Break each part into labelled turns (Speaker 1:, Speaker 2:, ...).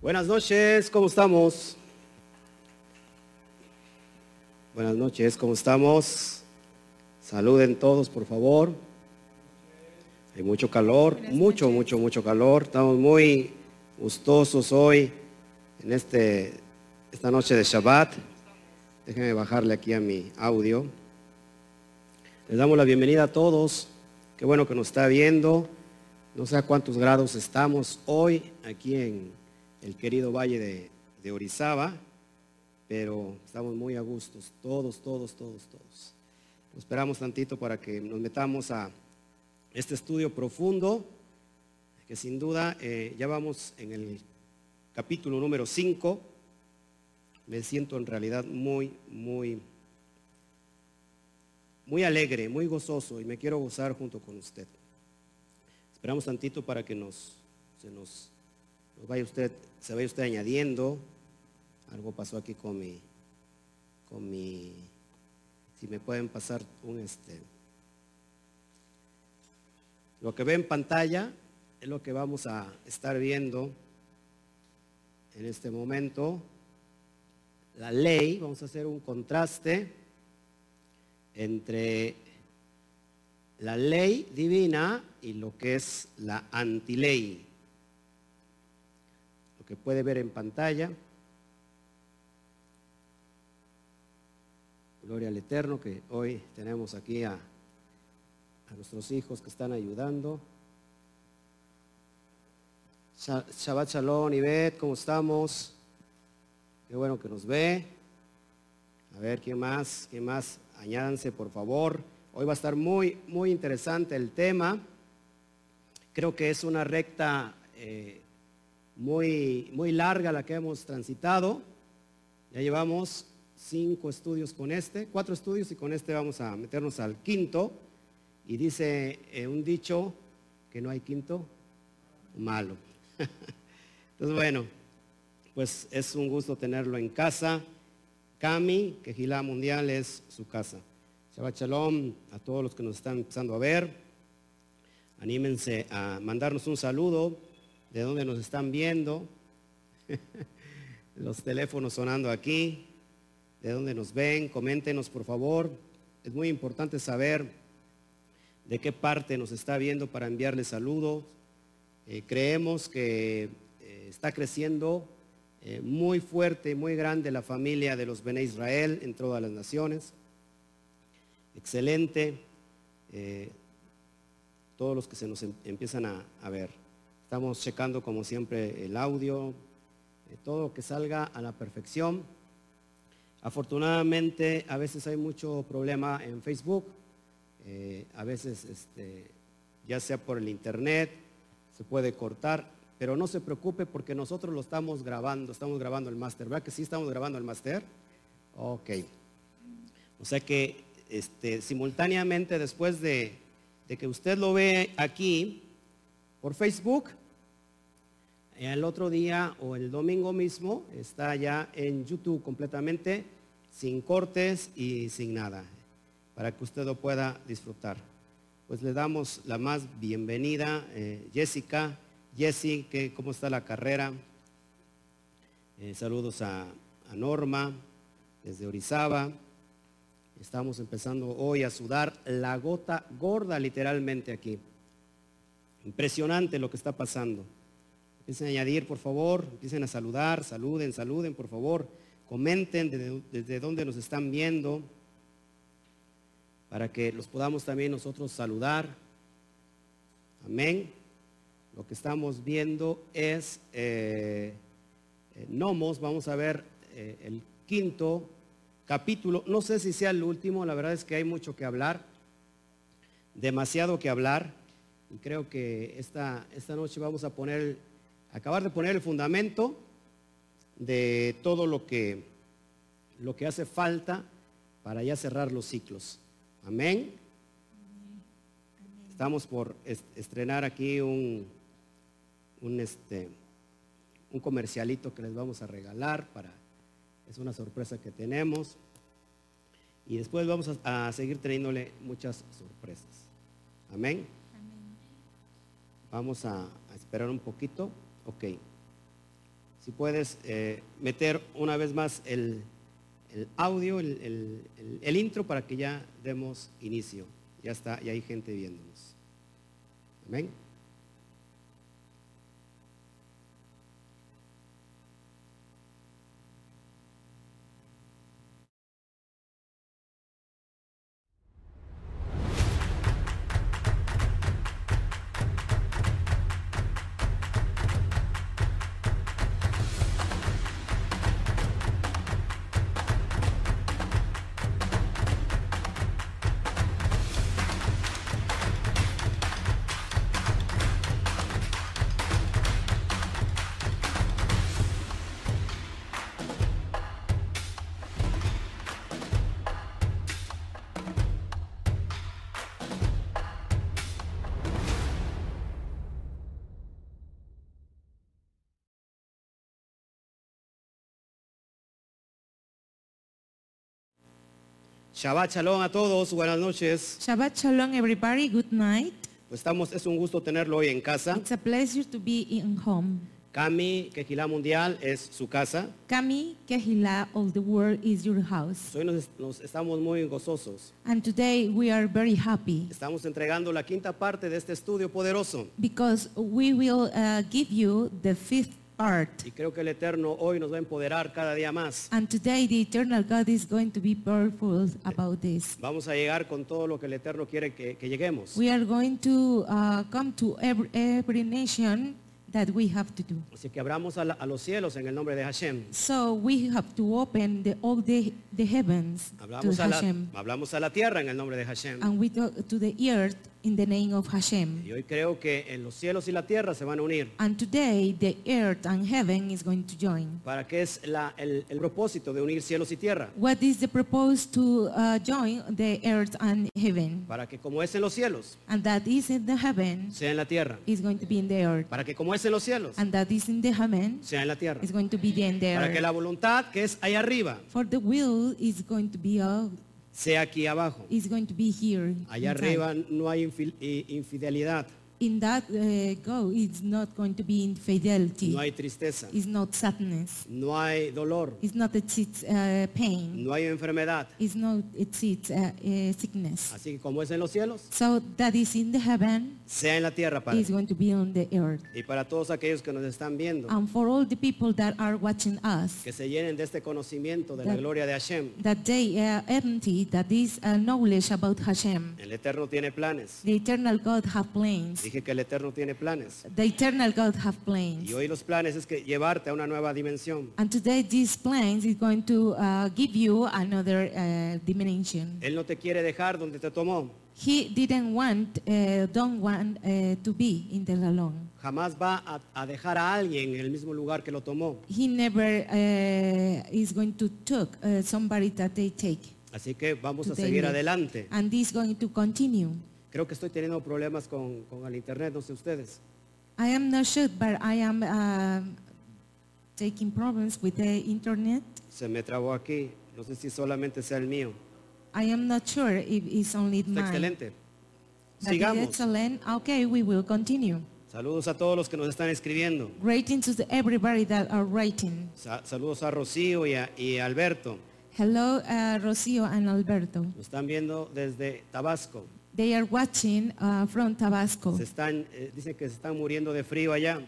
Speaker 1: Buenas noches, ¿cómo estamos? Buenas noches, ¿cómo estamos? Saluden todos, por favor. Hay mucho calor, mucho, mucho, mucho calor. Estamos muy gustosos hoy en este, esta noche de Shabbat. Déjenme bajarle aquí a mi audio. Les damos la bienvenida a todos. Qué bueno que nos está viendo. No sé a cuántos grados estamos hoy aquí en el querido valle de, de Orizaba, pero estamos muy a gustos, todos, todos, todos, todos. Lo esperamos tantito para que nos metamos a este estudio profundo, que sin duda eh, ya vamos en el capítulo número 5. Me siento en realidad muy, muy, muy alegre, muy gozoso y me quiero gozar junto con usted. Esperamos tantito para que nos, se nos, nos vaya usted, se vaya usted añadiendo. Algo pasó aquí con mi, con mi, si me pueden pasar un este. Lo que ve en pantalla es lo que vamos a estar viendo en este momento. La ley, vamos a hacer un contraste entre la ley divina y lo que es la antiley. Lo que puede ver en pantalla. Gloria al Eterno que hoy tenemos aquí a, a nuestros hijos que están ayudando. Sha- Shabbat Shalom, Ivette, ¿cómo estamos? Qué bueno que nos ve. A ver, ¿quién más? ¿Quién más? Añádanse, por favor. Hoy va a estar muy, muy interesante el tema. Creo que es una recta eh, muy, muy larga la que hemos transitado. Ya llevamos cinco estudios con este, cuatro estudios y con este vamos a meternos al quinto. Y dice eh, un dicho que no hay quinto malo. Entonces, bueno, pues es un gusto tenerlo en casa. Cami, que Gilá Mundial es su casa. Shabbat Shalom a todos los que nos están empezando a ver. Anímense a mandarnos un saludo de donde nos están viendo. los teléfonos sonando aquí. De donde nos ven. Coméntenos, por favor. Es muy importante saber de qué parte nos está viendo para enviarle saludos. Eh, creemos que eh, está creciendo eh, muy fuerte, muy grande la familia de los Bene Israel en todas las naciones. Excelente. eh, todos los que se nos em- empiezan a, a ver. Estamos checando como siempre el audio, eh, todo lo que salga a la perfección. Afortunadamente a veces hay mucho problema en Facebook, eh, a veces este, ya sea por el internet, se puede cortar, pero no se preocupe porque nosotros lo estamos grabando, estamos grabando el máster, ¿verdad que sí estamos grabando el máster? Ok. O sea que este, simultáneamente después de, de que usted lo ve aquí por Facebook, el otro día o el domingo mismo está ya en YouTube completamente, sin cortes y sin nada, para que usted lo pueda disfrutar. Pues le damos la más bienvenida, eh, Jessica. Jessy, ¿qué- ¿cómo está la carrera? Eh, saludos a, a Norma desde Orizaba. Estamos empezando hoy a sudar la gota gorda literalmente aquí. Impresionante lo que está pasando. Empiecen a añadir, por favor, empiecen a saludar, saluden, saluden, por favor. Comenten desde, desde dónde nos están viendo para que los podamos también nosotros saludar. Amén. Lo que estamos viendo es eh, eh, Nomos, vamos a ver eh, el quinto capítulo. No sé si sea el último, la verdad es que hay mucho que hablar, demasiado que hablar. Y creo que esta, esta noche vamos a poner, acabar de poner el fundamento de todo lo que, lo que hace falta para ya cerrar los ciclos. Amén. Estamos por est- estrenar aquí un, un, este, un comercialito que les vamos a regalar para, es una sorpresa que tenemos. Y después vamos a, a seguir teniéndole muchas sorpresas. Amén. Vamos a, a esperar un poquito. Ok. si puedes eh, meter una vez más el, el audio, el, el- el- el intro para que ya demos inicio. Ya está, ya hay gente viéndonos. Amén. Shabbat shalom a todos, buenas noches.
Speaker 2: Shabbat shalom, everybody. Good night.
Speaker 1: Pues estamos, es un gusto tenerlo hoy en casa.
Speaker 2: It's a pleasure to be in home.
Speaker 1: Cami, Quejilá Mundial, es su casa.
Speaker 2: Kami Kehila, all the world is your house.
Speaker 1: Hoy nos, nos estamos muy gozosos.
Speaker 2: And today we are very happy
Speaker 1: Estamos entregando la quinta parte de este estudio poderoso.
Speaker 2: because we will uh, give you the fifth part.
Speaker 1: Y creo que el Eterno hoy nos va a empoderar cada día más.
Speaker 2: And today the eternal God is going to be powerful about this.
Speaker 1: Vamos a llegar con todo lo que el Eterno quiere que, que lleguemos.
Speaker 2: We are going to uh, come to every, every nation that we have to do.
Speaker 1: Así que abramos a, la- a los cielos en el nombre de Hashem.
Speaker 2: So we have to open the, all the, the heavens to
Speaker 1: Hablamos a, la,
Speaker 2: Hashem.
Speaker 1: hablamos a la tierra en el nombre de Hashem.
Speaker 2: and we go to the earth in the name of Hashem.
Speaker 1: Y hoy creo que en los cielos y la tierra se van a unir.
Speaker 2: And today the earth and heaven is going to join.
Speaker 1: ¿Para qué es la- el, el propósito de unir cielos y tierra?
Speaker 2: What is the purpose to uh, join the earth and heaven?
Speaker 1: Para que como es en los cielos,
Speaker 2: And that is in the heaven
Speaker 1: sea en la tierra.
Speaker 2: is going to be in the earth,
Speaker 1: Para que como es en los cielos,
Speaker 2: and that is in the heaven
Speaker 1: sea en la tierra.
Speaker 2: is going to be in the
Speaker 1: Para que
Speaker 2: earth.
Speaker 1: la voluntad que es ahí arriba,
Speaker 2: For the will is going to be out,
Speaker 1: sea aquí abajo.
Speaker 2: is going to be here.
Speaker 1: Allá
Speaker 2: inside.
Speaker 1: arriba no hay infil- i- infidelidad,
Speaker 2: In that uh, go, it's not going to be infidelity.
Speaker 1: no hay tristeza,
Speaker 2: It's not sadness.
Speaker 1: no hay dolor,
Speaker 2: It's not it's, uh, pain.
Speaker 1: no hay enfermedad.
Speaker 2: is not it's it's uh, uh, sickness.
Speaker 1: Así que como es en los cielos,
Speaker 2: So that is in the heaven
Speaker 1: sea en la tierra, Padre.
Speaker 2: is going to be on the earth.
Speaker 1: Y para todos aquellos que nos están viendo,
Speaker 2: And for all the people that are watching us,
Speaker 1: que se llenen de este conocimiento de la
Speaker 2: That-
Speaker 1: gloria de Hashem.
Speaker 2: that they are empty, that is uh, knowledge about Hashem.
Speaker 1: El Eterno tiene planes.
Speaker 2: The eternal God have plans.
Speaker 1: Dije que el Eterno tiene planes.
Speaker 2: The eternal God have
Speaker 1: Y
Speaker 2: plans.
Speaker 1: hoy los planes es que llevarte a una nueva dimensión.
Speaker 2: And today these plans is going to uh, give you another uh, dimension.
Speaker 1: Él no te quiere dejar donde te tomó.
Speaker 2: He didn't want, uh, don't want uh, to be in the alone.
Speaker 1: Jamás va a, a dejar a alguien en el mismo lugar que lo tomó.
Speaker 2: he never uh, is going to took uh, somebody that they take
Speaker 1: Así que vamos a
Speaker 2: Today
Speaker 1: seguir
Speaker 2: no.
Speaker 1: adelante.
Speaker 2: and this going to continue
Speaker 1: Creo que estoy teniendo problemas con, con el internet, no sé ustedes.
Speaker 2: i am not sure but i am uh, taking problems with the internet
Speaker 1: Se me trabó aquí. No sé si solamente sea el mío.
Speaker 2: i am not sure if it's only
Speaker 1: Está
Speaker 2: mine
Speaker 1: excelente.
Speaker 2: That is
Speaker 1: Sigamos.
Speaker 2: excellent okay we will continue
Speaker 1: Saludos a todos los que nos están escribiendo.
Speaker 2: greetings to the- everybody that are writing
Speaker 1: Sa- saludos a Rocío y a, y a Alberto.
Speaker 2: hello uh, rocio and alberto
Speaker 1: Nos están viendo desde Tabasco.
Speaker 2: they are watching uh, from tabasco
Speaker 1: Se están, eh, dicen que se están muriendo de frío allá.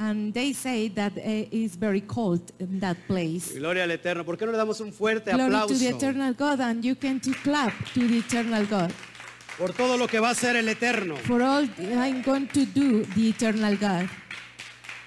Speaker 2: and they say that uh, it's very cold in that place
Speaker 1: Gloria al Eterno. ¿Por qué no le damos un fuerte
Speaker 2: Glory to the
Speaker 1: aplauso
Speaker 2: eternal God, and you can to clap to the eternal God
Speaker 1: por todo lo que va a ser el Eterno?
Speaker 2: for all I'm going to do, the eternal God.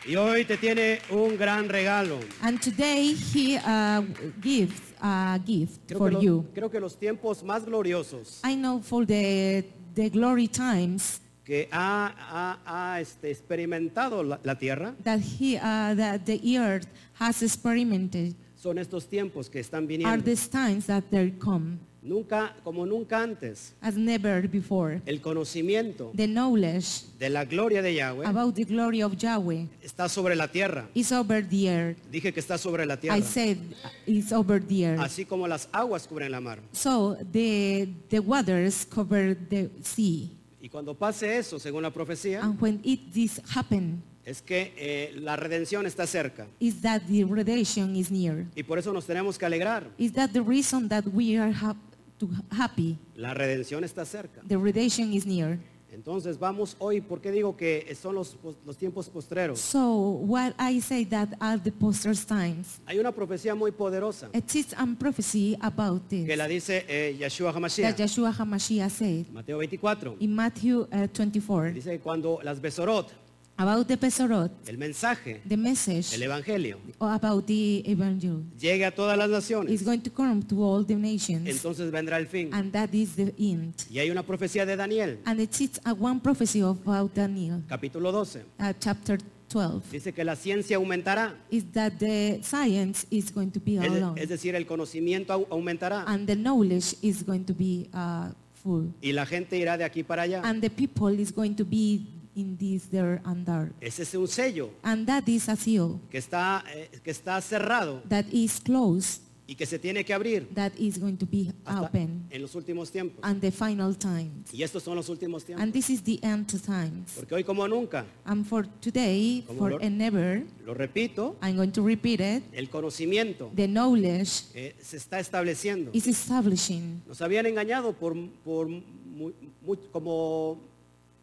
Speaker 1: Y hoy te tiene un gran regalo.
Speaker 2: And today He uh, gives a gift
Speaker 1: Creo
Speaker 2: for
Speaker 1: que, los,
Speaker 2: you.
Speaker 1: creo que los tiempos más gloriosos
Speaker 2: I know for the the glory times
Speaker 1: que ha, ha- ha, este, experimentado la, la tierra
Speaker 2: that He uh, that the earth has experimented
Speaker 1: son estos tiempos que están
Speaker 2: are
Speaker 1: viniendo.
Speaker 2: the times that they come
Speaker 1: Nunca, como nunca antes,
Speaker 2: as never before.
Speaker 1: el conocimiento
Speaker 2: The knowledge
Speaker 1: de la gloria de Yahweh
Speaker 2: about the glory of Yahweh
Speaker 1: está sobre la tierra.
Speaker 2: is over the earth.
Speaker 1: Dije que está sobre la
Speaker 2: I
Speaker 1: tierra.
Speaker 2: said it's over the earth.
Speaker 1: Así como las aguas cubren la mar.
Speaker 2: So the the waters cover the sea,
Speaker 1: Y cuando pase eso, según la profecía,
Speaker 2: Ah. and when it this happen,
Speaker 1: es que eh, la redención está cerca
Speaker 2: is that the redemption is near.
Speaker 1: y por eso nos tenemos que alegrar.
Speaker 2: Is that the reason that we are hap- to happy?
Speaker 1: La redención está cerca.
Speaker 2: The redemption is near.
Speaker 1: Entonces vamos hoy, ¿por qué digo que son los, pos- los tiempos postreros?
Speaker 2: So what I say that are the posters times.
Speaker 1: Hay una profecía muy poderosa
Speaker 2: It is a prophecy about this
Speaker 1: que la dice eh, Yeshua
Speaker 2: that
Speaker 1: Hamashiach,
Speaker 2: Yeshua HaMashiach said
Speaker 1: Mateo 24.
Speaker 2: in Matthew uh, 24
Speaker 1: Dice que cuando las Besorot,
Speaker 2: about the Pesorot,
Speaker 1: el mensaje,
Speaker 2: the message
Speaker 1: el evangelio,
Speaker 2: about the evangel
Speaker 1: llegue a todas las
Speaker 2: is
Speaker 1: naciones,
Speaker 2: going to come to all the nations
Speaker 1: entonces vendrá el fin.
Speaker 2: and that is the end.
Speaker 1: Y hay una profecía de Daniel,
Speaker 2: And it is a one prophecy about Daniel,
Speaker 1: capítulo 12.
Speaker 2: uh, chapter 12,
Speaker 1: Dice que la ciencia aumentará,
Speaker 2: is that the science is going to be
Speaker 1: es,
Speaker 2: alone
Speaker 1: es decir, el conocimiento au- aumentará
Speaker 2: and the knowledge is going to be uh, full
Speaker 1: y la gente irá de aquí para allá.
Speaker 2: and the people is going to be in this, there and there.
Speaker 1: Ese es un sello
Speaker 2: And that is a seal
Speaker 1: que está, eh, que está cerrado
Speaker 2: that is closed,
Speaker 1: y que se tiene que abrir
Speaker 2: that is going to be
Speaker 1: hasta
Speaker 2: Ah, open
Speaker 1: en los últimos tiempos.
Speaker 2: and the final times.
Speaker 1: Y estos son los últimos tiempos.
Speaker 2: And this is the end times.
Speaker 1: Porque hoy como nunca,
Speaker 2: And for today,
Speaker 1: Como
Speaker 2: for
Speaker 1: Lord-
Speaker 2: and never,
Speaker 1: lo repito,
Speaker 2: I'm going to repeat it,
Speaker 1: el conocimiento
Speaker 2: the knowledge
Speaker 1: eh, se está estableciendo.
Speaker 2: is establishing.
Speaker 1: Nos habían engañado por, por mu- mu- como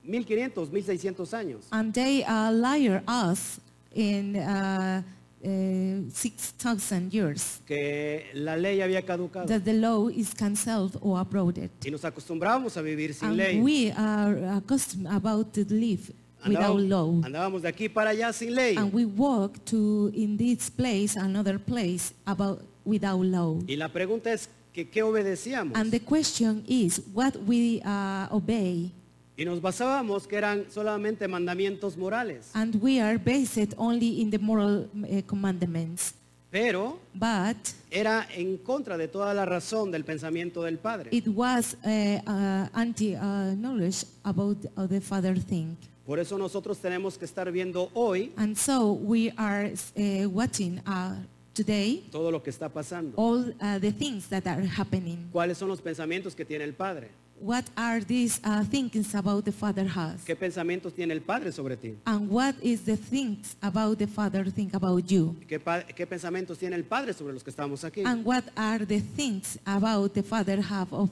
Speaker 1: 1500, 1600 años.
Speaker 2: And they uh, liar us in uh, uh, 6,000 years
Speaker 1: Que la ley había caducado.
Speaker 2: that the law is cancelled or abroaded.
Speaker 1: Y nos acostumbrábamos a vivir sin
Speaker 2: And
Speaker 1: ley.
Speaker 2: we are accustomed about to live without law.
Speaker 1: Andábamos, andábamos de aquí para allá sin ley.
Speaker 2: And we walk to in this place another place about without law.
Speaker 1: Y la pregunta es que qué obedecíamos.
Speaker 2: And the question is what we uh, obey.
Speaker 1: Y nos basábamos que eran solamente mandamientos morales.
Speaker 2: And we are based only in the moral uh, commandments.
Speaker 1: Pero
Speaker 2: But
Speaker 1: era en contra de toda la razón del pensamiento del Padre.
Speaker 2: it was uh, uh, anti-knowledge about uh, the father thing.
Speaker 1: Por eso nosotros tenemos que estar viendo hoy
Speaker 2: And so we are uh, watching uh, today
Speaker 1: todo lo que está pasando.
Speaker 2: all uh, the things that are happening.
Speaker 1: ¿Cuáles son los pensamientos que tiene el Padre?
Speaker 2: What are these uh, thinkings about the father has?
Speaker 1: ¿Qué pensamientos tiene el Padre sobre ti?
Speaker 2: And what is the things about the Father think about you?
Speaker 1: ¿Qué, pa- qué pensamientos tiene el Padre sobre los que estamos aquí?
Speaker 2: And what are the things about the Father have of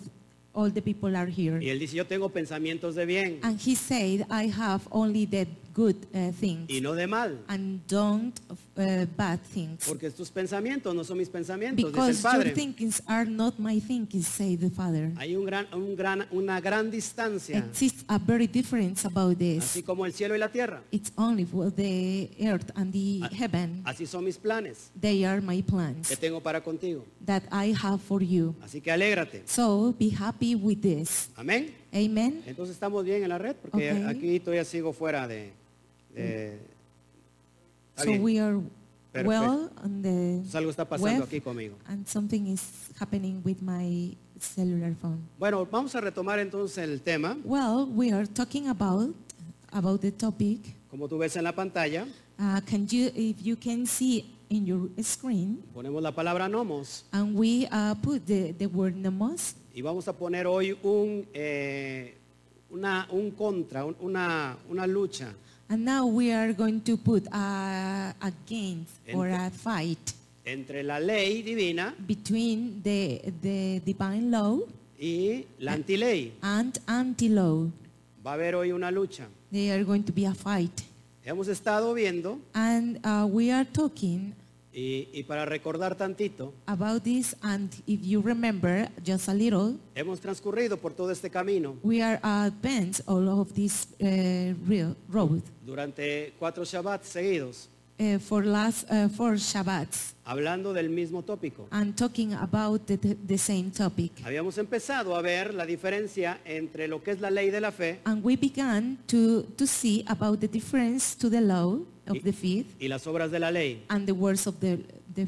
Speaker 2: all the people are here?
Speaker 1: Y él dice, yo tengo pensamientos de bien
Speaker 2: And he said, I have only the good uh, things
Speaker 1: y no de mal,
Speaker 2: and don't uh, bad things.
Speaker 1: porque tus pensamientos no son mis pensamientos, dice el
Speaker 2: Because your
Speaker 1: Padre.
Speaker 2: thinkings are not my thinkings, say the Father.
Speaker 1: Hay un gran, un gran, una gran distancia,
Speaker 2: Exists a very difference about this.
Speaker 1: así como el cielo y la tierra.
Speaker 2: It's only for the earth and the
Speaker 1: A-
Speaker 2: heaven.
Speaker 1: Así son mis planes
Speaker 2: They are my
Speaker 1: Ah, que
Speaker 2: plans
Speaker 1: tengo para contigo.
Speaker 2: that I have for you.
Speaker 1: Así que alégrate.
Speaker 2: So be happy with this.
Speaker 1: Amén.
Speaker 2: Amen.
Speaker 1: Entonces estamos bien en la red, porque
Speaker 2: Ok.
Speaker 1: aquí todavía sigo fuera de... de- Está
Speaker 2: So
Speaker 1: bien.
Speaker 2: we are
Speaker 1: Perfecto.
Speaker 2: well
Speaker 1: Entonces
Speaker 2: on the
Speaker 1: pues, algo está pasando
Speaker 2: web
Speaker 1: aquí conmigo.
Speaker 2: and something is happening with my cellular phone.
Speaker 1: Bueno, vamos a retomar entonces el tema.
Speaker 2: Well, we are talking about about the topic.
Speaker 1: Como tú ves en la pantalla,
Speaker 2: Uh, can you, if you can see in your screen,
Speaker 1: ponemos la palabra nomos
Speaker 2: and we uh, put the, the word nomos,
Speaker 1: y vamos a poner hoy un, eh, una, un contra, un- una, una lucha
Speaker 2: and now we are going to put uh, against or a fight
Speaker 1: entre la ley divina
Speaker 2: between the the divine law
Speaker 1: y la antiley.
Speaker 2: and anti-law.
Speaker 1: Va a haber hoy una lucha.
Speaker 2: They are going to be a fight.
Speaker 1: Hemos estado viendo,
Speaker 2: And uh, we are talking
Speaker 1: y, y para recordar tantito,
Speaker 2: about this, and if you remember just a little,
Speaker 1: hemos transcurrido por todo este camino
Speaker 2: we are advanced all of this uh, real road
Speaker 1: durante cuatro Shabbats seguidos,
Speaker 2: uh, for last uh, four Shabbats
Speaker 1: hablando del mismo tópico.
Speaker 2: and talking about the, the same topic.
Speaker 1: Habíamos empezado a ver la diferencia entre lo que es la ley de la fe
Speaker 2: And we began to, to see about the difference to the law of
Speaker 1: Eh.
Speaker 2: the faith
Speaker 1: y las obras de la ley.
Speaker 2: and the words of the, the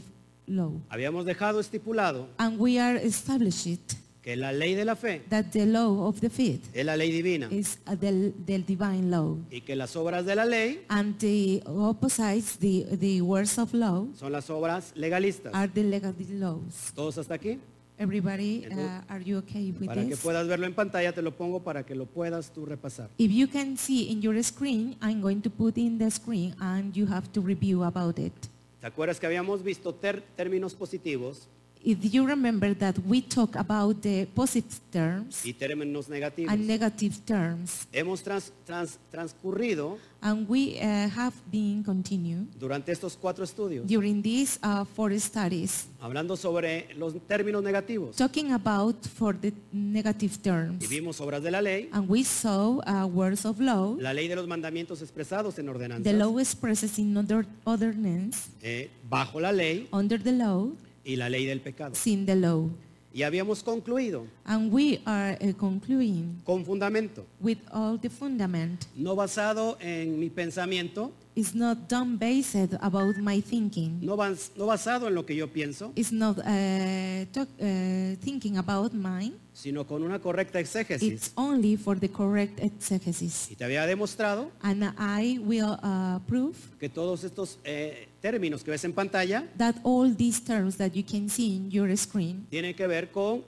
Speaker 2: law.
Speaker 1: Habíamos dejado estipulado
Speaker 2: And we are established
Speaker 1: que la ley de la fe
Speaker 2: that the law of the faith
Speaker 1: es la ley divina
Speaker 2: is uh, the, the divine law.
Speaker 1: y que las obras de la ley
Speaker 2: And the opposites, the, the words of law,
Speaker 1: son las obras legalistas.
Speaker 2: are the legal laws.
Speaker 1: ¿Todos hasta aquí?
Speaker 2: Everybody, uh, are you okay with
Speaker 1: Para que
Speaker 2: this?
Speaker 1: puedas verlo en pantalla, te lo pongo para que lo puedas tú repasar.
Speaker 2: If you can see in your screen, I'm going to put in the screen and you have to review about it.
Speaker 1: ¿Te acuerdas que habíamos visto ter- términos positivos
Speaker 2: If you remember that we talk about the positive terms
Speaker 1: y términos negativos?
Speaker 2: and negative terms,
Speaker 1: Hemos trans- trans- transcurrido
Speaker 2: and we uh, have been continuing
Speaker 1: durante estos cuatro estudios
Speaker 2: during these uh, four studies
Speaker 1: hablando sobre los términos negativos.
Speaker 2: talking about for the negative
Speaker 1: Y
Speaker 2: terms.
Speaker 1: vimos obras de la ley,
Speaker 2: And we saw uh, words of law,
Speaker 1: la ley de los mandamientos expresados en
Speaker 2: the
Speaker 1: ordenanzas,
Speaker 2: law expresses in other ordinance,
Speaker 1: eh, bajo la ley
Speaker 2: under the law,
Speaker 1: y la ley del pecado.
Speaker 2: sin the law.
Speaker 1: Y habíamos concluido
Speaker 2: And we are uh, concluding
Speaker 1: con fundamento,
Speaker 2: with all the fundament.
Speaker 1: no basado en mi pensamiento,
Speaker 2: It's not done based about my thinking.
Speaker 1: no, bas- no basado en lo que yo pienso,
Speaker 2: It's not uh, talk, uh, thinking about mine.
Speaker 1: sino con una correcta exégesis.
Speaker 2: It's only for the correct exegesis.
Speaker 1: Y te había demostrado
Speaker 2: And I will uh, prove
Speaker 1: que todos estos eh, términos que ves en pantalla
Speaker 2: that all these terms that you can see in your screen
Speaker 1: tienen que ver con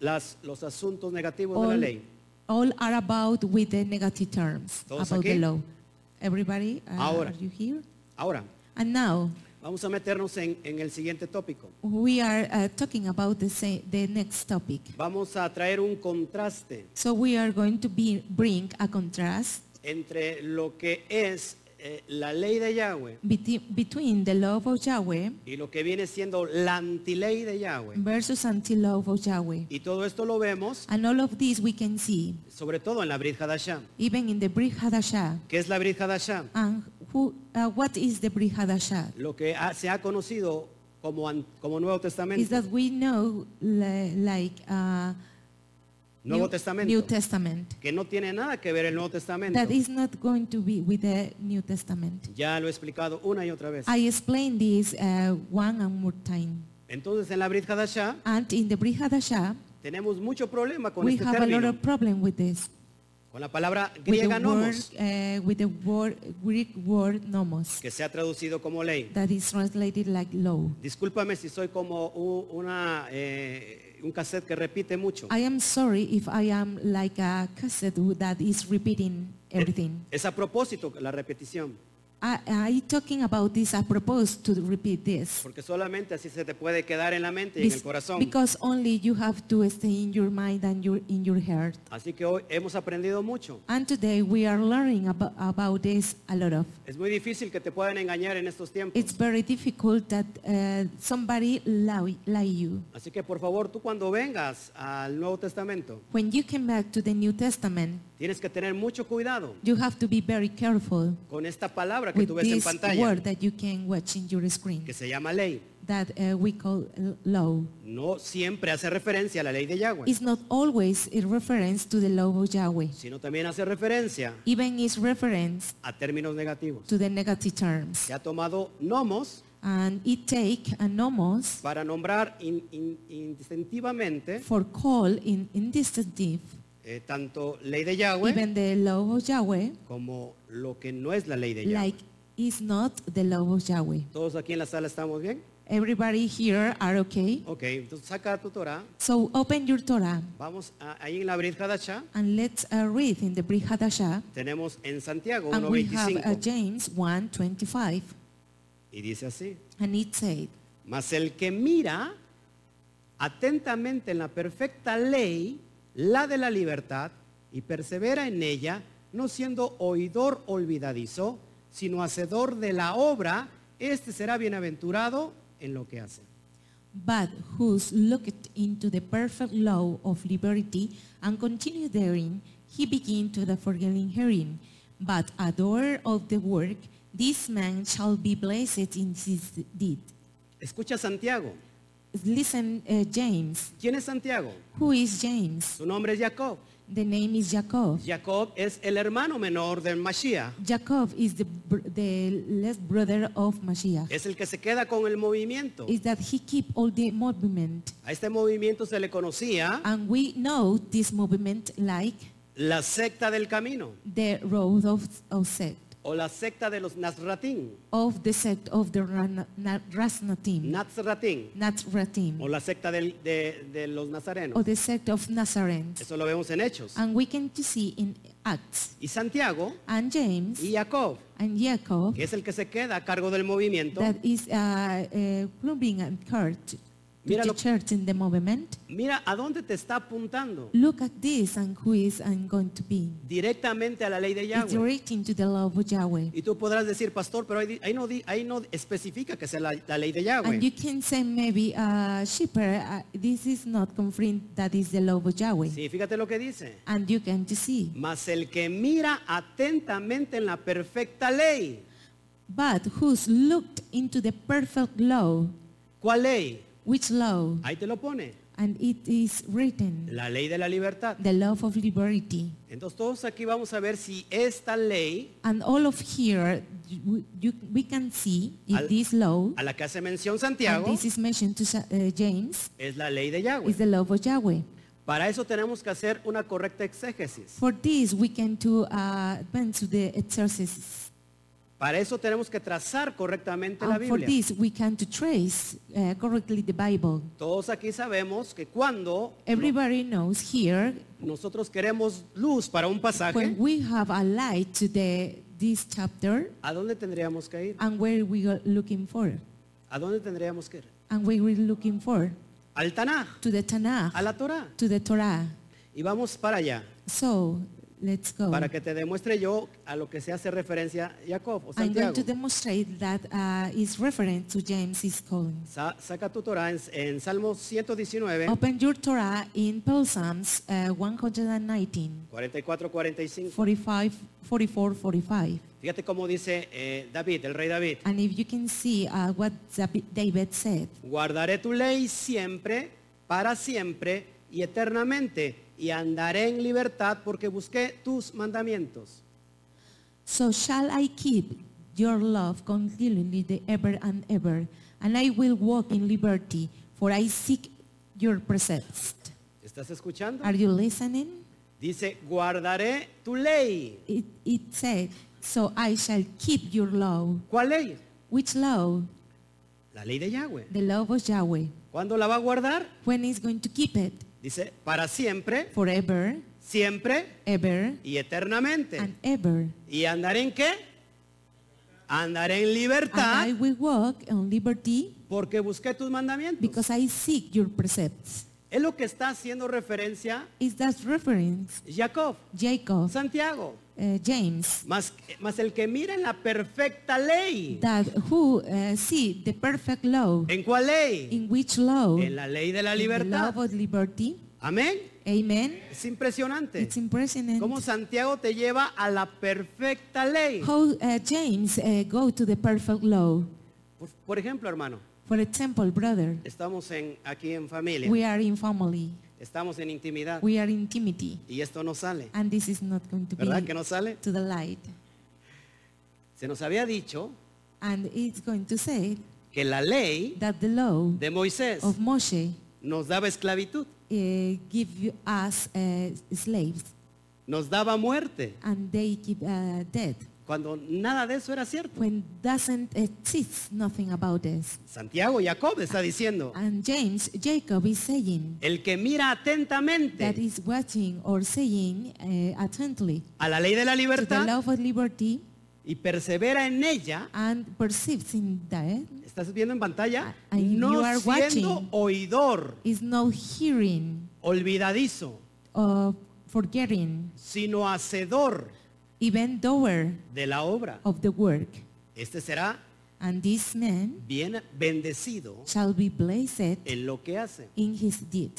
Speaker 1: las, los asuntos negativos de
Speaker 2: all,
Speaker 1: la ley.
Speaker 2: all are about with the negative terms
Speaker 1: Todos
Speaker 2: about the
Speaker 1: aquí.
Speaker 2: law. Everybody, uh,
Speaker 1: Ahora.
Speaker 2: are you here?
Speaker 1: Ahora,
Speaker 2: And now
Speaker 1: vamos a meternos en, en el siguiente tópico.
Speaker 2: we are uh, talking about the, sa- the next topic.
Speaker 1: Vamos a traer un contraste
Speaker 2: So we are going to be, bring a contrast
Speaker 1: entre lo que es eh, la ley de Yahweh
Speaker 2: beti- between the love of Yahweh
Speaker 1: y lo que viene siendo la antiley de Yahweh.
Speaker 2: versus anti-love of Yahweh.
Speaker 1: Y todo esto lo vemos
Speaker 2: And all of this we can see,
Speaker 1: sobre todo en la Brit Hadashah.
Speaker 2: even in the Brit Hadashah.
Speaker 1: ¿Qué es la Brit Hadashah?
Speaker 2: And who, uh, what is the Brit Hadashah?
Speaker 1: Lo que ha- se ha conocido como, an- como Nuevo
Speaker 2: Is
Speaker 1: Testamento.
Speaker 2: that we know li- like uh,
Speaker 1: Nuevo
Speaker 2: New-
Speaker 1: Testamento.
Speaker 2: New Testament.
Speaker 1: que no tiene nada que ver el Nuevo Testamento.
Speaker 2: That is not going to be with the New Testament.
Speaker 1: Ya lo he explicado una y otra vez.
Speaker 2: I explained this uh, one and more time.
Speaker 1: Entonces en la Brit Hadashah
Speaker 2: And in the Brit Hadashah,
Speaker 1: tenemos mucho problema con
Speaker 2: we
Speaker 1: este
Speaker 2: have a lot
Speaker 1: término,
Speaker 2: of problem with this.
Speaker 1: con la palabra
Speaker 2: with
Speaker 1: griega
Speaker 2: the, word,
Speaker 1: nomos,
Speaker 2: uh, with the word, Greek word nomos,
Speaker 1: que se ha traducido como ley.
Speaker 2: that is translated like law.
Speaker 1: Discúlpame si soy como u- una, eh, un cassette que repite mucho.
Speaker 2: I am sorry if I am like a cassette who- that is repeating everything.
Speaker 1: Es a propósito la repetición,
Speaker 2: I, I talking about this, I propose to repeat this.
Speaker 1: porque solamente así se te puede quedar en la mente y en
Speaker 2: This-
Speaker 1: el corazón.
Speaker 2: because only you have to stay in your mind and your, in your heart.
Speaker 1: Así que hoy hemos aprendido mucho.
Speaker 2: And today we are learning about, about this a lot of.
Speaker 1: Es muy difícil que te puedan engañar en estos tiempos.
Speaker 2: It's very difficult that uh, somebody lie, lie you.
Speaker 1: Así que por favor, tú cuando vengas al Nuevo Testamento,
Speaker 2: When you came back to the New Testament,
Speaker 1: tienes que tener mucho cuidado
Speaker 2: you have to be very careful
Speaker 1: con esta palabra que
Speaker 2: with
Speaker 1: tú ves en
Speaker 2: this
Speaker 1: pantalla,
Speaker 2: word that you can watch in your screen
Speaker 1: que se llama ley.
Speaker 2: that uh, we call uh, law.
Speaker 1: No siempre hace referencia a la ley de Yahweh,
Speaker 2: It's not always in reference to the law of Yahweh.
Speaker 1: sino también hace referencia
Speaker 2: Even it's reference
Speaker 1: a términos negativos.
Speaker 2: to the negative terms.
Speaker 1: Se ha tomado nomos
Speaker 2: And it take a nomos
Speaker 1: para nombrar in- in- indistintivamente
Speaker 2: for call in, in distinctive,
Speaker 1: eh, tanto ley de Yahweh
Speaker 2: even the law of Yahweh,
Speaker 1: como lo que no es la ley de Yahweh.
Speaker 2: like is not the law of Yahweh.
Speaker 1: ¿Todos aquí en la sala estamos bien?
Speaker 2: Everybody here are okay?
Speaker 1: Ok, entonces saca tu Torah.
Speaker 2: So open your Torah
Speaker 1: Vamos a- ahí en la Brit Hadashah
Speaker 2: and let's uh, read in the Brit Hadashah.
Speaker 1: tenemos en Santiago
Speaker 2: And we have uh,
Speaker 1: 1.25
Speaker 2: James 1:25,
Speaker 1: y dice así.
Speaker 2: and it said,
Speaker 1: Mas el que mira atentamente en la perfecta ley, la de la libertad, y persevera en ella, no siendo oidor olvidadizo, sino hacedor de la obra, este será bienaventurado en lo que hace.
Speaker 2: "But whose looked into the perfect law of liberty and continued therein, he began to the forgetting hearing. But a doer of the work, this man shall be blessed in his deed."
Speaker 1: Escucha a Santiago.
Speaker 2: Listen, uh, James.
Speaker 1: ¿Quién es Santiago?
Speaker 2: Who is James?
Speaker 1: Su nombre es Jacob.
Speaker 2: The name is Jacob.
Speaker 1: Jacob es el hermano menor del Mashiach.
Speaker 2: Jacob is the br- the last brother of Mashiach.
Speaker 1: Es el que se queda con el movimiento.
Speaker 2: Is that he keep all the movement?
Speaker 1: A este movimiento se le conocía
Speaker 2: And we know this movement like
Speaker 1: la secta del camino
Speaker 2: the road of, of sect,
Speaker 1: o la secta de los Nazratín,
Speaker 2: of the sect of the Ran- Na- Rasnatim,
Speaker 1: Nazratín,
Speaker 2: Nazratim,
Speaker 1: o la secta del- de, de los
Speaker 2: or
Speaker 1: Nazarenos.
Speaker 2: the sect of Nazarenes.
Speaker 1: Eso lo vemos en Hechos.
Speaker 2: And we can to see in Acts
Speaker 1: Y Santiago
Speaker 2: and James
Speaker 1: y Jacob,
Speaker 2: and Jacob
Speaker 1: que es el que se queda a cargo del movimiento,
Speaker 2: that is uh, uh, plumbing and church,
Speaker 1: Mira
Speaker 2: the
Speaker 1: lo-
Speaker 2: church in the movement.
Speaker 1: mira a dónde te está apuntando.
Speaker 2: Look at this and who is and going to be.
Speaker 1: Directamente a la ley de
Speaker 2: It's
Speaker 1: Yahweh.
Speaker 2: directing to the law of Yahweh.
Speaker 1: Y tú podrás decir, pastor, pero ahí, di- ahí no, di- ahí no especifica que sea la, la ley de Yahweh.
Speaker 2: And you can say maybe, uh, shepherd, uh, this is not confirmed that is the law of Yahweh.
Speaker 1: Sí, fíjate lo que dice.
Speaker 2: And you can to see.
Speaker 1: Mas el que mira atentamente en la perfecta ley.
Speaker 2: But who's looked into the perfect law,
Speaker 1: ¿Cuál ley?
Speaker 2: which law?
Speaker 1: Ahí te lo pone.
Speaker 2: And it is written,
Speaker 1: La ley de la libertad.
Speaker 2: the love of liberty.
Speaker 1: Entonces todos aquí vamos a ver si esta ley
Speaker 2: And all of here, you, you, we can see
Speaker 1: Al-
Speaker 2: if this law,
Speaker 1: a la que hace mención
Speaker 2: and
Speaker 1: Santiago
Speaker 2: this is mentioned to Sa- uh, James,
Speaker 1: es la ley de
Speaker 2: is
Speaker 1: Yahweh.
Speaker 2: the love of Yahweh.
Speaker 1: Para eso tenemos que hacer una correcta exégesis.
Speaker 2: For this, we can to uh, advance to the exercises.
Speaker 1: Para eso tenemos que trazar correctamente la
Speaker 2: And for
Speaker 1: Biblia.
Speaker 2: this, we can to trace uh, correctly the Bible.
Speaker 1: Todos aquí sabemos que cuando
Speaker 2: Everybody knows here
Speaker 1: nosotros queremos luz para un pasaje,
Speaker 2: when we have a light to the this chapter
Speaker 1: ¿a dónde tendríamos que ir?
Speaker 2: and where we are looking for,
Speaker 1: ¿A dónde tendríamos que ir?
Speaker 2: and where we're looking for
Speaker 1: Al Tanaj,
Speaker 2: to the Tanakh,
Speaker 1: a la Torah.
Speaker 2: to the Torah.
Speaker 1: Y vamos para allá,
Speaker 2: So let's go.
Speaker 1: para que te demuestre yo a lo que se hace referencia Jacob o
Speaker 2: I'm going
Speaker 1: Santiago.
Speaker 2: to demonstrate that uh, is referent to James is calling.
Speaker 1: Sa- saca tu Torah en, en Salmo 119,
Speaker 2: Open your Torah in Psalms uh, 119.
Speaker 1: 44, 45.
Speaker 2: 45, 44, 45.
Speaker 1: Fíjate cómo dice eh, David, el rey David.
Speaker 2: And if you can see uh, what Zabi- David said,
Speaker 1: Guardaré tu ley siempre, para siempre y eternamente, y andaré en libertad porque busqué tus mandamientos.
Speaker 2: so shall I keep your love continually the ever and ever, and I will walk in liberty, for I seek your precepts.
Speaker 1: ¿Estás escuchando?
Speaker 2: Are you listening?
Speaker 1: Dice, guardaré tu ley.
Speaker 2: It, it said, so I shall keep your law.
Speaker 1: ¿Cuál ley?
Speaker 2: Which law?
Speaker 1: La ley de Yahweh.
Speaker 2: The law of Yahweh.
Speaker 1: ¿Cuándo la va a guardar?
Speaker 2: When is going to keep it?
Speaker 1: Dice, para siempre,
Speaker 2: Forever,
Speaker 1: siempre
Speaker 2: ever,
Speaker 1: y eternamente.
Speaker 2: and ever.
Speaker 1: ¿Y andaré en qué? Andaré en libertad
Speaker 2: And I will walk on liberty
Speaker 1: porque busqué tus mandamientos.
Speaker 2: because I seek your precepts.
Speaker 1: Es lo que está haciendo referencia
Speaker 2: Is that reference
Speaker 1: Jacob,
Speaker 2: Jacob,
Speaker 1: Santiago.
Speaker 2: uh, James,
Speaker 1: Mas, mas el que mira en la perfecta ley.
Speaker 2: that who uh, see the perfect law,
Speaker 1: ¿En cuál ley?
Speaker 2: in which law,
Speaker 1: En la ley de la
Speaker 2: in the
Speaker 1: libertad.
Speaker 2: love of liberty,
Speaker 1: Amén.
Speaker 2: amen.
Speaker 1: Es impresionante.
Speaker 2: It's impressive
Speaker 1: Cómo Santiago te lleva a la perfecta ley.
Speaker 2: how uh, James uh, go to the perfect law.
Speaker 1: Por, por ejemplo, hermano,
Speaker 2: For example, brother,
Speaker 1: estamos en, aquí en familia,
Speaker 2: we are in family,
Speaker 1: estamos en intimidad
Speaker 2: we are intimity,
Speaker 1: y esto no sale.
Speaker 2: and this is not going to be
Speaker 1: ¿Verdad que no sale?
Speaker 2: to the light.
Speaker 1: Se nos había dicho
Speaker 2: And it's going to say
Speaker 1: que la ley
Speaker 2: that the law
Speaker 1: de Moisés
Speaker 2: of Moshe
Speaker 1: nos daba esclavitud,
Speaker 2: uh, give you- us uh, slaves
Speaker 1: nos daba muerte,
Speaker 2: and they give uh, dead
Speaker 1: cuando nada de eso era cierto.
Speaker 2: when doesn't exist nothing about this
Speaker 1: Santiago, Jacob está diciendo,
Speaker 2: and James Jacob is saying
Speaker 1: el que mira
Speaker 2: that
Speaker 1: atentamente
Speaker 2: is watching or saying uh, attentively
Speaker 1: a la ley de la
Speaker 2: to the
Speaker 1: libertad
Speaker 2: love of liberty
Speaker 1: y persevera en ella,
Speaker 2: and perceives in that
Speaker 1: estás viendo en pantalla,
Speaker 2: And Ah, you
Speaker 1: no
Speaker 2: are
Speaker 1: siendo
Speaker 2: watching.
Speaker 1: oidor,
Speaker 2: is no hearing
Speaker 1: olvidadizo,
Speaker 2: or forgetting
Speaker 1: sino hacedor
Speaker 2: even doer
Speaker 1: de la obra.
Speaker 2: of the work
Speaker 1: Este será
Speaker 2: and this man
Speaker 1: bien bendecido
Speaker 2: shall be blessed
Speaker 1: en lo que hace.
Speaker 2: in his deed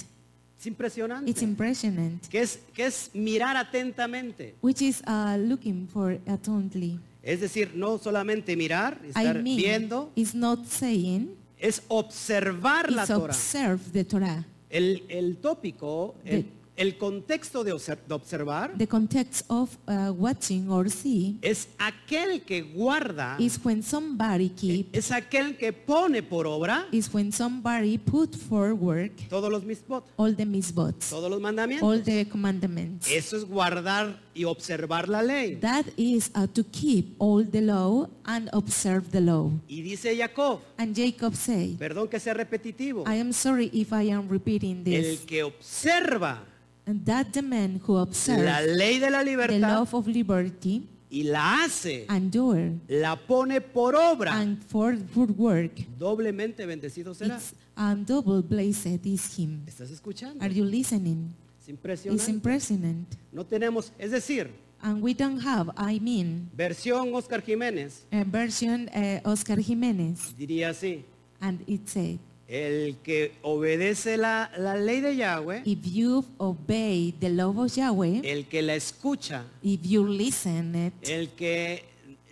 Speaker 1: Es impresionante.
Speaker 2: it's impressionant
Speaker 1: que es, que es mirar atentamente.
Speaker 2: which is uh, looking for attentively.
Speaker 1: Es decir, no solamente mirar,
Speaker 2: I
Speaker 1: estar
Speaker 2: mean,
Speaker 1: viendo,
Speaker 2: it's not saying,
Speaker 1: es observar la
Speaker 2: it's
Speaker 1: Torah.
Speaker 2: observe the Torah.
Speaker 1: El, el tópico, el, El contexto de obser- de observar
Speaker 2: The context of uh, watching or see
Speaker 1: es aquel que guarda,
Speaker 2: is when somebody keep,
Speaker 1: es aquel que pone por obra
Speaker 2: is when somebody put forward
Speaker 1: todos los misbot,
Speaker 2: all the misbots,
Speaker 1: todos los mandamientos.
Speaker 2: all the commandments.
Speaker 1: Eso es guardar y observar la ley.
Speaker 2: That is uh, to keep all the law and observe the law.
Speaker 1: Y dice Jacob,
Speaker 2: And Jacob said,
Speaker 1: perdón que sea repetitivo,
Speaker 2: I am sorry if I am repeating
Speaker 1: el
Speaker 2: this.
Speaker 1: que observa
Speaker 2: And that the man who
Speaker 1: la
Speaker 2: observes
Speaker 1: ley de la
Speaker 2: the
Speaker 1: libertad
Speaker 2: love of liberty
Speaker 1: y la hace,
Speaker 2: and doer
Speaker 1: la pone por obra,
Speaker 2: and for good work,
Speaker 1: doblemente bendecido será.
Speaker 2: it's and double blessed is him.
Speaker 1: ¿Estás escuchando?
Speaker 2: Are you listening?
Speaker 1: Es
Speaker 2: It's
Speaker 1: impresionante.
Speaker 2: impressionant.
Speaker 1: No tenemos, es decir,
Speaker 2: And we don't have, I mean,
Speaker 1: versión Oscar Jiménez
Speaker 2: a version uh, Oscar Jimenez.
Speaker 1: diría así,
Speaker 2: And it said,
Speaker 1: el que obedece la, la ley de Yahweh,
Speaker 2: if you obey the love of Yahweh,
Speaker 1: el que la escucha,
Speaker 2: if you listen it,
Speaker 1: el que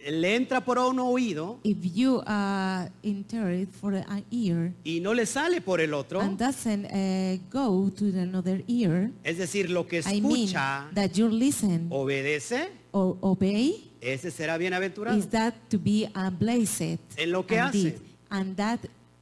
Speaker 1: le entra por un oído
Speaker 2: if you are entered for an ear
Speaker 1: y no le sale por el otro,
Speaker 2: and doesn't uh, go to the another ear,
Speaker 1: es decir, lo que
Speaker 2: I mean
Speaker 1: escucha,
Speaker 2: that you listen
Speaker 1: obedece,
Speaker 2: or obey,
Speaker 1: ese será bienaventurado.
Speaker 2: is that to be a blessed
Speaker 1: En lo que
Speaker 2: and
Speaker 1: hace.
Speaker 2: did, and that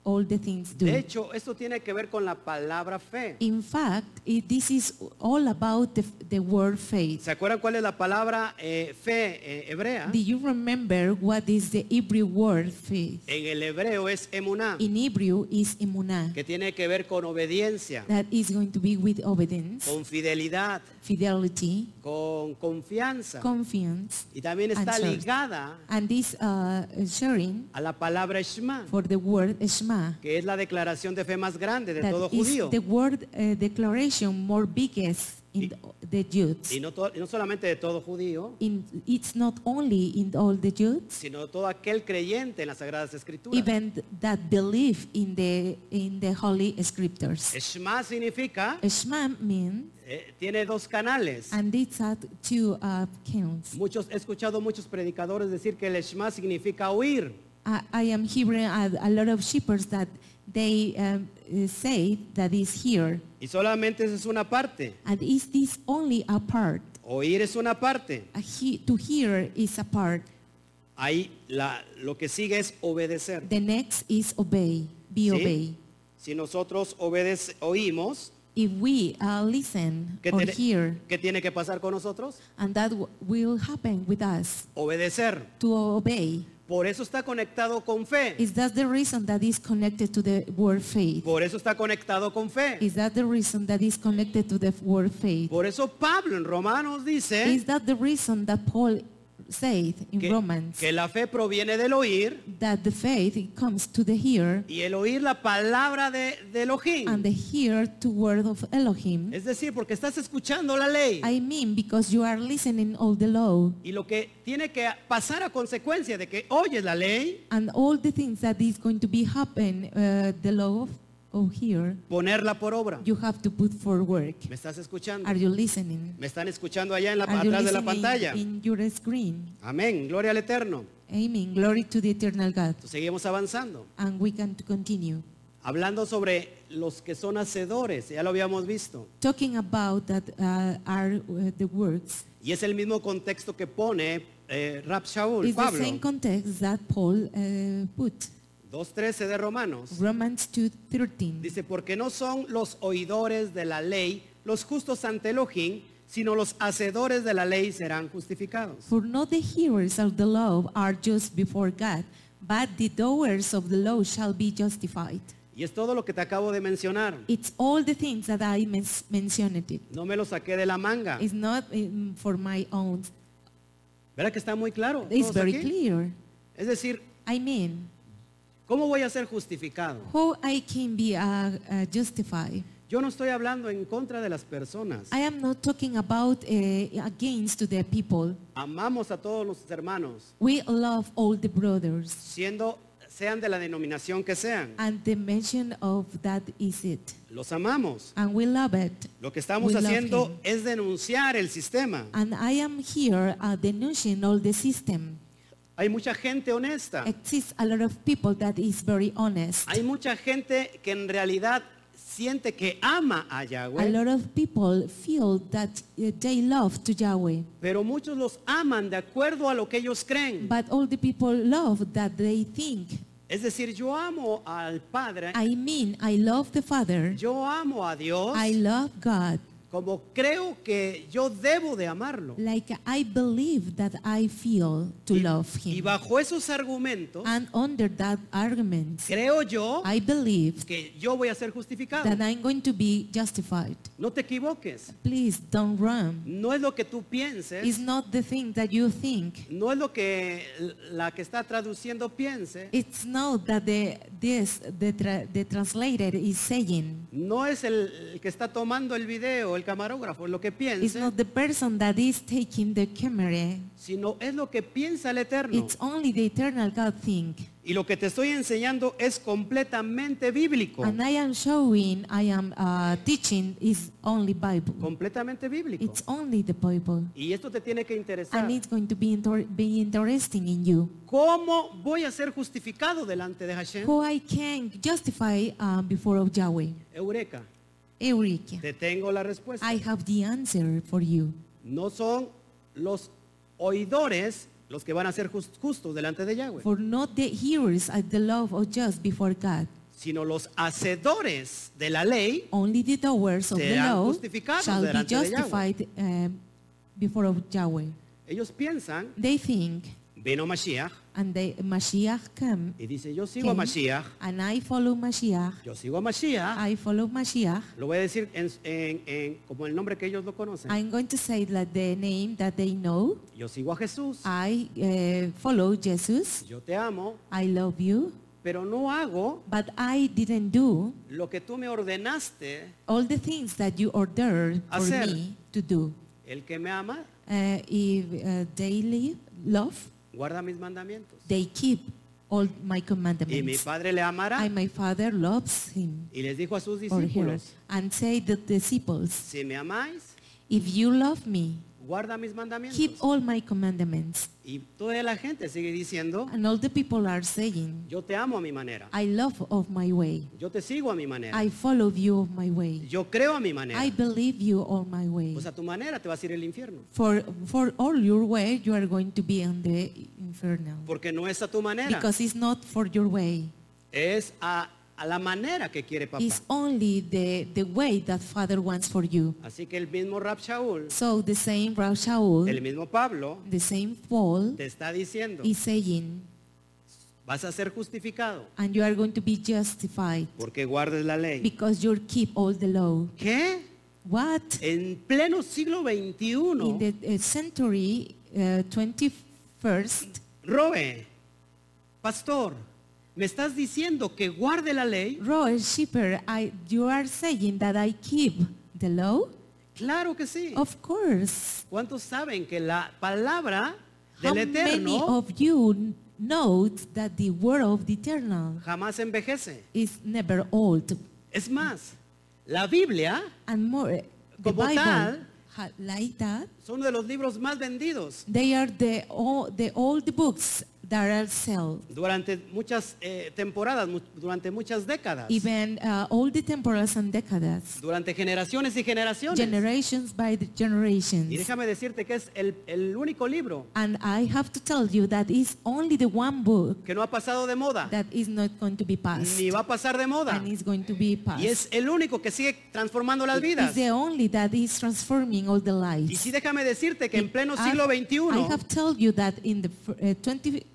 Speaker 2: all the things do.
Speaker 1: De hecho, esto tiene que ver con la palabra fe.
Speaker 2: In fact, it, this is all about the, the word faith.
Speaker 1: ¿Se acuerdan cuál es la palabra eh, fe eh, hebrea?
Speaker 2: Do you remember what is the Hebrew word faith?
Speaker 1: En el hebreo es emuná,
Speaker 2: In Hebrew is imuna.
Speaker 1: que tiene que ver con obediencia,
Speaker 2: That is going to be with obedience,
Speaker 1: con fidelidad,
Speaker 2: fidelity,
Speaker 1: con confianza.
Speaker 2: confiance,
Speaker 1: Y también está
Speaker 2: Answer.
Speaker 1: ligada
Speaker 2: and this uh, sharing
Speaker 1: a la palabra Shema,
Speaker 2: for the word Shema.
Speaker 1: que es la declaración de fe más grande de
Speaker 2: That
Speaker 1: todo
Speaker 2: is
Speaker 1: judío.
Speaker 2: the word uh, declaration more biggest in the, the Jews.
Speaker 1: Y no, to- y no solamente de todo judío,
Speaker 2: In, it's not only in all the Jews,
Speaker 1: sino de todo aquel creyente en las Sagradas Escrituras.
Speaker 2: even that believe in the in the holy scriptures.
Speaker 1: Shema significa,
Speaker 2: Shema means,
Speaker 1: eh, tiene dos canales.
Speaker 2: and it's at two uh, counts.
Speaker 1: Muchos, he escuchado muchos predicadores decir que el Shema significa oír.
Speaker 2: I, I am hearing a, a lot of shepherds that they um, uh, say that is here,
Speaker 1: Y solamente esa es una parte.
Speaker 2: and is this only a part?
Speaker 1: Oír es una parte.
Speaker 2: A he, to hear is a part.
Speaker 1: Ahí la- lo que sigue es obedecer.
Speaker 2: The next is obey, be
Speaker 1: ¿sí?
Speaker 2: obey.
Speaker 1: Si nosotros obedece, oímos,
Speaker 2: If we uh, listen
Speaker 1: ¿qué,
Speaker 2: or
Speaker 1: tiene-
Speaker 2: hear,
Speaker 1: qué tiene que pasar con nosotros?
Speaker 2: and that w- will happen with us
Speaker 1: Obedecer.
Speaker 2: to obey,
Speaker 1: Por eso está conectado con fe.
Speaker 2: is that the reason that is connected to the word faith?
Speaker 1: Por eso está conectado con fe.
Speaker 2: Is that the reason that is connected to the word faith?
Speaker 1: Por eso Pablo en Romanos dice
Speaker 2: Is that the reason that Paul said in
Speaker 1: que,
Speaker 2: Romans
Speaker 1: que la fe proviene del oír
Speaker 2: that the faith it comes to the hear
Speaker 1: y el oír la palabra de, de Elohim.
Speaker 2: and the hear to word of Elohim?
Speaker 1: Es decir, porque estás escuchando la ley.
Speaker 2: I mean, because you are listening all the law
Speaker 1: Y lo que tiene que pasar a consecuencia de que oyes la ley,
Speaker 2: and all the things that is going to be happen, uh, the law of, of here,
Speaker 1: ponerla por obra.
Speaker 2: you have to put for work.
Speaker 1: ¿Me estás escuchando?
Speaker 2: Are you listening?
Speaker 1: ¿Me están escuchando allá en la,
Speaker 2: Are you
Speaker 1: atrás de la
Speaker 2: listening
Speaker 1: pantalla?
Speaker 2: in your screen?
Speaker 1: Amén, gloria al Eterno.
Speaker 2: Amen. Glory to the eternal God.
Speaker 1: Entonces, seguimos avanzando.
Speaker 2: And we can continue.
Speaker 1: Hablando sobre los que son hacedores, ya lo habíamos visto.
Speaker 2: Talking about that uh, are uh, the words.
Speaker 1: Y es el mismo contexto que pone eh, Rab Shaul,
Speaker 2: It's the
Speaker 1: Pablo,
Speaker 2: same context that Paul uh, put.
Speaker 1: 2.13 de Romanos.
Speaker 2: Romans 2.13.
Speaker 1: Dice, porque no son los oidores de la ley los justos ante Elohim, sino los hacedores de la ley serán justificados.
Speaker 2: For not the hearers of the law are just before God, but the doers of the law shall be justified.
Speaker 1: Y es todo lo que te acabo de mencionar.
Speaker 2: It's all the things that I men- mentioned it.
Speaker 1: No me lo saqué de la manga.
Speaker 2: It's not um, for my own.
Speaker 1: ¿Verdad que está muy claro?
Speaker 2: It's
Speaker 1: todos
Speaker 2: very
Speaker 1: aquí?
Speaker 2: clear.
Speaker 1: Es decir,
Speaker 2: I mean,
Speaker 1: ¿cómo voy a ser justificado?
Speaker 2: how I can be uh, uh, justified.
Speaker 1: Yo no estoy hablando en contra de las personas.
Speaker 2: I am not talking about uh, against to the people.
Speaker 1: Amamos a todos los hermanos,
Speaker 2: We love all the brothers,
Speaker 1: siendo sean de la denominación que sean.
Speaker 2: and the mention of that is it,
Speaker 1: Los amamos.
Speaker 2: and we love it.
Speaker 1: Lo que estamos
Speaker 2: We love
Speaker 1: haciendo
Speaker 2: him. Ah.
Speaker 1: es denunciar el sistema.
Speaker 2: And I am here uh, denouncing all the system.
Speaker 1: Hay mucha gente honesta.
Speaker 2: Exists a lot of people that is very honest.
Speaker 1: Hay mucha gente que en realidad siente que ama a
Speaker 2: A
Speaker 1: Yahweh,
Speaker 2: lot of people feel that uh, they love to Yahweh,
Speaker 1: pero muchos los aman de acuerdo a lo que ellos creen.
Speaker 2: but all the people love that they think.
Speaker 1: Es decir, yo amo al Padre,
Speaker 2: I mean, I love the Father,
Speaker 1: yo amo a Dios
Speaker 2: I love God,
Speaker 1: como creo que yo debo de amarlo.
Speaker 2: like I believe that I feel to
Speaker 1: Y-
Speaker 2: love
Speaker 1: Y
Speaker 2: Him.
Speaker 1: bajo esos argumentos,
Speaker 2: And under that argument,
Speaker 1: creo yo
Speaker 2: I believe
Speaker 1: que yo voy a ser justificado.
Speaker 2: that I'm going to be justified.
Speaker 1: No te equivoques.
Speaker 2: Please don't run.
Speaker 1: No es lo que tú pienses,
Speaker 2: It's not the thing that you think.
Speaker 1: no es lo que la que está traduciendo piense,
Speaker 2: It's not that the this the, tra- the translator is saying.
Speaker 1: no es el, el que está tomando el video, el camarógrafo, lo que
Speaker 2: It's
Speaker 1: piense,
Speaker 2: not the person that is taking the camera.
Speaker 1: sino es lo que piensa el Eterno.
Speaker 2: It's only the eternal God thing.
Speaker 1: Y lo que te estoy enseñando es completamente bíblico,
Speaker 2: And I am showing, I am uh, teaching is only
Speaker 1: Oh,
Speaker 2: Bible.
Speaker 1: completamente bíblico.
Speaker 2: It's only the Bible.
Speaker 1: Y esto te tiene que interesar.
Speaker 2: And it's going to be, inter- be interesting in you.
Speaker 1: ¿Cómo voy a ser justificado delante de Hashem?
Speaker 2: How I can justify uh, before of Yahweh.
Speaker 1: Eureka,
Speaker 2: Eureka.
Speaker 1: te tengo la respuesta.
Speaker 2: I have the answer for you.
Speaker 1: No son los oidores los que van a ser jus- justos delante de Yahweh.
Speaker 2: For not the hearers are the love of just before God.
Speaker 1: sino los hacedores de la ley
Speaker 2: Only the doers of the
Speaker 1: Serán
Speaker 2: law
Speaker 1: justificados
Speaker 2: shall be
Speaker 1: delante de Yahweh.
Speaker 2: justified um, before of Yahweh.
Speaker 1: ellos piensan
Speaker 2: They think,
Speaker 1: vino Mashiach
Speaker 2: and the Mashiach come,
Speaker 1: y dice yo sigo a
Speaker 2: came,
Speaker 1: Mashiach
Speaker 2: and I follow Mashiach,
Speaker 1: yo sigo a Mashiach
Speaker 2: I follow Mashiach.
Speaker 1: lo voy a decir en, en- en- como el nombre que ellos lo conocen
Speaker 2: I'm going to say that the name that they know.
Speaker 1: yo sigo a Jesús
Speaker 2: I uh, follow Jesus.
Speaker 1: yo te amo
Speaker 2: I love you,
Speaker 1: pero no hago
Speaker 2: but I didn't do
Speaker 1: lo que tú me ordenaste
Speaker 2: all the things that you ordered for
Speaker 1: Hacer.
Speaker 2: me to do.
Speaker 1: el que me ama
Speaker 2: Uh, if uh, they live, love,
Speaker 1: guarda mis mandamientos
Speaker 2: they keep all my
Speaker 1: y mi
Speaker 2: commandments.
Speaker 1: padre le amará
Speaker 2: And my father loves him
Speaker 1: y les dijo a sus
Speaker 2: or her.
Speaker 1: discípulos
Speaker 2: And say the disciples,
Speaker 1: si me amáis
Speaker 2: if you love me,
Speaker 1: guarda mis
Speaker 2: keep
Speaker 1: mandamientos
Speaker 2: all my commandments.
Speaker 1: y toda la gente sigue diciendo
Speaker 2: And all the people are saying,
Speaker 1: yo te amo a mi manera
Speaker 2: I love of my way.
Speaker 1: Yo te sigo a mi manera.
Speaker 2: I follow you of my way.
Speaker 1: Yo creo a mi manera.
Speaker 2: I believe you all my way.
Speaker 1: Pues a tu manera te vas a ir al infierno.
Speaker 2: For, for all your way, you are going to be on the infernal.
Speaker 1: Porque no es a tu manera.
Speaker 2: Because it's not for your way.
Speaker 1: Es a, a la manera que quiere papá.
Speaker 2: It's only the, the way that Father wants for you.
Speaker 1: Así que el mismo Rab Shaul,
Speaker 2: So the same Rav
Speaker 1: el
Speaker 2: Shaul,
Speaker 1: mismo Pablo,
Speaker 2: the same Paul
Speaker 1: te está diciendo,
Speaker 2: is saying,
Speaker 1: vas a ser justificado
Speaker 2: and you are going to be justified
Speaker 1: porque guardes la ley.
Speaker 2: because you keep all the law.
Speaker 1: ¿Qué?
Speaker 2: What?
Speaker 1: En pleno siglo
Speaker 2: In
Speaker 1: XXI,
Speaker 2: the uh, century uh, 21st,
Speaker 1: Robe, pastor, me estás diciendo que guarde la ley.
Speaker 2: Roy Shipper, I, you are saying that I keep the law?
Speaker 1: Claro que sí.
Speaker 2: Of course.
Speaker 1: ¿Cuántos saben que la palabra
Speaker 2: How
Speaker 1: del
Speaker 2: many
Speaker 1: Eterno
Speaker 2: of you know that the word of the eternal
Speaker 1: jamás envejece?
Speaker 2: is never old?
Speaker 1: Es más, la Biblia
Speaker 2: And more, the
Speaker 1: Como
Speaker 2: Bible,
Speaker 1: tal-
Speaker 2: ha- like that,
Speaker 1: es uno de los libros más vendidos.
Speaker 2: they are the all, the old books that are sold.
Speaker 1: Durante muchas eh, temporadas, mu- durante muchas décadas,
Speaker 2: Even uh, all the temporals and decades,
Speaker 1: durante generaciones y generaciones.
Speaker 2: generations by the
Speaker 1: y
Speaker 2: generations.
Speaker 1: déjame decirte que es el, el único libro
Speaker 2: And I have to tell you that is only the one book
Speaker 1: que no ha pasado de moda,
Speaker 2: that is not going to be passed.
Speaker 1: ni va a pasar de moda.
Speaker 2: And is going to be passed.
Speaker 1: Y es el único que sigue transformando las
Speaker 2: It is
Speaker 1: vidas.
Speaker 2: the only that is transforming all the lives.
Speaker 1: Y sí déjame decirte que en pleno
Speaker 2: I-
Speaker 1: siglo
Speaker 2: I
Speaker 1: XXI,
Speaker 2: have told you that in the fir- uh, 21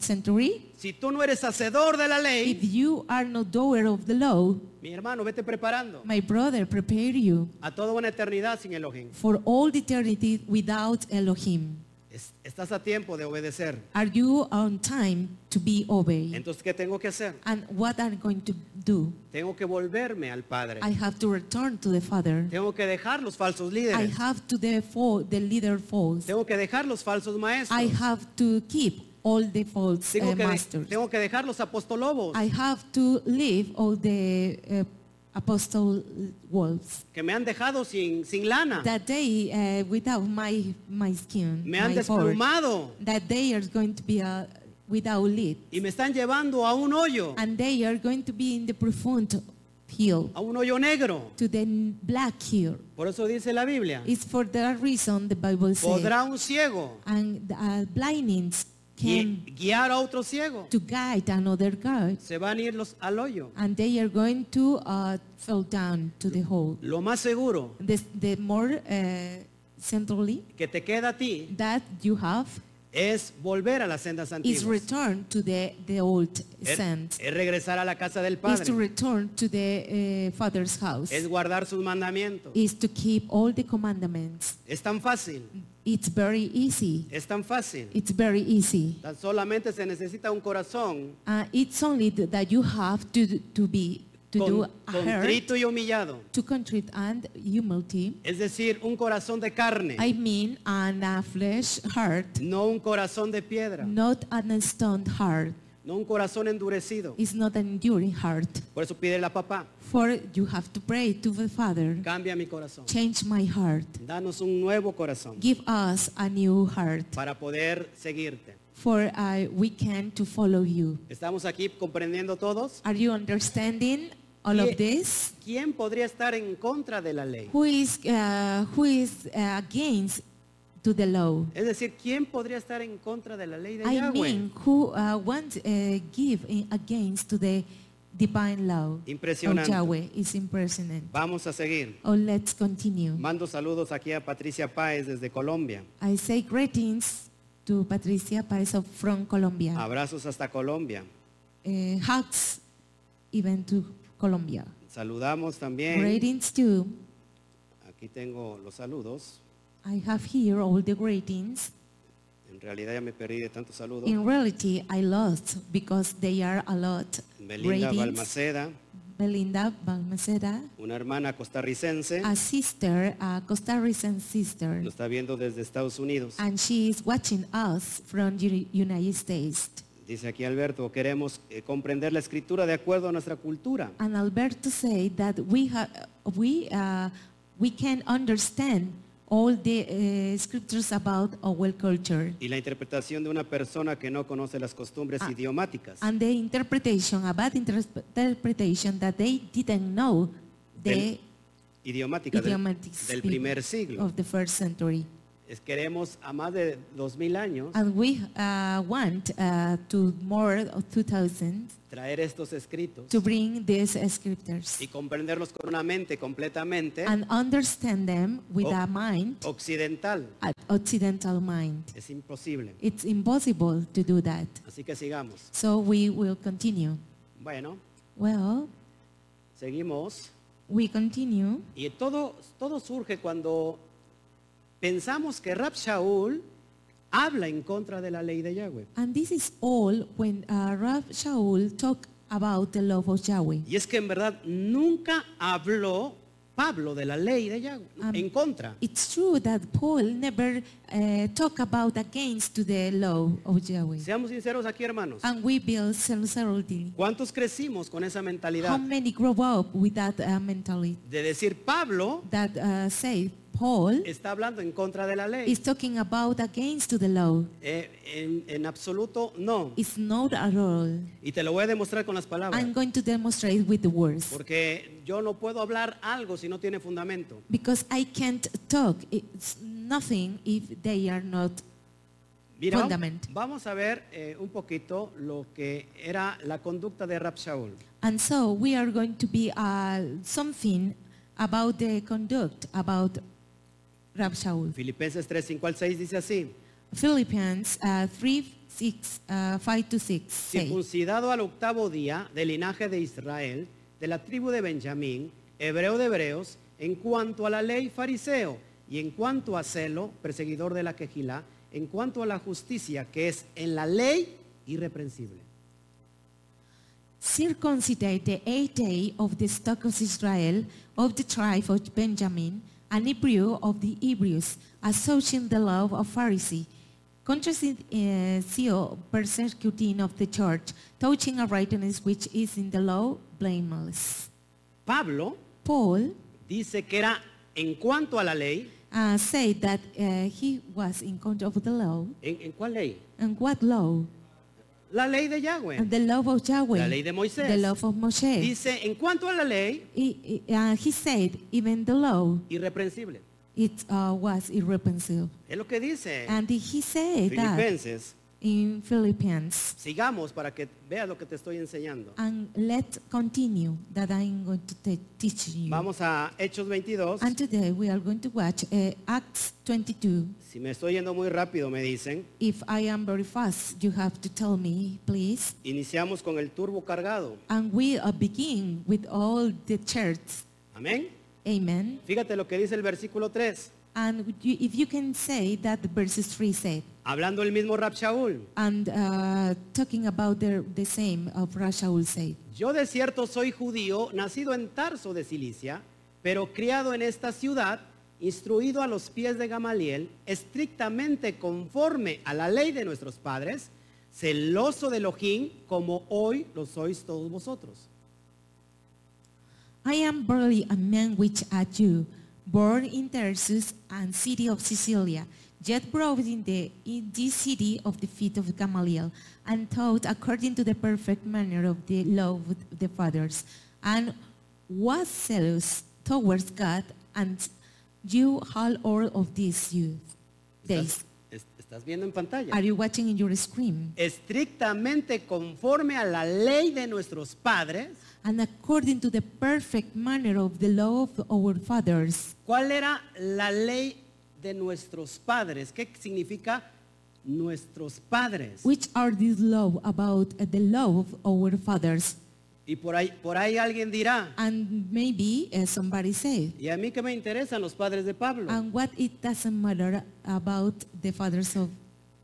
Speaker 2: century,
Speaker 1: si tú no eres hacedor de la
Speaker 2: if
Speaker 1: ley,
Speaker 2: you are not doer of the law,
Speaker 1: mi hermano, vete preparando
Speaker 2: my brother, prepare you
Speaker 1: a toda una eternidad sin Elohim.
Speaker 2: for all the eternity without Elohim.
Speaker 1: Es- estás a tiempo de obedecer.
Speaker 2: Are you on time to be obeyed?
Speaker 1: Entonces, ¿qué tengo que hacer?
Speaker 2: And what are you going to do?
Speaker 1: Tengo que volverme al Padre.
Speaker 2: I have to return to the Father.
Speaker 1: Tengo que dejar los falsos
Speaker 2: I
Speaker 1: líderes.
Speaker 2: have to therefore the leader false.
Speaker 1: Tengo que dejar los falsos
Speaker 2: I
Speaker 1: maestros.
Speaker 2: have to keep all the false
Speaker 1: Tengo
Speaker 2: uh,
Speaker 1: que, de-
Speaker 2: masters.
Speaker 1: tengo que dejar los apostolobos
Speaker 2: I have to leave all the uh, apostle wolves
Speaker 1: que me han dejado sin, sin lana.
Speaker 2: that they uh, without my my skin
Speaker 1: Me han
Speaker 2: my fur,
Speaker 1: desplumado
Speaker 2: that they are going to be uh, without lid
Speaker 1: y me están llevando a un hoyo
Speaker 2: and they are going to be in the profound hill
Speaker 1: a un hoyo negro.
Speaker 2: to the black hill.
Speaker 1: Por eso dice la Biblia.
Speaker 2: It's for that reason the Bible says,
Speaker 1: ¿Podrá un ciego
Speaker 2: and uh, blindings
Speaker 1: gui-
Speaker 2: came
Speaker 1: guiar a otro ciego?
Speaker 2: to guide another guide,
Speaker 1: Se van a ir los, al hoyo.
Speaker 2: and they are going to uh, fall down to the hole.
Speaker 1: Lo más seguro
Speaker 2: The, the more uh, centrally
Speaker 1: que te queda a ti
Speaker 2: that you have
Speaker 1: es volver a las sendas antiguas.
Speaker 2: is return to the, the old
Speaker 1: Es,
Speaker 2: sense,
Speaker 1: es regresar a la casa del
Speaker 2: is to
Speaker 1: Padre.
Speaker 2: return to the uh, Father's house,
Speaker 1: Es guardar sus mandamientos.
Speaker 2: is to keep all the commandments.
Speaker 1: Es tan fácil.
Speaker 2: It's very easy.
Speaker 1: Es tan fácil.
Speaker 2: It's very easy.
Speaker 1: Tan solamente se necesita un corazón
Speaker 2: Uh, it's only th- that you have to d- to be to do
Speaker 1: con-
Speaker 2: a heart
Speaker 1: contrito y humillado.
Speaker 2: to contrite and humility.
Speaker 1: Es decir, un corazón de carne,
Speaker 2: I mean, an a flesh heart,
Speaker 1: no un corazón de piedra,
Speaker 2: not an stoned heart.
Speaker 1: no un corazón endurecido.
Speaker 2: It's not an enduring heart.
Speaker 1: Por eso pide la papá,
Speaker 2: For you have to pray to the Father,
Speaker 1: cambia mi corazón.
Speaker 2: change my heart,
Speaker 1: Danos un nuevo corazón
Speaker 2: give us a new heart,
Speaker 1: para poder seguirte.
Speaker 2: for uh, we can to follow you.
Speaker 1: ¿Estamos aquí comprendiendo todos?
Speaker 2: Are you understanding all
Speaker 1: Ye-
Speaker 2: of this?
Speaker 1: ¿Quién podría estar en contra de la ley?
Speaker 2: Who is uh, who is uh, against to the law?
Speaker 1: Es decir, ¿quién podría estar en contra de la ley de
Speaker 2: I
Speaker 1: Yahweh?
Speaker 2: mean, who uh, won't uh, give in against to the divine law
Speaker 1: Impresionante.
Speaker 2: of Yahweh is impressionant.
Speaker 1: Vamos a seguir.
Speaker 2: Oh, let's continue.
Speaker 1: Mando saludos aquí a Patricia Páez desde Colombia.
Speaker 2: I say greetings to Patricia Paez of- from Colombia.
Speaker 1: Abrazos hasta Colombia.
Speaker 2: Uh, hugs even to Colombia.
Speaker 1: Saludamos también.
Speaker 2: Greetings to,
Speaker 1: Aquí tengo los saludos.
Speaker 2: I have here all the greetings.
Speaker 1: En realidad ya me perdí de tantos saludos.
Speaker 2: In reality, I lost because they are a lot.
Speaker 1: Belinda
Speaker 2: Greetings.
Speaker 1: Balmaceda,
Speaker 2: Belinda Balmaceda,
Speaker 1: una hermana costarricense,
Speaker 2: a sister, a Costa Rican sister.
Speaker 1: nos está viendo desde Estados Unidos.
Speaker 2: and she is watching us from the United States.
Speaker 1: Dice aquí Alberto, queremos eh, comprender la escritura de acuerdo a nuestra cultura.
Speaker 2: And Alberto said that we have we uh, we can understand all the uh, scriptures about our culture
Speaker 1: Y la interpretación de una persona que no conoce las costumbres
Speaker 2: Ah.
Speaker 1: idiomáticas
Speaker 2: and the interpretation about interes- interpretation that they didn't know the
Speaker 1: idiomáticas del,
Speaker 2: idiomatic
Speaker 1: del
Speaker 2: people
Speaker 1: primer siglo.
Speaker 2: of the first century.
Speaker 1: Es, queremos a más de 2000 años
Speaker 2: And we uh, want uh, to more of 2000
Speaker 1: traer estos escritos
Speaker 2: to bring these uh, scriptures.
Speaker 1: y comprenderlos con una mente completamente
Speaker 2: and understand them with
Speaker 1: Oh.
Speaker 2: a mind,
Speaker 1: occidental.
Speaker 2: an occidental mind.
Speaker 1: Es imposible.
Speaker 2: It's impossible to do that.
Speaker 1: Así que sigamos.
Speaker 2: So we will continue.
Speaker 1: Bueno,
Speaker 2: Well,
Speaker 1: seguimos.
Speaker 2: we continue.
Speaker 1: Y todo, todo surge cuando pensamos que Rab Shaul habla en contra de la ley de Yahweh.
Speaker 2: And this is all when uh, Rav Shaul talked about the love of Yahweh.
Speaker 1: Y es que en verdad nunca habló Pablo de la ley de Yahweh,
Speaker 2: Am-
Speaker 1: en contra.
Speaker 2: It's true that Paul never uh, talked about against to the law of Yahweh.
Speaker 1: Seamos sinceros aquí, hermanos.
Speaker 2: And we build sincerity.
Speaker 1: ¿Cuántos crecimos con esa
Speaker 2: How
Speaker 1: mentalidad
Speaker 2: many grow up with that uh, mentality
Speaker 1: de decir Pablo
Speaker 2: that uh, say Paul
Speaker 1: está hablando en contra de la ley?
Speaker 2: is talking about against to the law.
Speaker 1: Eh, en, en absoluto, no.
Speaker 2: It's not at all.
Speaker 1: Y te lo voy a demostrar con las palabras.
Speaker 2: I'm going to demonstrate with the words
Speaker 1: Porque yo no puedo hablar algo si no tiene fundamento.
Speaker 2: because I can't talk. It's nothing if they are not.
Speaker 1: Mira,
Speaker 2: Fundament.
Speaker 1: vamos a ver eh, un poquito lo que era la conducta de Rab Shaul.
Speaker 2: And so we are going to be uh, something about the conduct about Rab Shaul.
Speaker 1: Filipenses 3, 5 al 6 dice así,
Speaker 2: Philippians uh, 3, 6, uh, 5 to 6 say,
Speaker 1: circuncidado al octavo día del linaje de Israel, de la tribu de Benjamín, hebreo de hebreos, en cuanto a la ley fariseo, y en cuanto a celo, perseguidor de la quejilá, en cuanto a la justicia que es en la ley irreprensible.
Speaker 2: Circumcidate the eighth day of the stock of Israel, of the tribe of Benjamin, an Hebrew of the Hebrews, associating the love of Pharisee, contrasting uh, zeal persecuting of the church, touching a righteousness which is in the law blameless.
Speaker 1: Pablo
Speaker 2: Paul
Speaker 1: dice que era en cuanto a la ley,
Speaker 2: uh, said that uh, he was in contra of the law.
Speaker 1: ¿en, en cuál ley?
Speaker 2: And what law?
Speaker 1: La ley de Yahweh.
Speaker 2: and the love of Yahweh,
Speaker 1: La ley de Moisés.
Speaker 2: the love of Moshe.
Speaker 1: Dice, en cuanto a la ley,
Speaker 2: He, he- uh, he said, even the law,
Speaker 1: irreprensible.
Speaker 2: it uh, was irreconcilable.
Speaker 1: Es lo que dice
Speaker 2: And he said that
Speaker 1: Filipenses.
Speaker 2: in Philippians.
Speaker 1: Sigamos para que veas lo que te estoy enseñando.
Speaker 2: And let's continue that I'm going to te- teach you.
Speaker 1: Vamos a Hechos 22.
Speaker 2: And today we are going to watch uh, Acts 22.
Speaker 1: Si me estoy yendo muy rápido, me dicen.
Speaker 2: If I am very fast, you have to tell me, please.
Speaker 1: Iniciamos con el turbo cargado.
Speaker 2: And we uh, begin with all the church.
Speaker 1: Amén.
Speaker 2: Amen.
Speaker 1: Fíjate lo que dice el versículo 3.
Speaker 2: And would you- if you can say that the verses 3 said,
Speaker 1: Hablando el mismo Rab Shaul.
Speaker 2: and uh, talking about the, the same of Rashaul said,
Speaker 1: Yo de cierto soy judío, nacido en Tarso de Cilicia, pero criado en esta ciudad, instruido a los pies de Gamaliel, estrictamente conforme a la ley de nuestros padres, celoso de Elohim, como hoy lo sois todos vosotros.
Speaker 2: I am barely a man which a Jew, born in Tarsus and city of Sicilia, yet brought in the in this city of the feet of Gamaliel, and taught according to the perfect manner of the law of the fathers, and was zealous towards God, and you all all of these youth days.
Speaker 1: ¿Estás, es- estás viendo en pantalla?
Speaker 2: Are you watching in your screen?
Speaker 1: Estrictamente conforme a la ley de nuestros padres.
Speaker 2: And according to the perfect manner of the law of our fathers,
Speaker 1: ¿Cuál era la ley de nuestros padres? ¿Qué significa nuestros padres?
Speaker 2: Which are these law about uh, the law of our fathers?
Speaker 1: Y por ahí, por ahí alguien dirá,
Speaker 2: And maybe uh, somebody said,
Speaker 1: ¿y a mí qué me interesan los padres de Pablo?
Speaker 2: and what it doesn't matter about the fathers of,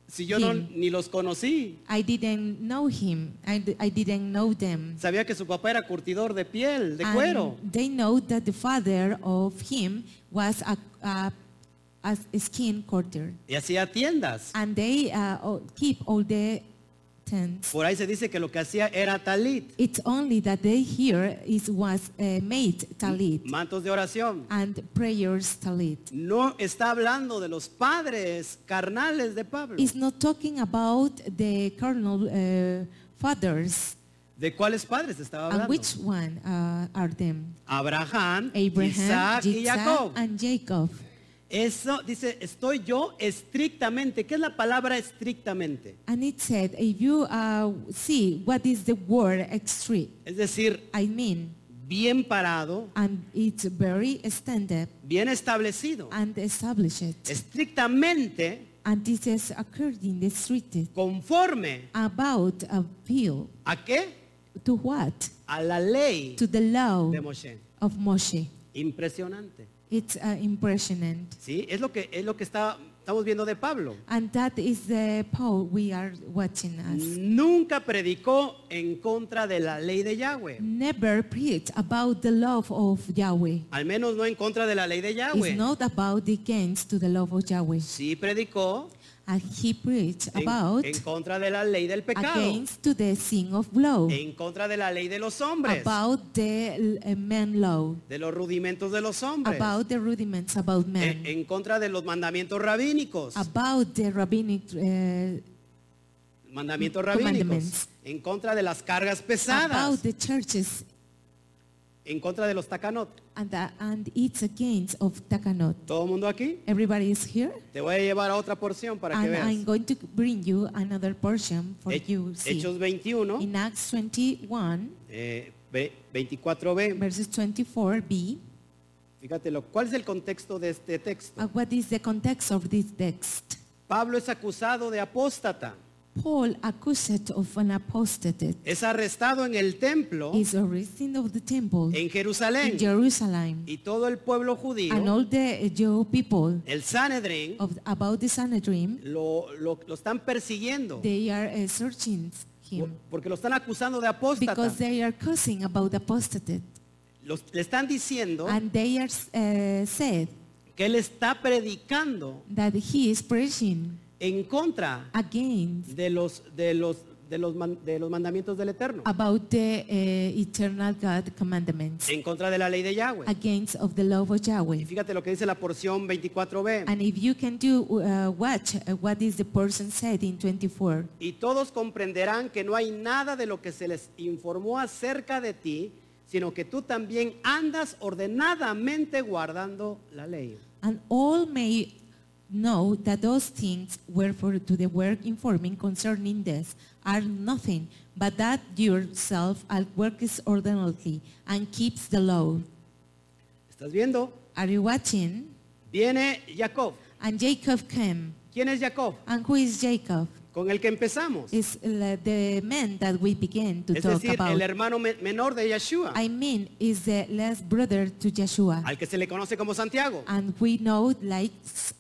Speaker 1: si yo no,
Speaker 2: him.
Speaker 1: ni los conocí,
Speaker 2: I didn't know him, I, d- I didn't know them.
Speaker 1: sabía que su papá era curtidor de piel, de
Speaker 2: And
Speaker 1: cuero.
Speaker 2: They know that the father of him was a, a, a skin quarter.
Speaker 1: Y hacía tiendas.
Speaker 2: And they uh, all- keep all the tents.
Speaker 1: Por ahí se dice que lo que hacía era talit,
Speaker 2: It's only that they hear it was uh, made talit
Speaker 1: mantos de oración.
Speaker 2: and prayers talit.
Speaker 1: No está hablando de los padres carnales de Pablo.
Speaker 2: It's not talking about the carnal uh, fathers.
Speaker 1: ¿De cuáles padres estaba
Speaker 2: And
Speaker 1: hablando?
Speaker 2: which one uh, are them?
Speaker 1: Abraham,
Speaker 2: Abraham,
Speaker 1: Isaac y
Speaker 2: Yitzhak,
Speaker 1: Jacob.
Speaker 2: and Jacob.
Speaker 1: Eso dice, estoy yo estrictamente. ¿Qué es la palabra estrictamente?
Speaker 2: And it said, if you uh, see what is the word extreme,
Speaker 1: Es decir,
Speaker 2: I mean,
Speaker 1: bien parado,
Speaker 2: and it's very standard
Speaker 1: bien establecido.
Speaker 2: and established.
Speaker 1: Estrictamente
Speaker 2: And this is occurred in the street
Speaker 1: conforme
Speaker 2: about appeal
Speaker 1: a qué?
Speaker 2: to what?
Speaker 1: A la ley
Speaker 2: To the law
Speaker 1: de Moshe.
Speaker 2: of Moshe.
Speaker 1: Impresionante.
Speaker 2: It's uh, impressionant.
Speaker 1: ¿Sí? Es lo que, es lo que está, estamos viendo de Pablo.
Speaker 2: And that is the Paul we are watching us.
Speaker 1: Nunca predicó en contra de la ley de Yahweh.
Speaker 2: Mm. Never preach about the love of Yahweh.
Speaker 1: Al menos no en contra de la ley de
Speaker 2: It's
Speaker 1: Yahweh.
Speaker 2: not about the gains to the love of Yahweh.
Speaker 1: Sí predicó
Speaker 2: And he preached
Speaker 1: en,
Speaker 2: about
Speaker 1: en contra de la ley del pecado.
Speaker 2: against to the sin of law,
Speaker 1: en contra de la ley de los hombres,
Speaker 2: about the uh, man law,
Speaker 1: de los rudimentos de los hombres,
Speaker 2: about the rudiments about
Speaker 1: en,
Speaker 2: men,
Speaker 1: en contra de los mandamientos rabínicos,
Speaker 2: about the rabbinic, uh,
Speaker 1: mandamientos rabínicos,
Speaker 2: commandments.
Speaker 1: en contra de las cargas
Speaker 2: about
Speaker 1: pesadas,
Speaker 2: the churches,
Speaker 1: en contra de los tacanot.
Speaker 2: and, uh, and it's against of Takanot.
Speaker 1: Todo el mundo aquí,
Speaker 2: Everybody is here?
Speaker 1: te voy a llevar a otra porción para que
Speaker 2: and
Speaker 1: veas.
Speaker 2: I'm going to bring you another portion for
Speaker 1: He-
Speaker 2: you see.
Speaker 1: Hechos 21,
Speaker 2: In Acts 21,
Speaker 1: eh, ve- 24b,
Speaker 2: verses 24b,
Speaker 1: fíjate lo, cuál es el contexto de este texto.
Speaker 2: uh, what is the context of this text?
Speaker 1: Pablo es acusado de apóstata,
Speaker 2: Paul, accused of an apostate,
Speaker 1: es arrestado en el templo
Speaker 2: is arrested of the temple
Speaker 1: en
Speaker 2: in
Speaker 1: Jerusalén
Speaker 2: Jerusalem,
Speaker 1: y todo el pueblo judío,
Speaker 2: and all the uh, Jew people
Speaker 1: el Sanedrín,
Speaker 2: of, about the Sanhedrin,
Speaker 1: lo, lo- lo están persiguiendo
Speaker 2: they are uh, searching
Speaker 1: por-
Speaker 2: him
Speaker 1: porque lo están acusando de apóstata.
Speaker 2: because they are cursing about apostate,
Speaker 1: Los- le están diciendo
Speaker 2: and they are uh, said
Speaker 1: que él está predicando
Speaker 2: that he is preaching
Speaker 1: en contra
Speaker 2: against
Speaker 1: de los, de los de los, man- de los mandamientos del Eterno,
Speaker 2: about the uh, eternal God commandments
Speaker 1: en contra de la ley de Yahweh.
Speaker 2: against of the love of Yahweh.
Speaker 1: Y fíjate lo que dice la porción 24b.
Speaker 2: And if you can do uh, watch uh, what is the person said in 24.
Speaker 1: Y todos comprenderán que no hay nada de lo que se les informó acerca de ti, sino que tú también andas ordenadamente guardando la ley.
Speaker 2: And all may know that those things wherefore to the work informing concerning this are nothing, but that yourself at work is orderly and keeps the law.
Speaker 1: ¿Estás viendo?
Speaker 2: Are you watching?
Speaker 1: Viene Jacob.
Speaker 2: And Jacob came.
Speaker 1: ¿Quién es Jacob?
Speaker 2: And who is Jacob?
Speaker 1: Con el que empezamos.
Speaker 2: Is uh, the man that we began to
Speaker 1: Es
Speaker 2: talk
Speaker 1: decir,
Speaker 2: about.
Speaker 1: el hermano me- menor de Yeshua,
Speaker 2: I mean, is the last brother to Joshua.
Speaker 1: al que se le conoce como Santiago.
Speaker 2: And we know like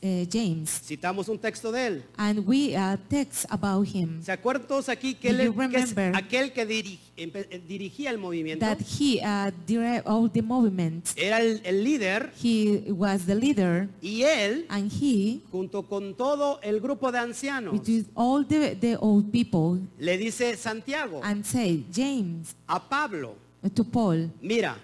Speaker 2: uh, James.
Speaker 1: Citamos un texto de él.
Speaker 2: And we uh, text about him.
Speaker 1: ¿Se acuerdan todos aquí que
Speaker 2: Do
Speaker 1: él es-
Speaker 2: you
Speaker 1: que es
Speaker 2: remember?
Speaker 1: aquel que diri- empe- eh, dirigía el movimiento?
Speaker 2: that he uh, direct all the movements.
Speaker 1: Era el, el líder
Speaker 2: He was the leader,
Speaker 1: y él,
Speaker 2: and he,
Speaker 1: junto con todo el grupo de ancianos,
Speaker 2: which is all the, the old people,
Speaker 1: le dice Santiago
Speaker 2: and say, James, uh,
Speaker 1: a Pablo,
Speaker 2: to Paul,
Speaker 1: mira,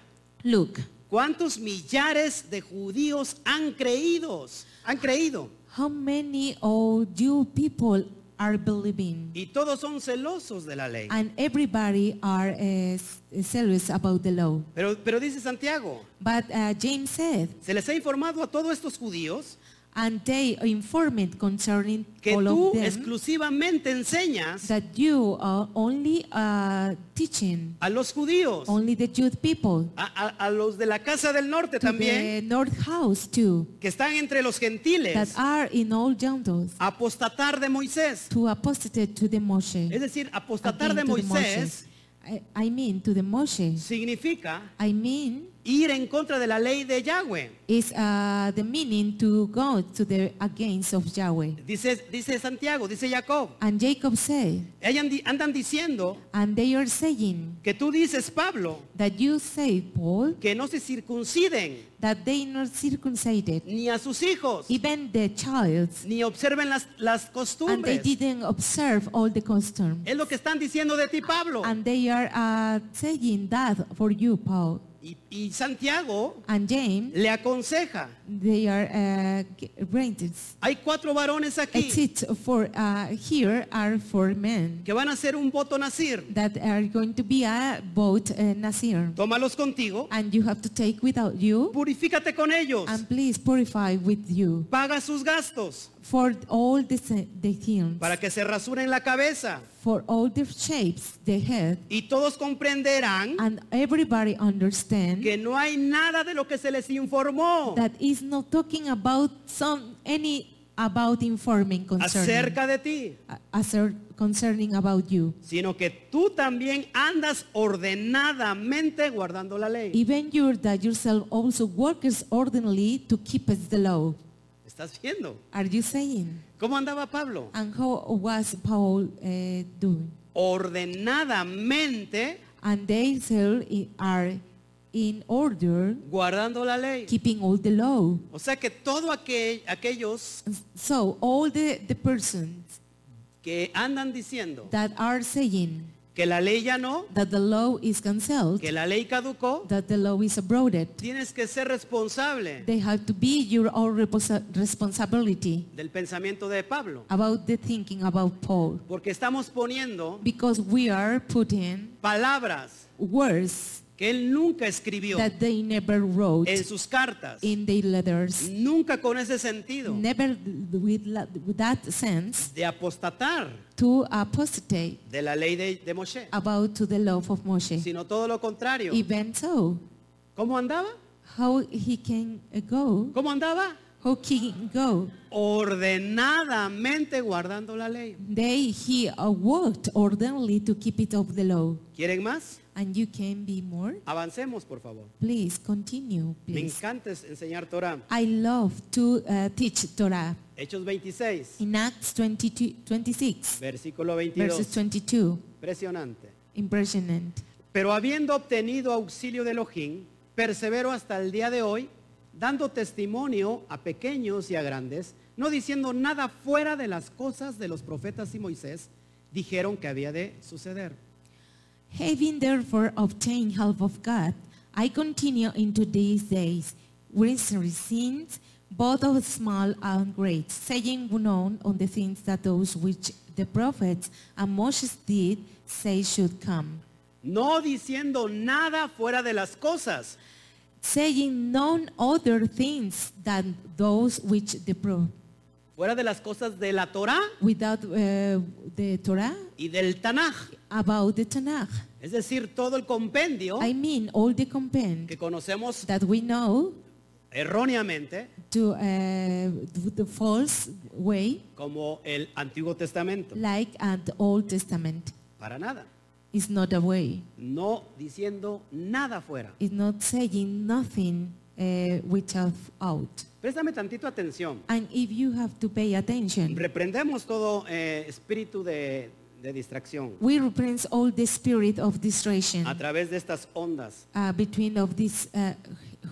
Speaker 2: look,
Speaker 1: ¿cuántos millares de judíos han creído? Han creído.
Speaker 2: how many old you people are believing,
Speaker 1: Y todos son celosos de la ley.
Speaker 2: and everybody are uh, s- serious about the law.
Speaker 1: Pero, pero dice Santiago,
Speaker 2: But uh, James said,
Speaker 1: se les ha informado a todos estos judíos
Speaker 2: and they informed concerning
Speaker 1: que
Speaker 2: all
Speaker 1: tú
Speaker 2: of them
Speaker 1: exclusivamente enseñas
Speaker 2: that you are only uh, teaching
Speaker 1: a los judíos,
Speaker 2: only the Jewish people.
Speaker 1: a, a- a los de la casa del norte
Speaker 2: to
Speaker 1: también,
Speaker 2: the north house too
Speaker 1: que están entre los
Speaker 2: that
Speaker 1: gentiles,
Speaker 2: are in all gentiles
Speaker 1: apostatar de Moisés.
Speaker 2: to apostate to the Moshe.
Speaker 1: Es decir, apostatar
Speaker 2: Again
Speaker 1: de
Speaker 2: to the
Speaker 1: Moisés
Speaker 2: Moshe. I, I mean to the Moshe.
Speaker 1: significa
Speaker 2: I mean
Speaker 1: ir en contra de la ley de Yahweh.
Speaker 2: is uh, the meaning to go to the against of Yahweh.
Speaker 1: Dice, dice Santiago, dice Jacob.
Speaker 2: And Jacob said,
Speaker 1: Ellas di- andan diciendo
Speaker 2: and they are saying
Speaker 1: que tú dices, Pablo,
Speaker 2: that you say, Paul,
Speaker 1: que no se circunciden
Speaker 2: that they not circumcised,
Speaker 1: ni a sus hijos,
Speaker 2: even the child,
Speaker 1: ni observen las, las
Speaker 2: and they
Speaker 1: costumbres.
Speaker 2: didn't observe all the custom.
Speaker 1: Es lo que están diciendo de ti, Pablo.
Speaker 2: And they are uh, saying that for you, Paul.
Speaker 1: Y, y Santiago
Speaker 2: And James,
Speaker 1: le aconseja.
Speaker 2: they are uh, g- rented.
Speaker 1: Hay cuatro varones aquí
Speaker 2: Exit for uh, here are for men
Speaker 1: que van a hacer un voto nacir.
Speaker 2: that are going to be a boat uh, Nasir,
Speaker 1: Tómalos contigo,
Speaker 2: and you have to take without you,
Speaker 1: purifícate con ellos,
Speaker 2: and please purify with you
Speaker 1: paga sus gastos
Speaker 2: for all the, se- the things,
Speaker 1: para que se rasuren la cabeza
Speaker 2: for all the shapes, the head,
Speaker 1: y todos comprenderán
Speaker 2: and everybody understand
Speaker 1: Mm-hmm. que no hay nada de lo que se les informó
Speaker 2: that is not talking about some any about informing concerning
Speaker 1: acerca de ti,
Speaker 2: a- acer- concerning about you.
Speaker 1: sino que tú también andas ordenadamente guardando la ley.
Speaker 2: Even you that yourself also works orderly to keep us the law.
Speaker 1: ¿Estás viendo?
Speaker 2: Are you saying?
Speaker 1: ¿Cómo andaba Pablo?
Speaker 2: And how was Paul eh, doing?
Speaker 1: Ordenadamente
Speaker 2: And they still i- are in order,
Speaker 1: guardando la ley.
Speaker 2: keeping all the law.
Speaker 1: O sea que todo aquel, aquellos
Speaker 2: So all the, the persons
Speaker 1: que andan diciendo
Speaker 2: that are saying
Speaker 1: que la ley ya no,
Speaker 2: that the law is cancelled,
Speaker 1: que la ley caducó,
Speaker 2: that the law is abroaded,
Speaker 1: tienes que ser responsable
Speaker 2: they have to be your own reposa- responsibility
Speaker 1: del pensamiento de Pablo,
Speaker 2: about the thinking about Paul.
Speaker 1: porque estamos poniendo
Speaker 2: Because we are putting
Speaker 1: palabras
Speaker 2: words
Speaker 1: que él nunca escribió
Speaker 2: that they never wrote
Speaker 1: en sus cartas,
Speaker 2: in their letters,
Speaker 1: nunca con ese sentido
Speaker 2: never with, la- with that sense
Speaker 1: de apostatar
Speaker 2: to apostate
Speaker 1: de la ley de, de Moshe,
Speaker 2: about to the love of Moshe.
Speaker 1: sino todo lo contrario.
Speaker 2: Even so,
Speaker 1: ¿Cómo andaba?
Speaker 2: how he can go,
Speaker 1: ¿Cómo andaba?
Speaker 2: how he can go,
Speaker 1: Ordenadamente guardando la ley.
Speaker 2: they he uh, worked orderly to keep it of the law.
Speaker 1: ¿Quieren más?
Speaker 2: And you can be more.
Speaker 1: Avancemos, por favor.
Speaker 2: Please continue,
Speaker 1: Me
Speaker 2: please.
Speaker 1: encanta es- enseñar Torah.
Speaker 2: I love to uh, teach Torah
Speaker 1: Hechos 26,
Speaker 2: in Acts 22, 26.
Speaker 1: versículo 22.
Speaker 2: verses 22
Speaker 1: Impresionante.
Speaker 2: impressionant
Speaker 1: Pero habiendo obtenido auxilio de Elohim, persevero hasta el día de hoy, dando testimonio a pequeños y a grandes, no diciendo nada fuera de las cosas de los profetas y Moisés, dijeron que había de suceder.
Speaker 2: Having therefore obtained help of God, I continue into these days, witnessing sins, both of small and great, saying none on the things that those which the prophets and Moses did say should come,
Speaker 1: No diciendo nada fuera de las cosas.
Speaker 2: saying none other things than those which the pro
Speaker 1: Fuera de las cosas de la Torah
Speaker 2: without uh, the Torah
Speaker 1: y del Tanaj.
Speaker 2: about the Tanakh.
Speaker 1: Es decir, todo el compendio
Speaker 2: I mean all the compend
Speaker 1: que conocemos
Speaker 2: that we know
Speaker 1: erróneamente
Speaker 2: to uh, the false way
Speaker 1: como el Antiguo Testamento.
Speaker 2: like at the Old Testament.
Speaker 1: Para nada.
Speaker 2: It's not a way.
Speaker 1: No diciendo nada fuera.
Speaker 2: It's not saying nothing uh, without out.
Speaker 1: Préstame tantito atención.
Speaker 2: And if you have to pay attention,
Speaker 1: Reprendemos todo eh, espíritu de, de distracción
Speaker 2: we reprint all the spirit of distraction
Speaker 1: a través de estas ondas
Speaker 2: uh, between of this uh,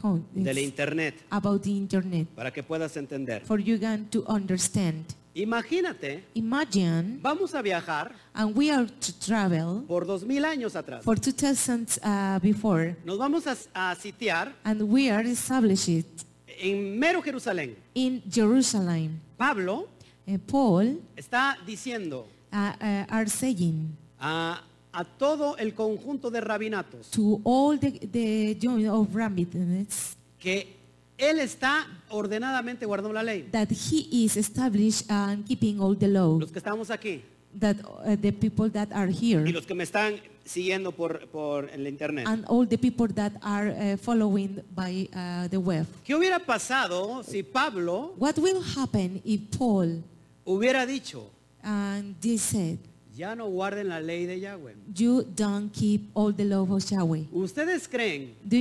Speaker 2: home-
Speaker 1: del internet
Speaker 2: about the internet
Speaker 1: para que puedas entender.
Speaker 2: for you guys to understand.
Speaker 1: Imagínate,
Speaker 2: Imagine,
Speaker 1: vamos a viajar
Speaker 2: and we are to travel
Speaker 1: por dos mil años atrás.
Speaker 2: for 2000 uh, before,
Speaker 1: Nos vamos a, a sitiar
Speaker 2: and we are established
Speaker 1: en mero Jerusalén.
Speaker 2: in Jerusalem.
Speaker 1: Pablo
Speaker 2: Uh, Paul
Speaker 1: está diciendo
Speaker 2: uh, uh, are saying
Speaker 1: a, a todo el conjunto de rabinatos
Speaker 2: to all the, the joint of rabbits
Speaker 1: que él está ordenadamente guardando la ley.
Speaker 2: that he is established and keeping all the law
Speaker 1: Los que estamos aquí
Speaker 2: that uh, the people that are here
Speaker 1: y los que me están siguiendo por, por el internet.
Speaker 2: and all the people that are uh, following by uh, the web.
Speaker 1: ¿Qué hubiera pasado si Pablo
Speaker 2: What will happen if Paul
Speaker 1: hubiera dicho,
Speaker 2: and they said,
Speaker 1: ya no guarden la ley de Yahweh?
Speaker 2: you don't keep all the law of Yahweh?
Speaker 1: ¿Ustedes creen
Speaker 2: Do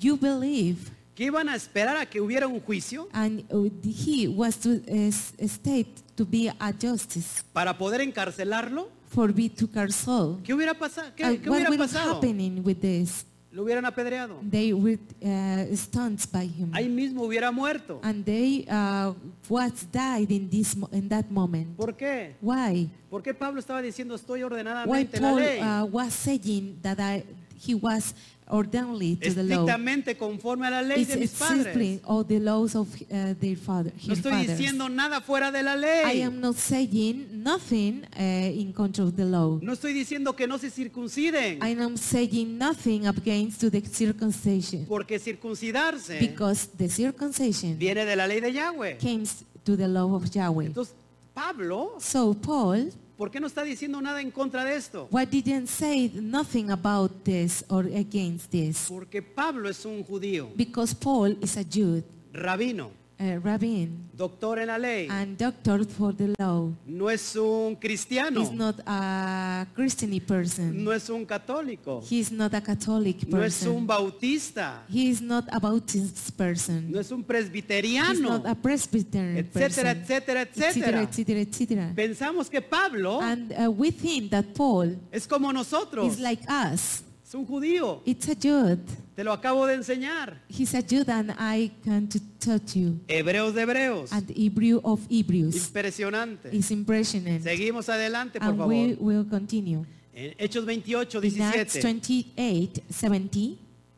Speaker 2: you believe?
Speaker 1: que iban a esperar a que hubiera un juicio
Speaker 2: And uh, he was to uh, state to be a justice
Speaker 1: para poder encarcelarlo?
Speaker 2: for be to Carcel.
Speaker 1: ¿Qué hubiera, pasado? ¿Qué,
Speaker 2: And
Speaker 1: qué
Speaker 2: what
Speaker 1: hubiera
Speaker 2: will Mm.
Speaker 1: pasado?
Speaker 2: happening with this?
Speaker 1: Lo hubieran apedreado.
Speaker 2: They would uh, stand by him,
Speaker 1: Ahí mismo hubiera muerto.
Speaker 2: and they uh, was died in this mo- in that moment.
Speaker 1: ¿Por qué?
Speaker 2: Why?
Speaker 1: ¿Por qué Pablo estaba diciendo estoy
Speaker 2: Why
Speaker 1: ordenadamente en la
Speaker 2: Paul
Speaker 1: ley?
Speaker 2: uh, was saying that I, he was orderly to the law.
Speaker 1: Estrictamente conforme a la ley
Speaker 2: It's
Speaker 1: de mis
Speaker 2: simply
Speaker 1: padres.
Speaker 2: all the laws of uh, their father.
Speaker 1: No
Speaker 2: her
Speaker 1: estoy
Speaker 2: fathers.
Speaker 1: diciendo nada fuera de la
Speaker 2: I
Speaker 1: ley.
Speaker 2: am not saying nothing uh, in contra of the law.
Speaker 1: No estoy diciendo que no se circunciden.
Speaker 2: I am saying nothing against to the circumcision
Speaker 1: Porque circuncidarse
Speaker 2: because the circumcision
Speaker 1: viene de la ley de Yahweh.
Speaker 2: came to the law of Yahweh.
Speaker 1: Entonces, Pablo,
Speaker 2: So Paul,
Speaker 1: ¿por qué no está diciendo nada en contra de esto?
Speaker 2: why didn't say nothing about this or against this?
Speaker 1: Porque Pablo es un judío,
Speaker 2: Because Paul is a Jew,
Speaker 1: rabino,
Speaker 2: a rabbin,
Speaker 1: doctor en la ley.
Speaker 2: and doctor for the law.
Speaker 1: No es un cristiano,
Speaker 2: He's not a Christian person.
Speaker 1: no es un católico,
Speaker 2: He's not a Catholic
Speaker 1: no es un
Speaker 2: person.
Speaker 1: bautista,
Speaker 2: He is not a Baptist
Speaker 1: no
Speaker 2: person.
Speaker 1: es un
Speaker 2: He's
Speaker 1: presbiteriano,
Speaker 2: not a Presbyterian person.
Speaker 1: etcétera, etcétera,
Speaker 2: etcétera,
Speaker 1: etcétera.
Speaker 2: etcétera, etcétera.
Speaker 1: Pensamos que Pablo
Speaker 2: And uh, with him, that Paul
Speaker 1: es como nosotros,
Speaker 2: is like us.
Speaker 1: es un judío.
Speaker 2: It's a Jude.
Speaker 1: Te lo acabo de enseñar.
Speaker 2: He's a Jude, and I can to touch you.
Speaker 1: Hebreos de Hebreos.
Speaker 2: And Hebrew of Hebrews
Speaker 1: Impresionante.
Speaker 2: is impressionant.
Speaker 1: Seguimos adelante, por
Speaker 2: And we
Speaker 1: favor.
Speaker 2: will continue.
Speaker 1: En Hechos 28,
Speaker 2: In Acts
Speaker 1: 17.
Speaker 2: 28, 70,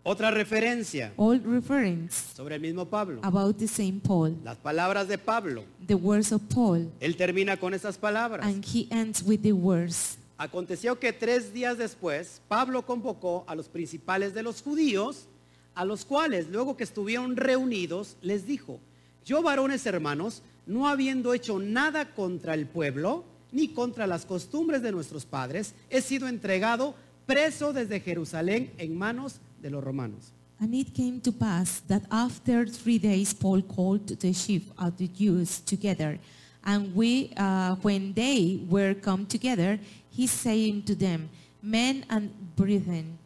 Speaker 1: Otra referencia
Speaker 2: all reference
Speaker 1: sobre el mismo Pablo.
Speaker 2: about the same Paul.
Speaker 1: Las palabras de Pablo.
Speaker 2: the words of Paul,
Speaker 1: Él termina con esas palabras.
Speaker 2: and he ends with the words.
Speaker 1: Aconteció que tres días después, Pablo convocó a los principales de los judíos, a los cuales luego que estuvieron reunidos, les dijo, yo varones hermanos, no habiendo hecho nada contra el pueblo, ni contra las costumbres de nuestros padres, he sido entregado preso desde Jerusalén en manos de los romanos.
Speaker 2: And it came to pass that after three days Paul called the chief of the Jews together, and we, uh, when they were come together, he saying to them, Men and brethren,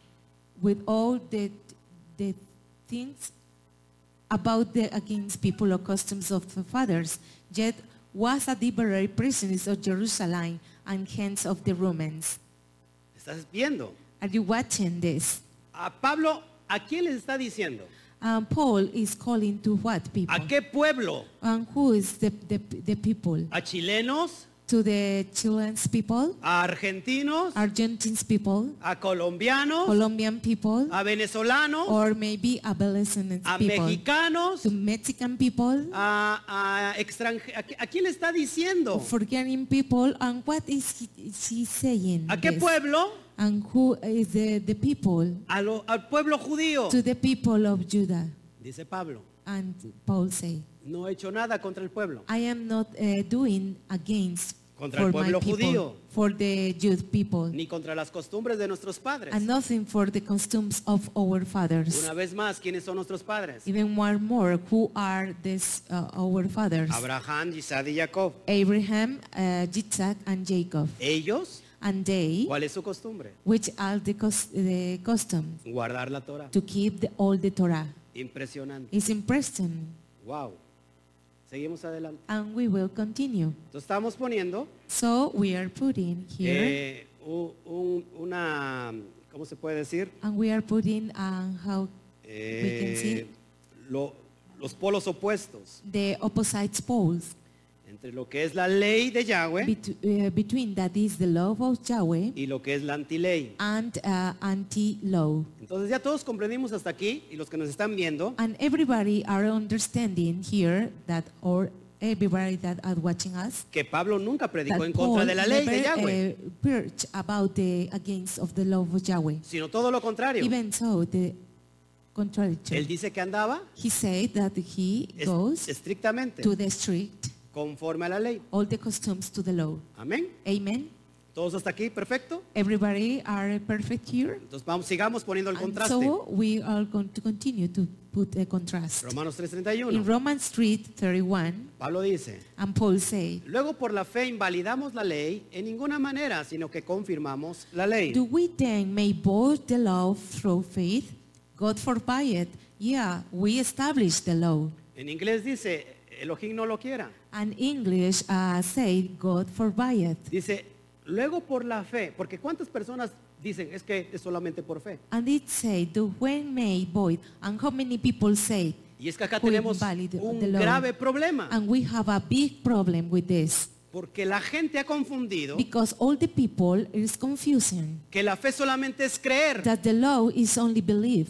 Speaker 2: with all the, the things about the against people or customs of the fathers, yet was a deliberate prisoner of Jerusalem and hence of the Romans.
Speaker 1: ¿Estás viendo?
Speaker 2: Are you watching this?
Speaker 1: A Pablo, ¿a quién les está diciendo?
Speaker 2: Um, Paul is calling to what people?
Speaker 1: ¿A qué pueblo?
Speaker 2: And who is the, the, the people?
Speaker 1: ¿A chilenos?
Speaker 2: to the Chileans people,
Speaker 1: a argentinos,
Speaker 2: Argentines people,
Speaker 1: a colombianos,
Speaker 2: Colombian people,
Speaker 1: a venezolanos,
Speaker 2: or maybe a Belizean
Speaker 1: a
Speaker 2: people,
Speaker 1: mexicanos,
Speaker 2: to Mexican people,
Speaker 1: a, a extranje- ¿A qui- a quién le está diciendo?
Speaker 2: forgetting people, and what is he, is he saying?
Speaker 1: ¿A qué
Speaker 2: this?
Speaker 1: pueblo?
Speaker 2: And who is the, the people?
Speaker 1: A lo- al pueblo judío.
Speaker 2: To the people of Judah.
Speaker 1: Dice Pablo,
Speaker 2: And Paul say,
Speaker 1: no he hecho nada contra el pueblo.
Speaker 2: I am not uh, doing against
Speaker 1: Contra
Speaker 2: for
Speaker 1: el
Speaker 2: my
Speaker 1: pueblo
Speaker 2: people,
Speaker 1: judío.
Speaker 2: for the Jewish people,
Speaker 1: ni contra las costumbres de nuestros padres.
Speaker 2: and nothing for the customs of our fathers.
Speaker 1: Una vez más, ¿quiénes son nuestros padres?
Speaker 2: Even one more, who are this, uh, our fathers?
Speaker 1: Abraham, Isaac y Jacob.
Speaker 2: Abraham, uh, Isaac, and Jacob.
Speaker 1: Ellos,
Speaker 2: And they,
Speaker 1: ¿cuál es su costumbre?
Speaker 2: which are the, cus- the custom
Speaker 1: Guardar la Torah.
Speaker 2: to keep the, all the Torah,
Speaker 1: Impresionante.
Speaker 2: is impressive.
Speaker 1: Wow. Seguimos adelante.
Speaker 2: And we will continue.
Speaker 1: Entonces estamos poniendo
Speaker 2: So we are putting here,
Speaker 1: eh, u- un- una, ¿cómo se puede decir?
Speaker 2: and we are putting um, how we can
Speaker 1: Eh,
Speaker 2: see
Speaker 1: lo- los polos opuestos
Speaker 2: the opposite poles
Speaker 1: entre lo que es la ley de Yahweh
Speaker 2: bet- uh, between that is the love of Yahweh
Speaker 1: y lo que es la antiley.
Speaker 2: and uh, anti-law.
Speaker 1: Entonces ya todos comprendimos hasta aquí y los que nos están viendo
Speaker 2: And everybody are understanding here that, or everybody that are watching us,
Speaker 1: que Pablo nunca predicó en
Speaker 2: that
Speaker 1: contra de la ley de
Speaker 2: never,
Speaker 1: Yahweh,
Speaker 2: uh, preached about the against of the love of Yahweh.
Speaker 1: sino todo lo contrario.
Speaker 2: Even so, the contrary to
Speaker 1: Él dice que andaba
Speaker 2: he said that he
Speaker 1: es-
Speaker 2: goes
Speaker 1: estrictamente
Speaker 2: to the street,
Speaker 1: conforme a la ley.
Speaker 2: all the customs to the law.
Speaker 1: Amén.
Speaker 2: Amen.
Speaker 1: Todos hasta aquí, perfecto.
Speaker 2: Everybody are perfect here.
Speaker 1: Entonces vamos, sigamos poniendo el
Speaker 2: And
Speaker 1: contraste.
Speaker 2: so we are going to continue to put a contrast.
Speaker 1: Romanos
Speaker 2: In
Speaker 1: 3:31.
Speaker 2: Romans 3, 31,
Speaker 1: Pablo dice,
Speaker 2: and Paul say,
Speaker 1: luego por la fe invalidamos la ley en ninguna manera, sino que confirmamos la ley.
Speaker 2: Do we then make both the law through faith? God forbid it. Yeah, we establish the law.
Speaker 1: En inglés dice, Elohim no lo quiera.
Speaker 2: And English uh, say, God forbid it.
Speaker 1: Dice, luego por la fe, porque cuántas personas dicen, es que es solamente por fe.
Speaker 2: And it say, do when made void? And how many people say?
Speaker 1: Y es que acá
Speaker 2: Who
Speaker 1: tenemos
Speaker 2: invalid- the
Speaker 1: un
Speaker 2: law.
Speaker 1: grave problema.
Speaker 2: And we have a big problem with this.
Speaker 1: Porque la gente ha confundido
Speaker 2: Because all the people is confusing.
Speaker 1: que la fe solamente es creer
Speaker 2: That the law is only belief.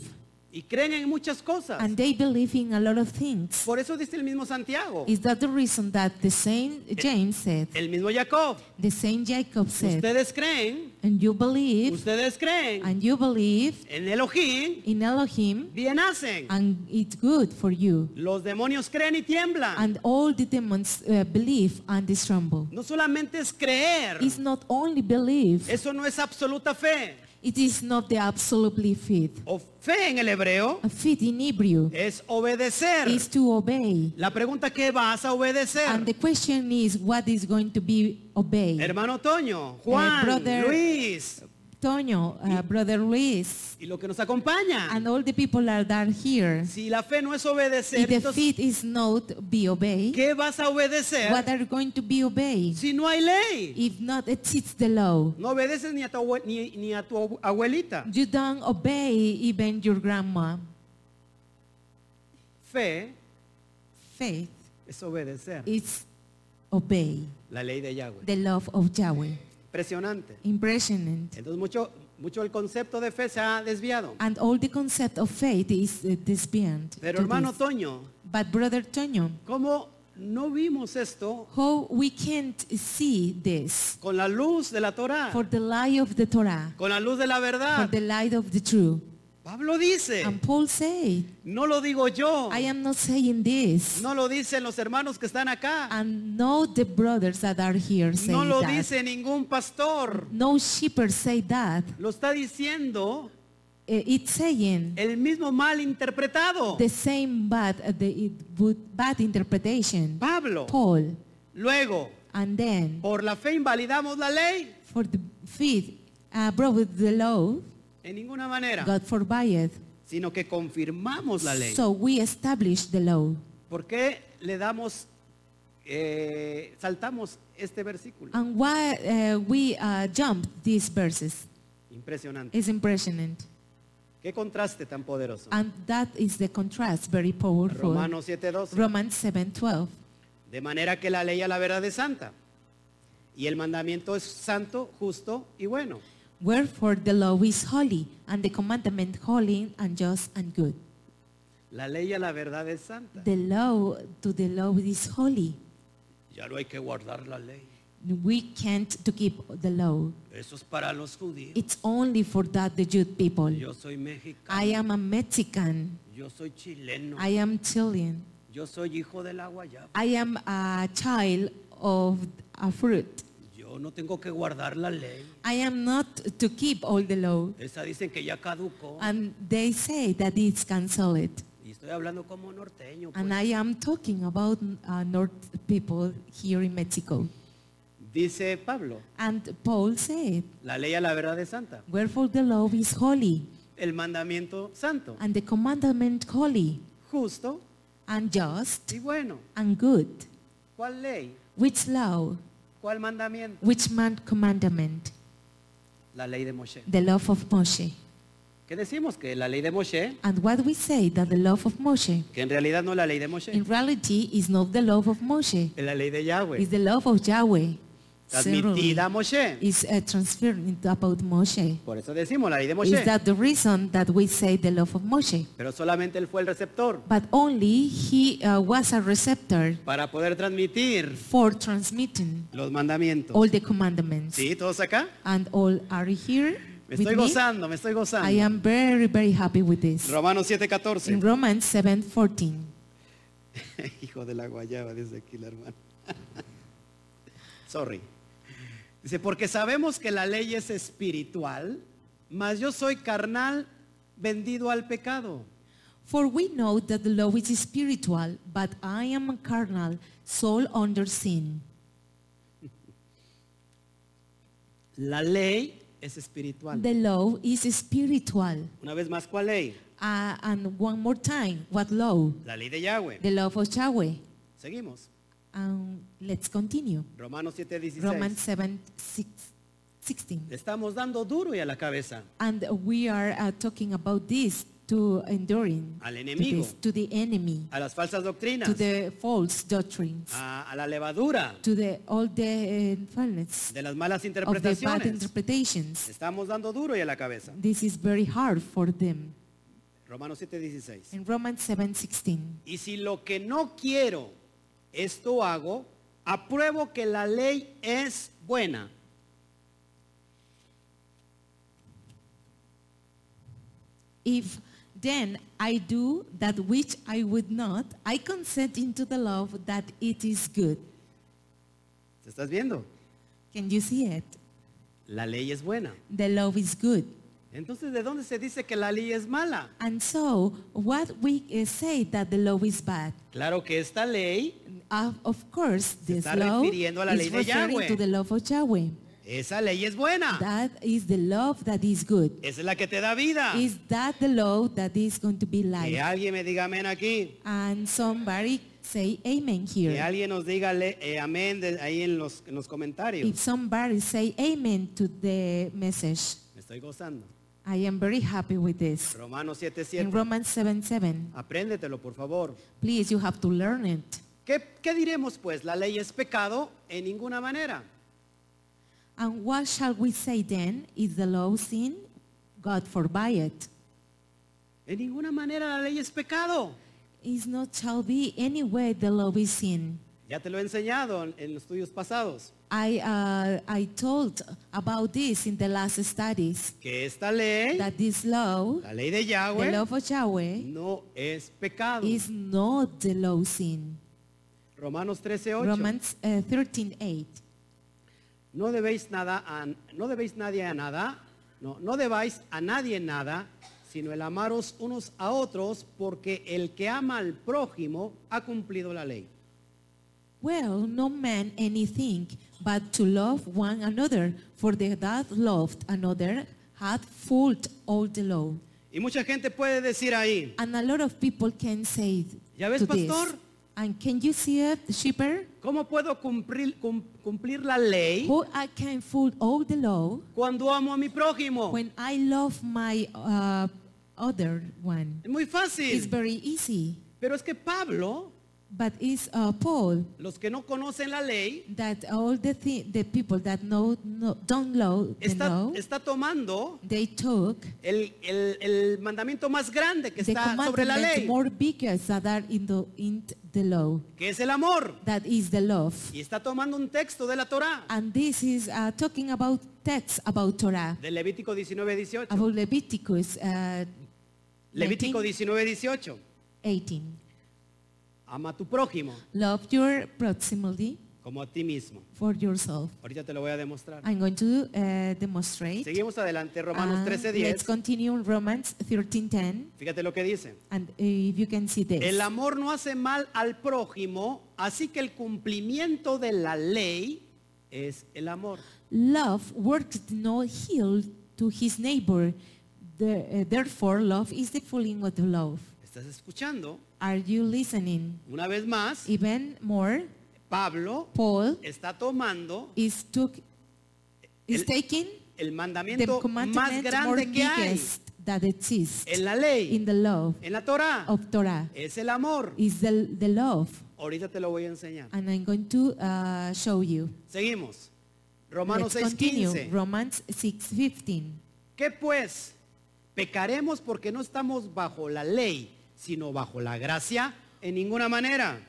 Speaker 1: y creen en muchas cosas.
Speaker 2: And they believe in a lot of things.
Speaker 1: Por eso dice el mismo Santiago,
Speaker 2: Is that the reason that the same James said,
Speaker 1: el mismo Jacob.
Speaker 2: the same Jacob said,
Speaker 1: Ustedes creen,
Speaker 2: and you believe,
Speaker 1: ustedes creen
Speaker 2: and you believe
Speaker 1: en Elohim,
Speaker 2: in Elohim,
Speaker 1: bien hacen.
Speaker 2: and it's good for you.
Speaker 1: Los demonios creen y tiemblan.
Speaker 2: And all the demons uh, believe and they tremble.
Speaker 1: No solamente es creer,
Speaker 2: It's not only belief,
Speaker 1: eso no es absoluta fe.
Speaker 2: it is not the absolutely fit.
Speaker 1: O fe en el hebreo
Speaker 2: A fit in Hebrew
Speaker 1: es obedecer.
Speaker 2: is to obey.
Speaker 1: La pregunta que vas a
Speaker 2: And
Speaker 1: obedecer.
Speaker 2: the question is, what is going to be obeyed?
Speaker 1: Hermano Toño, Juan,
Speaker 2: brother-
Speaker 1: Luis
Speaker 2: Toño, uh, brother Luis,
Speaker 1: y lo que nos acompaña.
Speaker 2: and all the people are that here.
Speaker 1: Si la fe no es
Speaker 2: If
Speaker 1: obedecer,
Speaker 2: the
Speaker 1: entonces,
Speaker 2: feet is not be obeyed,
Speaker 1: ¿qué vas a obedecer
Speaker 2: what are going to be obeyed?
Speaker 1: si no hay ley?
Speaker 2: If not, it it's the law.
Speaker 1: No obedeces ni a tu, abue- ni, ni a tu abu- abuelita.
Speaker 2: You don't obey even your grandma.
Speaker 1: Fe
Speaker 2: Faith
Speaker 1: es obedecer
Speaker 2: is obey
Speaker 1: la ley de Yahweh.
Speaker 2: the love of Yahweh.
Speaker 1: Impresionante.
Speaker 2: Impressionant.
Speaker 1: Entonces mucho, mucho el concepto de fe se ha desviado.
Speaker 2: And all the concept of faith is uh, disbanded.
Speaker 1: Pero
Speaker 2: to
Speaker 1: hermano
Speaker 2: this.
Speaker 1: Toño,
Speaker 2: But brother Toño,
Speaker 1: ¿cómo no vimos esto
Speaker 2: how we can't see this
Speaker 1: con la luz de la Torah?
Speaker 2: for the lie of the Torah,
Speaker 1: Con la luz de la
Speaker 2: for
Speaker 1: verdad.
Speaker 2: the light of the truth.
Speaker 1: Pablo dice,
Speaker 2: And Paul say,
Speaker 1: no lo digo yo,
Speaker 2: I am not saying this.
Speaker 1: no lo dicen los hermanos que están acá,
Speaker 2: And no the brothers that are here say
Speaker 1: no lo
Speaker 2: that.
Speaker 1: dice ningún pastor.
Speaker 2: No shepherd say that.
Speaker 1: Lo está diciendo
Speaker 2: Eh, It's saying
Speaker 1: el mismo mal interpretado.
Speaker 2: the same bad, uh, the, it would- bad interpretation.
Speaker 1: Pablo.
Speaker 2: Paul.
Speaker 1: Luego,
Speaker 2: And then
Speaker 1: por la fe invalidamos la ley.
Speaker 2: for the fifth, uh, brought with the law,
Speaker 1: En ninguna manera.
Speaker 2: God forbid.
Speaker 1: Sino que confirmamos la ley.
Speaker 2: So we establish the law.
Speaker 1: ¿Por qué le damos, eh, saltamos este versículo?
Speaker 2: And why uh, we uh, jump these verses
Speaker 1: Impresionante.
Speaker 2: is impressionant.
Speaker 1: Qué contraste tan poderoso.
Speaker 2: And that is the contrast, very powerful.
Speaker 1: Romanos 7.12.
Speaker 2: Romans 7:12.
Speaker 1: De manera que la ley a la verdad es santa. Y el mandamiento es santo, justo y bueno.
Speaker 2: Wherefore the law is holy, and the commandment holy and just and good.
Speaker 1: La ley a la verdad es santa.
Speaker 2: The law to the law is holy.
Speaker 1: Ya no hay que guardar la ley.
Speaker 2: We can't to keep the law.
Speaker 1: Eso es para los judíos.
Speaker 2: It's only for that the Jew people.
Speaker 1: Yo soy mexicano.
Speaker 2: I am a Mexican.
Speaker 1: Yo soy chileno.
Speaker 2: I am Chilean.
Speaker 1: Yo soy hijo del agua ya.
Speaker 2: I am a child of a fruit.
Speaker 1: Yo no tengo que guardar la ley.
Speaker 2: I am not to keep all the law.
Speaker 1: Esa dicen que ya caducó.
Speaker 2: And they say that it's cancelled.
Speaker 1: Y estoy hablando como norteño. pues.
Speaker 2: And I am talking about uh, North people here in Mexico.
Speaker 1: Dice Pablo,
Speaker 2: And Paul said,
Speaker 1: la ley a la verdad es santa.
Speaker 2: Wherefore the law is holy,
Speaker 1: El mandamiento santo.
Speaker 2: and the commandment holy,
Speaker 1: Justo
Speaker 2: and just,
Speaker 1: y bueno.
Speaker 2: and good.
Speaker 1: ¿Cuál ley?
Speaker 2: Which law?
Speaker 1: ¿Cuál mandamiento?
Speaker 2: Which man commandment?
Speaker 1: La ley de Moshe.
Speaker 2: The love of Moshe.
Speaker 1: ¿Qué decimos? Que la ley de Moshe,
Speaker 2: And what we say that the love of Moshe,
Speaker 1: que en realidad no es la ley de
Speaker 2: in
Speaker 1: Moshe,
Speaker 2: reality, is not the love of Moshe.
Speaker 1: es la ley de
Speaker 2: It's
Speaker 1: Yahweh.
Speaker 2: the love of Yahweh.
Speaker 1: Transmitida a Moshe.
Speaker 2: Is uh, transferred into- about Moshe.
Speaker 1: Por eso decimos la ley de
Speaker 2: Is
Speaker 1: Moshe.
Speaker 2: that the reason that we say the love of Moshe?
Speaker 1: Pero solamente él fue el receptor
Speaker 2: But only he uh, was a receptor
Speaker 1: para poder transmitir
Speaker 2: for transmitting
Speaker 1: los mandamientos.
Speaker 2: all the commandments.
Speaker 1: ¿Sí? ¿Todos acá?
Speaker 2: And all are here
Speaker 1: Me
Speaker 2: with
Speaker 1: estoy
Speaker 2: me.
Speaker 1: gozando, me estoy
Speaker 2: I
Speaker 1: gozando.
Speaker 2: am very, very happy with this.
Speaker 1: Romanos
Speaker 2: In
Speaker 1: 7:14.
Speaker 2: Romans 7:14,
Speaker 1: Hijo de la guayaba, dice aquí la hermana. Sorry. Dice, porque sabemos que la ley es espiritual, mas yo soy carnal vendido al pecado.
Speaker 2: for we know that the law is spiritual, but I am carnal, soul under sin.
Speaker 1: La ley es espiritual.
Speaker 2: The law is spiritual.
Speaker 1: Una vez más, ¿cuál ley?
Speaker 2: Uh, and one more time, what law?
Speaker 1: La ley de Yahweh.
Speaker 2: The law of Yahweh.
Speaker 1: Seguimos.
Speaker 2: Um, let's continue.
Speaker 1: Romanos 7:16.
Speaker 2: Romans 7, 6, 16.
Speaker 1: Le estamos dando duro y a la cabeza.
Speaker 2: And we are uh, talking about this to enduring
Speaker 1: Al
Speaker 2: to
Speaker 1: enemigo.
Speaker 2: this- to the enemy,
Speaker 1: A las falsas doctrinas.
Speaker 2: to the false doctrines,
Speaker 1: A, a la levadura.
Speaker 2: to the all the uh, faults
Speaker 1: De las malas
Speaker 2: of the bad
Speaker 1: interpretaciones.
Speaker 2: interpretations.
Speaker 1: Estamos dando duro y a la cabeza.
Speaker 2: This is very hard for them.
Speaker 1: Romanos 7:16.
Speaker 2: In Romans 7:16,
Speaker 1: Y si lo que no quiero, esto hago, apruebo que la ley es buena.
Speaker 2: if then I do that which I would not, I consent into the law that it is good.
Speaker 1: ¿Te estás viendo?
Speaker 2: Can you see it?
Speaker 1: La ley es buena.
Speaker 2: The law is good.
Speaker 1: Entonces, ¿de dónde se dice que la ley es mala?
Speaker 2: And so, what we uh, say that the law is bad,
Speaker 1: Claro que esta ley,
Speaker 2: Of, of course, this
Speaker 1: está
Speaker 2: law
Speaker 1: refiriendo a la ley
Speaker 2: is
Speaker 1: de
Speaker 2: referring
Speaker 1: Yahweh. Ah.
Speaker 2: to the love of Yahweh.
Speaker 1: esa ley es buena.
Speaker 2: That is the love that is good.
Speaker 1: Esa es la que te da vida.
Speaker 2: Is that the love that is going to be
Speaker 1: Que
Speaker 2: life?
Speaker 1: alguien me diga amén aquí.
Speaker 2: And somebody say amen
Speaker 1: Que
Speaker 2: here.
Speaker 1: alguien nos diga le- eh, amén de- ahí en los, en los
Speaker 2: If
Speaker 1: comentarios.
Speaker 2: somebody say amen to the message,
Speaker 1: Me estoy gozando.
Speaker 2: I am very happy with this.
Speaker 1: Romanos
Speaker 2: In
Speaker 1: 7:7.
Speaker 2: Romans 7, 7,
Speaker 1: Apréndetelo, por favor.
Speaker 2: please, you have to learn it.
Speaker 1: ¿Qué, qué diremos pues? ¿La ley es pecado? En ninguna manera.
Speaker 2: And what shall we say then? Is the law sin? God forbid it.
Speaker 1: En ninguna manera la ley es pecado.
Speaker 2: Is not shall be anyway the law is sin.
Speaker 1: Ya te lo he enseñado en, en los estudios pasados.
Speaker 2: I, uh, I told about this in the last studies
Speaker 1: Que esta ley,
Speaker 2: that this law,
Speaker 1: la ley de
Speaker 2: the
Speaker 1: Yahweh,
Speaker 2: law of Yahweh,
Speaker 1: no es pecado.
Speaker 2: is not the law sin.
Speaker 1: Romanos 13:8.
Speaker 2: Romans uh, 13 8.
Speaker 1: No debéis nada a, no debéis nadie a nada, no, no debáis a nadie nada, sino el amaros unos a otros, porque el que ama al prójimo ha cumplido la ley.
Speaker 2: Well, no man anything but to love one another, for the that loved another hath fulfilled all the law.
Speaker 1: Y mucha gente puede decir ahí,
Speaker 2: And a lot of people can say
Speaker 1: ¿Ya ves,
Speaker 2: to this.
Speaker 1: pastor?
Speaker 2: And can you see it, shepherd?
Speaker 1: ¿cómo puedo cumplir, cum- cumplir la ley
Speaker 2: How I can fulfill all the law?
Speaker 1: cuando amo a mi prójimo?
Speaker 2: When I love my uh, other one,
Speaker 1: Es muy
Speaker 2: it's
Speaker 1: fácil.
Speaker 2: very easy.
Speaker 1: Pero es que Pablo
Speaker 2: But it's uh, Paul
Speaker 1: Los que no conocen la ley
Speaker 2: that all the, thi- the people that know, no, don't know the
Speaker 1: está,
Speaker 2: law,
Speaker 1: está tomando
Speaker 2: they took
Speaker 1: el, el- el mandamiento más grande que
Speaker 2: the
Speaker 1: está sobre la
Speaker 2: commandment
Speaker 1: ley,
Speaker 2: more bigger that are in the, in the law,
Speaker 1: que es el amor.
Speaker 2: that is the love.
Speaker 1: Y está tomando un texto de la Torá,
Speaker 2: And this is uh, talking about text about Torah,
Speaker 1: de Levítico 19, 18.
Speaker 2: about Leviticus uh,
Speaker 1: Levítico
Speaker 2: 19,
Speaker 1: 19, 18.
Speaker 2: 18.
Speaker 1: Ama a tu prójimo
Speaker 2: Love your proximity
Speaker 1: como a ti mismo.
Speaker 2: for yourself.
Speaker 1: Ahorita te lo voy a demostrar.
Speaker 2: I'm going to uh, demonstrate.
Speaker 1: Seguimos adelante, Romanos
Speaker 2: And
Speaker 1: 13,
Speaker 2: Ah,
Speaker 1: 10.
Speaker 2: let's continue in Romans 13:10.
Speaker 1: Fíjate lo que dice.
Speaker 2: And uh, if you can see this,
Speaker 1: El amor no hace mal al prójimo, así que el cumplimiento de la ley es el amor.
Speaker 2: love works no heal to his neighbor. The- uh, therefore, love is the fulfilling of the love.
Speaker 1: ¿Estás escuchando?
Speaker 2: Are you listening?
Speaker 1: Una vez más,
Speaker 2: Even more,
Speaker 1: Pablo
Speaker 2: Paul
Speaker 1: está tomando
Speaker 2: is took is
Speaker 1: El-
Speaker 2: taking
Speaker 1: el
Speaker 2: the
Speaker 1: mandamiento más
Speaker 2: commandment more
Speaker 1: grande que hay
Speaker 2: biggest that exists
Speaker 1: en la
Speaker 2: in
Speaker 1: ley,
Speaker 2: the law
Speaker 1: en la Torah.
Speaker 2: of Torah.
Speaker 1: Es el amor.
Speaker 2: Is the, the love,
Speaker 1: Ahorita te lo voy a enseñar.
Speaker 2: and I'm going to uh, show you.
Speaker 1: Seguimos. Romanos
Speaker 2: Let's continue.
Speaker 1: 6:15.
Speaker 2: Romans 6:15.
Speaker 1: ¿Qué pues? ¿Pecaremos porque no estamos bajo la ley, sino bajo la gracia? En ninguna manera.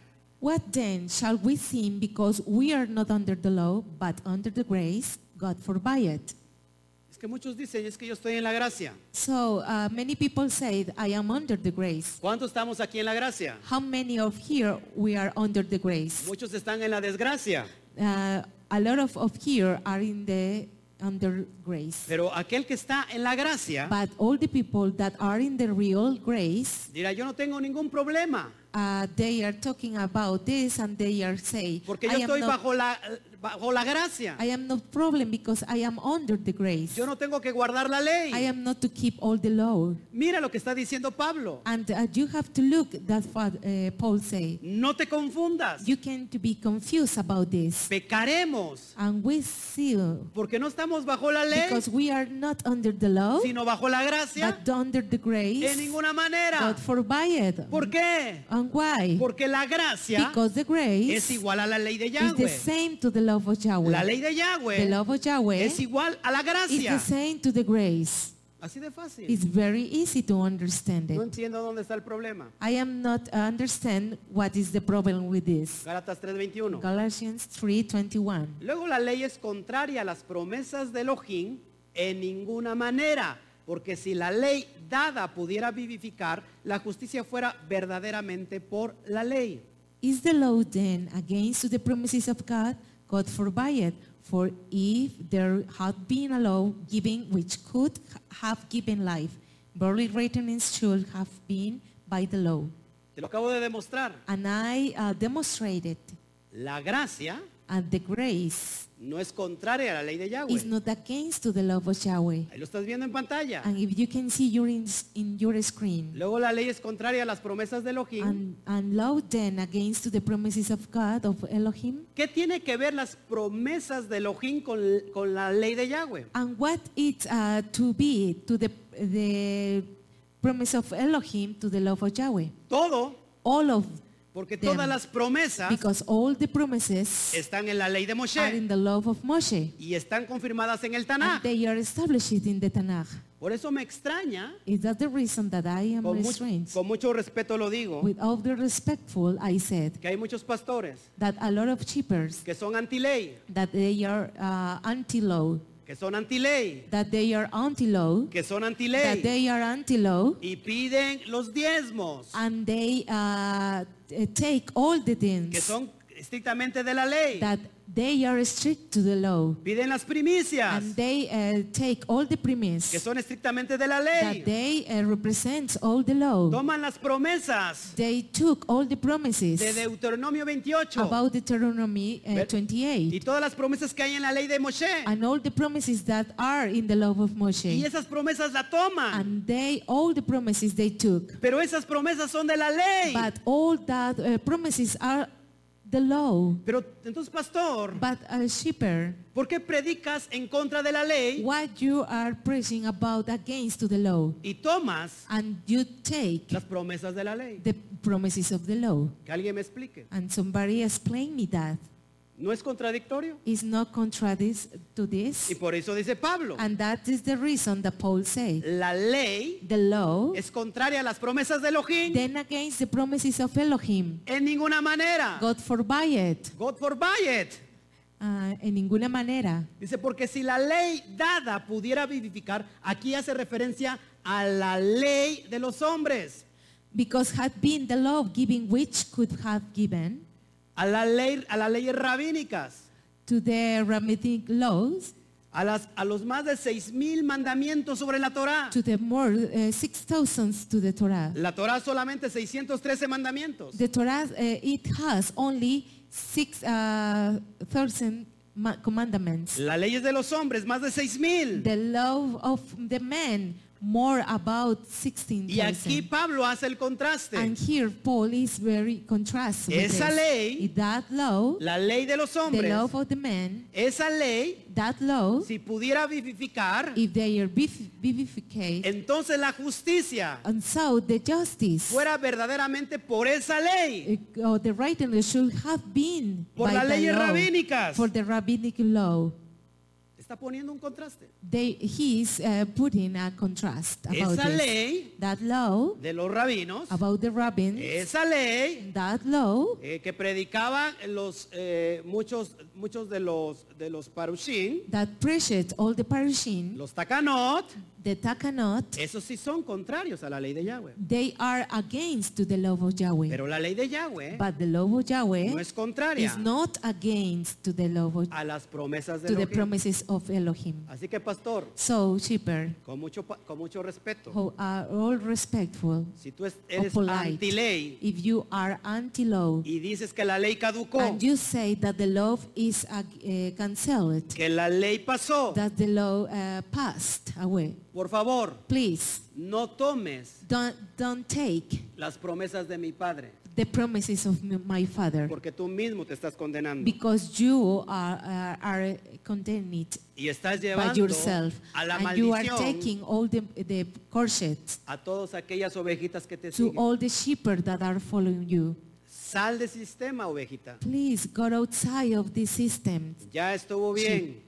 Speaker 2: What then shall we sin because we are not under the law, but under the grace? God forbid it.
Speaker 1: Es que muchos dicen, es que yo estoy en la gracia.
Speaker 2: So uh, many people say, I am under the grace.
Speaker 1: ¿Cuántos estamos aquí en la gracia?
Speaker 2: How many of here we are under the grace?
Speaker 1: Muchos están en la desgracia.
Speaker 2: Uh, a lot of, of here are in the under grace.
Speaker 1: Pero aquel que está en la gracia
Speaker 2: But all the people that are in the real grace,
Speaker 1: dirá, yo no tengo ningún problema,
Speaker 2: uh, they are talking about this and they are saying,
Speaker 1: porque
Speaker 2: I
Speaker 1: yo
Speaker 2: am
Speaker 1: estoy
Speaker 2: not
Speaker 1: bajo la, bajo la gracia.
Speaker 2: I am not problem because I am under the grace.
Speaker 1: Yo no tengo que guardar la
Speaker 2: I
Speaker 1: ley.
Speaker 2: am not to keep all the law.
Speaker 1: Mira lo que está diciendo Pablo.
Speaker 2: And uh, you have to look that what uh, Paul say.
Speaker 1: No te confundas.
Speaker 2: You can't be confused about this.
Speaker 1: Pecaremos
Speaker 2: And we see
Speaker 1: porque no estamos bajo la ley,
Speaker 2: because we are not under the law,
Speaker 1: sino bajo la gracia
Speaker 2: but under
Speaker 1: de
Speaker 2: the grace.
Speaker 1: ninguna manera.
Speaker 2: God forbid it.
Speaker 1: ¿Por qué?
Speaker 2: And why?
Speaker 1: Porque la gracia
Speaker 2: Because the
Speaker 1: es
Speaker 2: grace is
Speaker 1: igual a la ley de
Speaker 2: the
Speaker 1: Yahweh.
Speaker 2: same to the love of
Speaker 1: La
Speaker 2: Yahweh.
Speaker 1: ley de
Speaker 2: The
Speaker 1: Yahweh
Speaker 2: love of Yahweh
Speaker 1: es igual a la
Speaker 2: is the
Speaker 1: gracia.
Speaker 2: same to the grace.
Speaker 1: Así de fácil.
Speaker 2: It's very easy to understand it.
Speaker 1: No entiendo dónde está el problema.
Speaker 2: I am not uh, understand what is the problem with this.
Speaker 1: Gálatas 3:21.
Speaker 2: Galatians 3:21.
Speaker 1: Luego la ley es contraria a las promesas de Elohim en ninguna manera, porque si la ley dada pudiera vivificar, la justicia fuera verdaderamente por la ley.
Speaker 2: Is the law then against the promises of God? God forbid it. For if there had been a law given which could have given life, barely written in should have been by the law.
Speaker 1: Te lo acabo de demostrar.
Speaker 2: And I uh, demonstrated
Speaker 1: La gracia
Speaker 2: and the grace
Speaker 1: no es contraria a la ley de
Speaker 2: is
Speaker 1: Yahweh.
Speaker 2: not against to the law of Yahweh.
Speaker 1: Ahí lo estás viendo en pantalla.
Speaker 2: And if you can see your in, in your screen,
Speaker 1: Luego la ley es contraria a las promesas de Elohim.
Speaker 2: and, and law then against the promises of God of Elohim?
Speaker 1: ¿Qué tiene que ver las promesas de Elohim con, con la ley de Yahweh?
Speaker 2: And what it uh, to be to the the promise of Elohim to the love of Yahweh?
Speaker 1: Todo,
Speaker 2: All of
Speaker 1: porque
Speaker 2: Them.
Speaker 1: todas las promesas
Speaker 2: because all the promises
Speaker 1: están en la ley de
Speaker 2: are
Speaker 1: Moshe.
Speaker 2: in the love of Moshe.
Speaker 1: y están confirmadas en el
Speaker 2: And
Speaker 1: Tanaj.
Speaker 2: they are established in the Tanakh.
Speaker 1: Por eso me extraña,
Speaker 2: Is that the reason that I am
Speaker 1: con, mu-
Speaker 2: restrained?
Speaker 1: con mucho respeto lo digo,
Speaker 2: With all the respectful, I said
Speaker 1: que hay muchos pastores
Speaker 2: that a lot of cheapers
Speaker 1: que son anti-ley,
Speaker 2: that they are uh, anti-law,
Speaker 1: que son anti-ley,
Speaker 2: that they are anti-law,
Speaker 1: que son
Speaker 2: that
Speaker 1: anti-ley
Speaker 2: they are anti-law,
Speaker 1: y piden los diezmos,
Speaker 2: and they uh, t- take all
Speaker 1: que
Speaker 2: the things
Speaker 1: son estrictamente de la ley,
Speaker 2: that they are strict to the law
Speaker 1: piden las primicias,
Speaker 2: and they uh, take all the
Speaker 1: que
Speaker 2: premise
Speaker 1: son estrictamente de la
Speaker 2: that
Speaker 1: ley,
Speaker 2: they uh, represent all the law
Speaker 1: toman las promesas
Speaker 2: they took all the
Speaker 1: de
Speaker 2: promises
Speaker 1: Deuteronomio 28
Speaker 2: about Deuteronomy uh,
Speaker 1: Ver- y
Speaker 2: 28
Speaker 1: todas las promesas que hay en la ley de Moshe
Speaker 2: and all the promises that are in the law of
Speaker 1: y
Speaker 2: Moshe
Speaker 1: esas promesas la toman,
Speaker 2: and they all the promises they took
Speaker 1: pero esas promesas son de la ley.
Speaker 2: but all that uh, promises are the law.
Speaker 1: Pero entonces, pastor,
Speaker 2: But uh, a shepherd,
Speaker 1: ¿por qué predicas en contra de la ley
Speaker 2: what you are preaching about against to the law,
Speaker 1: y tomas
Speaker 2: and you take
Speaker 1: las promesas de la ley?
Speaker 2: the promises of the law.
Speaker 1: Que alguien me explique.
Speaker 2: And somebody explain me that.
Speaker 1: ¿No es contradictorio?
Speaker 2: It's not contradicts to this.
Speaker 1: Y por eso dice Pablo,
Speaker 2: And that is the reason that Paul said,
Speaker 1: la ley
Speaker 2: the law,
Speaker 1: es contraria a las promesas de Elohim
Speaker 2: then against the promises of Elohim.
Speaker 1: en ninguna manera.
Speaker 2: God forbid it.
Speaker 1: God forbid it.
Speaker 2: Ah, en ninguna manera.
Speaker 1: Dice, porque si la ley dada pudiera vivificar, aquí hace referencia a la ley de los hombres,
Speaker 2: Because had been the law giving which could have given
Speaker 1: a la ley, a las leyes rabínicas,
Speaker 2: to the rabbinic laws,
Speaker 1: a, las, a los más de seis mil mandamientos sobre la Torá.
Speaker 2: to the more uh, 6,000 to the Torah.
Speaker 1: La Torá solamente 613 mandamientos.
Speaker 2: The Torah, uh, it has only 6,000 ma commandments.
Speaker 1: Las leyes de los hombres, más de seis mil.
Speaker 2: The love of the man, more about
Speaker 1: Y aquí
Speaker 2: 16,000.
Speaker 1: Pablo hace el contraste.
Speaker 2: And here Paul is very contrast with
Speaker 1: Esa
Speaker 2: this.
Speaker 1: ley,
Speaker 2: Y that law,
Speaker 1: La ley de los
Speaker 2: the
Speaker 1: hombres,
Speaker 2: love of the man,
Speaker 1: esa ley,
Speaker 2: that law,
Speaker 1: si pudiera vivificar,
Speaker 2: if they are vivi- vivified,
Speaker 1: entonces la justicia
Speaker 2: And so the justice
Speaker 1: fuera verdaderamente por esa ley.
Speaker 2: uh, or the righteousness should have been
Speaker 1: Por
Speaker 2: by
Speaker 1: las
Speaker 2: the
Speaker 1: leyes
Speaker 2: law,
Speaker 1: rabínicas.
Speaker 2: for the rabbinic law.
Speaker 1: Está poniendo un contraste.
Speaker 2: They, he is uh, putting a contrast about
Speaker 1: Esa
Speaker 2: this.
Speaker 1: ley
Speaker 2: that law
Speaker 1: de los rabinos,
Speaker 2: about the rabbins,
Speaker 1: esa ley
Speaker 2: that law
Speaker 1: eh, que predicaban los eh, muchos muchos de los de los parushim,
Speaker 2: that preached all the parishing,
Speaker 1: los takanot,
Speaker 2: the takanot,
Speaker 1: esos sí son contrarios a la ley de Yahweh.
Speaker 2: they are against to the law of Yahweh.
Speaker 1: Pero la ley de Yahweh
Speaker 2: but the law of Yahweh
Speaker 1: no es contraria
Speaker 2: is not against to the law of,
Speaker 1: a las promesas de
Speaker 2: to the
Speaker 1: Elohim. Ah.
Speaker 2: promises of Elohim.
Speaker 1: Así que pastor,
Speaker 2: So, cheaper.
Speaker 1: con mucho pa- con mucho respeto,
Speaker 2: who are all respectful
Speaker 1: si tú es-
Speaker 2: or
Speaker 1: eres
Speaker 2: polite.
Speaker 1: antiley
Speaker 2: If you are anti-law
Speaker 1: y dices que la ley caducó,
Speaker 2: and you say that the law is uh, uh, cancelled,
Speaker 1: que la ley pasó,
Speaker 2: that the law uh, passed away,
Speaker 1: por favor,
Speaker 2: please
Speaker 1: no tomes
Speaker 2: don't don't take
Speaker 1: las promesas de mi padre,
Speaker 2: the promises of m- my father
Speaker 1: porque tú mismo te estás condenando
Speaker 2: because you are are, are condemned
Speaker 1: y estás
Speaker 2: by
Speaker 1: llevando
Speaker 2: yourself
Speaker 1: a la
Speaker 2: and you are
Speaker 1: maldición
Speaker 2: taking all the the corsets
Speaker 1: a todas aquellas ovejitas que te
Speaker 2: to
Speaker 1: siguen.
Speaker 2: all the shepherds that are following you.
Speaker 1: Sal del sistema, ovejita.
Speaker 2: Please go outside of this system.
Speaker 1: Ya estuvo bien.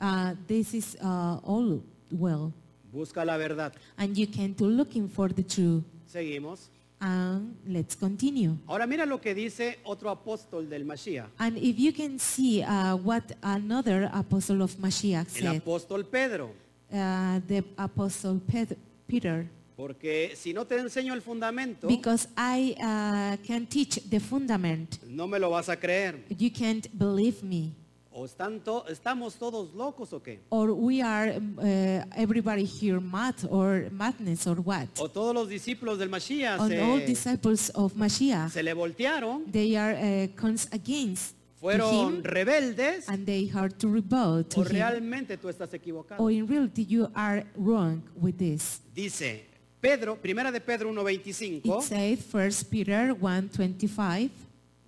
Speaker 2: Uh, this is uh, all well,
Speaker 1: Busca la verdad.
Speaker 2: and you can do looking for the truth.
Speaker 1: Seguimos.
Speaker 2: And let's continue.
Speaker 1: Ahora mira lo que dice otro apóstol del Mashiach,
Speaker 2: And if you can see uh, what another apostle of Mashiach
Speaker 1: el
Speaker 2: said,
Speaker 1: apóstol Pedro.
Speaker 2: uh, the apostle Pet- Peter,
Speaker 1: Porque si no te enseño el fundamento,
Speaker 2: because I uh, can teach the fundament.
Speaker 1: no me lo vas a creer.
Speaker 2: You can't believe me,
Speaker 1: O están to- estamos todos locos o qué.
Speaker 2: or we are um, uh, everybody here mad or madness or what?
Speaker 1: O todos los discípulos del Mashiach
Speaker 2: And all
Speaker 1: se,
Speaker 2: disciples of Mashiach,
Speaker 1: se le voltearon
Speaker 2: they are uh, cons against to him.
Speaker 1: fueron rebeldes
Speaker 2: and they had to rebel to
Speaker 1: o
Speaker 2: him.
Speaker 1: realmente tú estás equivocado.
Speaker 2: Or in reality, you are wrong with this.
Speaker 1: Dice Pedro, primera de Pedro
Speaker 2: It
Speaker 1: 1:25,
Speaker 2: says, First Peter 1.25,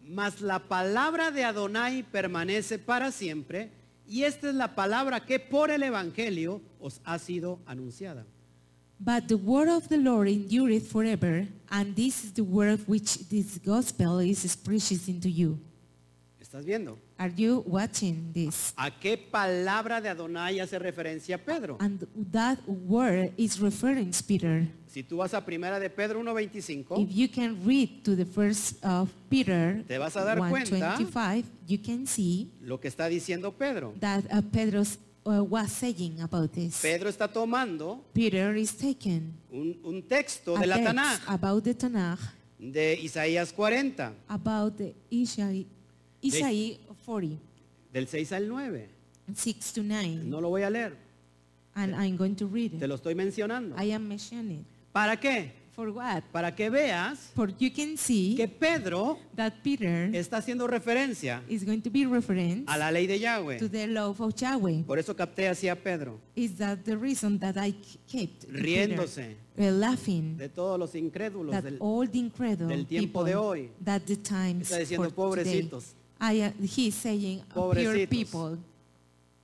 Speaker 1: mas la palabra de Adonai permanece para siempre y esta es la palabra que por el evangelio os ha sido anunciada.
Speaker 2: But the word of the Lord endureth forever, and this is the word which this gospel is preached into you.
Speaker 1: ¿Estás viendo?
Speaker 2: Are you watching this?
Speaker 1: ¿A qué palabra de Adonai hace referencia Pedro?
Speaker 2: And that word is referring, Peter.
Speaker 1: Si tú vas a primera de Pedro
Speaker 2: If
Speaker 1: 1:25,
Speaker 2: you can read to the first of Peter
Speaker 1: Oh. Te vas a dar
Speaker 2: 1.25, you can see
Speaker 1: lo que está diciendo Pedro.
Speaker 2: that uh, Pedro uh, was saying about this.
Speaker 1: Pedro está tomando
Speaker 2: Peter is taken
Speaker 1: un, un texto de
Speaker 2: a
Speaker 1: la
Speaker 2: text
Speaker 1: Tanaj,
Speaker 2: about the Tanakh,
Speaker 1: de Isaías 40,
Speaker 2: about the Isaiah, Isaiah 40,
Speaker 1: del 6 al 9.
Speaker 2: 6 to 9,
Speaker 1: No lo voy a leer,
Speaker 2: and I'm going to read
Speaker 1: te
Speaker 2: it.
Speaker 1: lo estoy mencionando.
Speaker 2: I am mentioning
Speaker 1: ¿Para qué?
Speaker 2: it For what?
Speaker 1: Para que veas
Speaker 2: For you can see
Speaker 1: que Pedro
Speaker 2: that Peter
Speaker 1: está haciendo referencia
Speaker 2: is going to be referenced
Speaker 1: a la ley de Yahweh.
Speaker 2: to the law of Yahweh.
Speaker 1: Por eso capté así a Pedro,
Speaker 2: Is that the reason that I kept Peter,
Speaker 1: riéndose
Speaker 2: uh, laughing
Speaker 1: de todos los incrédulos.
Speaker 2: that
Speaker 1: del-
Speaker 2: all the incredible
Speaker 1: del tiempo
Speaker 2: people
Speaker 1: de hoy.
Speaker 2: that the times
Speaker 1: Está diciendo,
Speaker 2: for today,
Speaker 1: "Pobrecitos".
Speaker 2: I, uh, he's saying pure
Speaker 1: Pobrecitos.
Speaker 2: people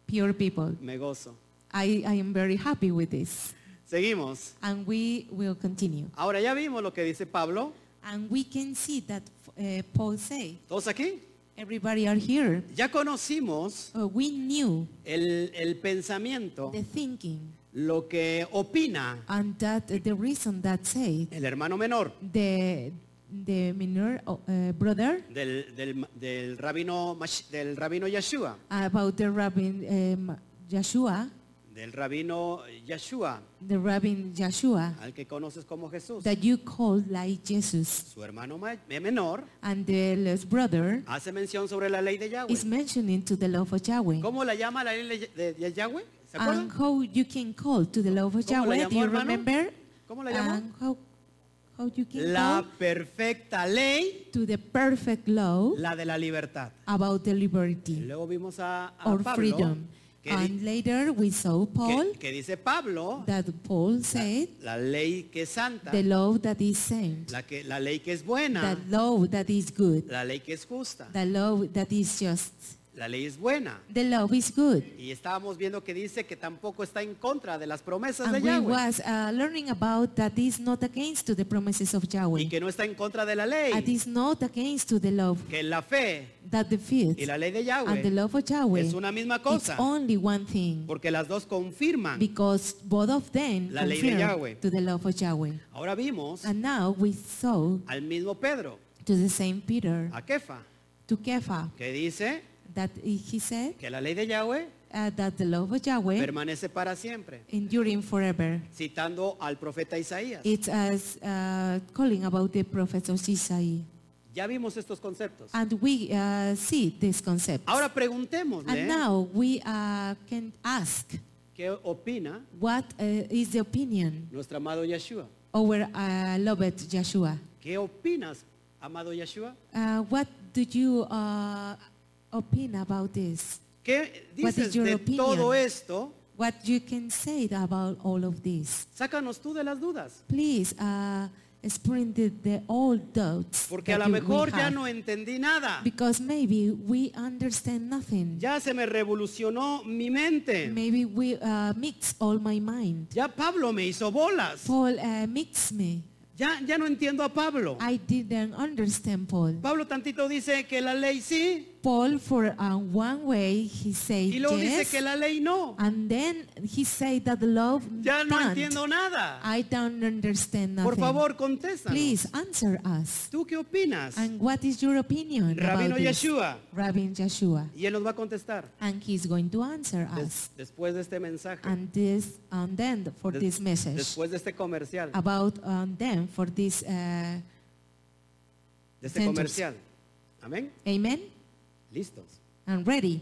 Speaker 2: pure people
Speaker 1: Me gozo.
Speaker 2: I, I am very happy with this
Speaker 1: Seguimos.
Speaker 2: and we will continue
Speaker 1: Ahora ya vimos lo que dice Pablo.
Speaker 2: and we can see that uh, Paul say
Speaker 1: Todos aquí.
Speaker 2: everybody are here
Speaker 1: Ya conocimos
Speaker 2: Uh, we knew
Speaker 1: el, el pensamiento,
Speaker 2: the thinking
Speaker 1: lo que opina
Speaker 2: and that uh, the reason that said
Speaker 1: el hermano menor
Speaker 2: the the minor uh, uh, brother
Speaker 1: del, del- del rabino, Mash- del rabino Yeshua.
Speaker 2: about the Rabbi um, Joshua
Speaker 1: Del rabino Yeshua,
Speaker 2: the Rabbi Joshua
Speaker 1: al que conoces como Jesús.
Speaker 2: that you call like Jesus
Speaker 1: Su hermano ma- menor
Speaker 2: and the less brother
Speaker 1: hace mención sobre la ley de Yahweh.
Speaker 2: is mentioning to the love of Yahweh.
Speaker 1: ¿Cómo la llama la ley de, de- de Yahweh? ¿Se
Speaker 2: And
Speaker 1: acuerdan?
Speaker 2: how you can call to the love of
Speaker 1: ¿Cómo la
Speaker 2: Yahweh, do
Speaker 1: llamó,
Speaker 2: you
Speaker 1: hermano?
Speaker 2: remember?
Speaker 1: ¿Cómo la llamó?
Speaker 2: And how, how you can
Speaker 1: La
Speaker 2: call
Speaker 1: perfecta ley,
Speaker 2: to the perfect law
Speaker 1: la de la libertad.
Speaker 2: about the
Speaker 1: Y
Speaker 2: liberty
Speaker 1: Luego vimos a, a
Speaker 2: or
Speaker 1: Ah, Pablo,
Speaker 2: freedom.
Speaker 1: que, di-
Speaker 2: And later we saw
Speaker 1: que-
Speaker 2: Paul,
Speaker 1: que dice Pablo,
Speaker 2: that Paul said,
Speaker 1: la ley que es santa,
Speaker 2: the law that is saint,
Speaker 1: la, que, la ley que es
Speaker 2: the
Speaker 1: buena,
Speaker 2: law that is good,
Speaker 1: la ley que es justa,
Speaker 2: the law that is just,
Speaker 1: la ley es buena.
Speaker 2: the law is good.
Speaker 1: Y estábamos viendo que dice que tampoco está en contra de las promesas de
Speaker 2: And we
Speaker 1: Yahweh
Speaker 2: was uh, learning about that is not against to the promises of Yahweh.
Speaker 1: y que no está en contra de la
Speaker 2: That
Speaker 1: ley,
Speaker 2: is not against to the love
Speaker 1: que la fe
Speaker 2: that the faith
Speaker 1: y la ley de
Speaker 2: and
Speaker 1: Yahweh
Speaker 2: the love of Yahweh
Speaker 1: es una misma cosa,
Speaker 2: It's only one thing
Speaker 1: porque las dos confirman.
Speaker 2: because both of them
Speaker 1: La ley de
Speaker 2: confirm
Speaker 1: Yahweh.
Speaker 2: to the love of Yahweh.
Speaker 1: Ahora vimos
Speaker 2: And now we saw
Speaker 1: al mismo Pedro,
Speaker 2: to the same Peter,
Speaker 1: a Kefa,
Speaker 2: to Kepha,
Speaker 1: que dice
Speaker 2: that he said
Speaker 1: que la ley de Yahweh
Speaker 2: uh, that the love of Yahweh
Speaker 1: permanece para siempre,
Speaker 2: enduring forever.
Speaker 1: citando al profeta Isaías.
Speaker 2: It's as uh, calling about the prophet of Isaiah.
Speaker 1: Ya vimos estos conceptos.
Speaker 2: And we uh, see this concept.
Speaker 1: Ahora preguntémosle
Speaker 2: And now we uh, can ask
Speaker 1: qué opina
Speaker 2: what uh, is the opinion
Speaker 1: nuestro amado Yeshua.
Speaker 2: over uh, loved Yeshua.
Speaker 1: ¿Qué opinas, amado Yeshua?
Speaker 2: Uh, what do you uh, opine about this?
Speaker 1: ¿Qué
Speaker 2: What
Speaker 1: dices
Speaker 2: is your
Speaker 1: de
Speaker 2: opinion?
Speaker 1: todo esto?
Speaker 2: What you can say about all of this?
Speaker 1: Sácanos tú de las dudas,
Speaker 2: Please uh, explain the, the old doubts
Speaker 1: porque a
Speaker 2: that
Speaker 1: lo
Speaker 2: you- we
Speaker 1: mejor ya
Speaker 2: have.
Speaker 1: no entendí nada.
Speaker 2: because maybe we understand nothing.
Speaker 1: Ya se me revolucionó mi mente.
Speaker 2: Maybe we uh, mix all my mind.
Speaker 1: Ya Pablo me hizo bolas.
Speaker 2: Paul uh, mixed me.
Speaker 1: Ya, ya no entiendo a Pablo.
Speaker 2: I didn't understand Paul.
Speaker 1: Pablo tantito dice que la ley sí
Speaker 2: Paul for uh, one way he said
Speaker 1: y luego
Speaker 2: yes
Speaker 1: dice que la ley no.
Speaker 2: and then he said that the love
Speaker 1: Ya no
Speaker 2: can't.
Speaker 1: entiendo nada.
Speaker 2: I don't understand nothing.
Speaker 1: Por favor, contesta.
Speaker 2: Please answer us.
Speaker 1: ¿Tú qué opinas?
Speaker 2: And what is your opinion
Speaker 1: Rabino
Speaker 2: about this?
Speaker 1: Yeshua.
Speaker 2: Rabbi Yeshua.
Speaker 1: Y él nos va a contestar
Speaker 2: And he's going to answer
Speaker 1: des-
Speaker 2: us.
Speaker 1: después de este mensaje,
Speaker 2: And this and then for
Speaker 1: des-
Speaker 2: this message
Speaker 1: después de este comercial,
Speaker 2: about and then for this uh,
Speaker 1: de este
Speaker 2: sentence.
Speaker 1: comercial. Amén.
Speaker 2: amen
Speaker 1: Listos.
Speaker 2: and ready.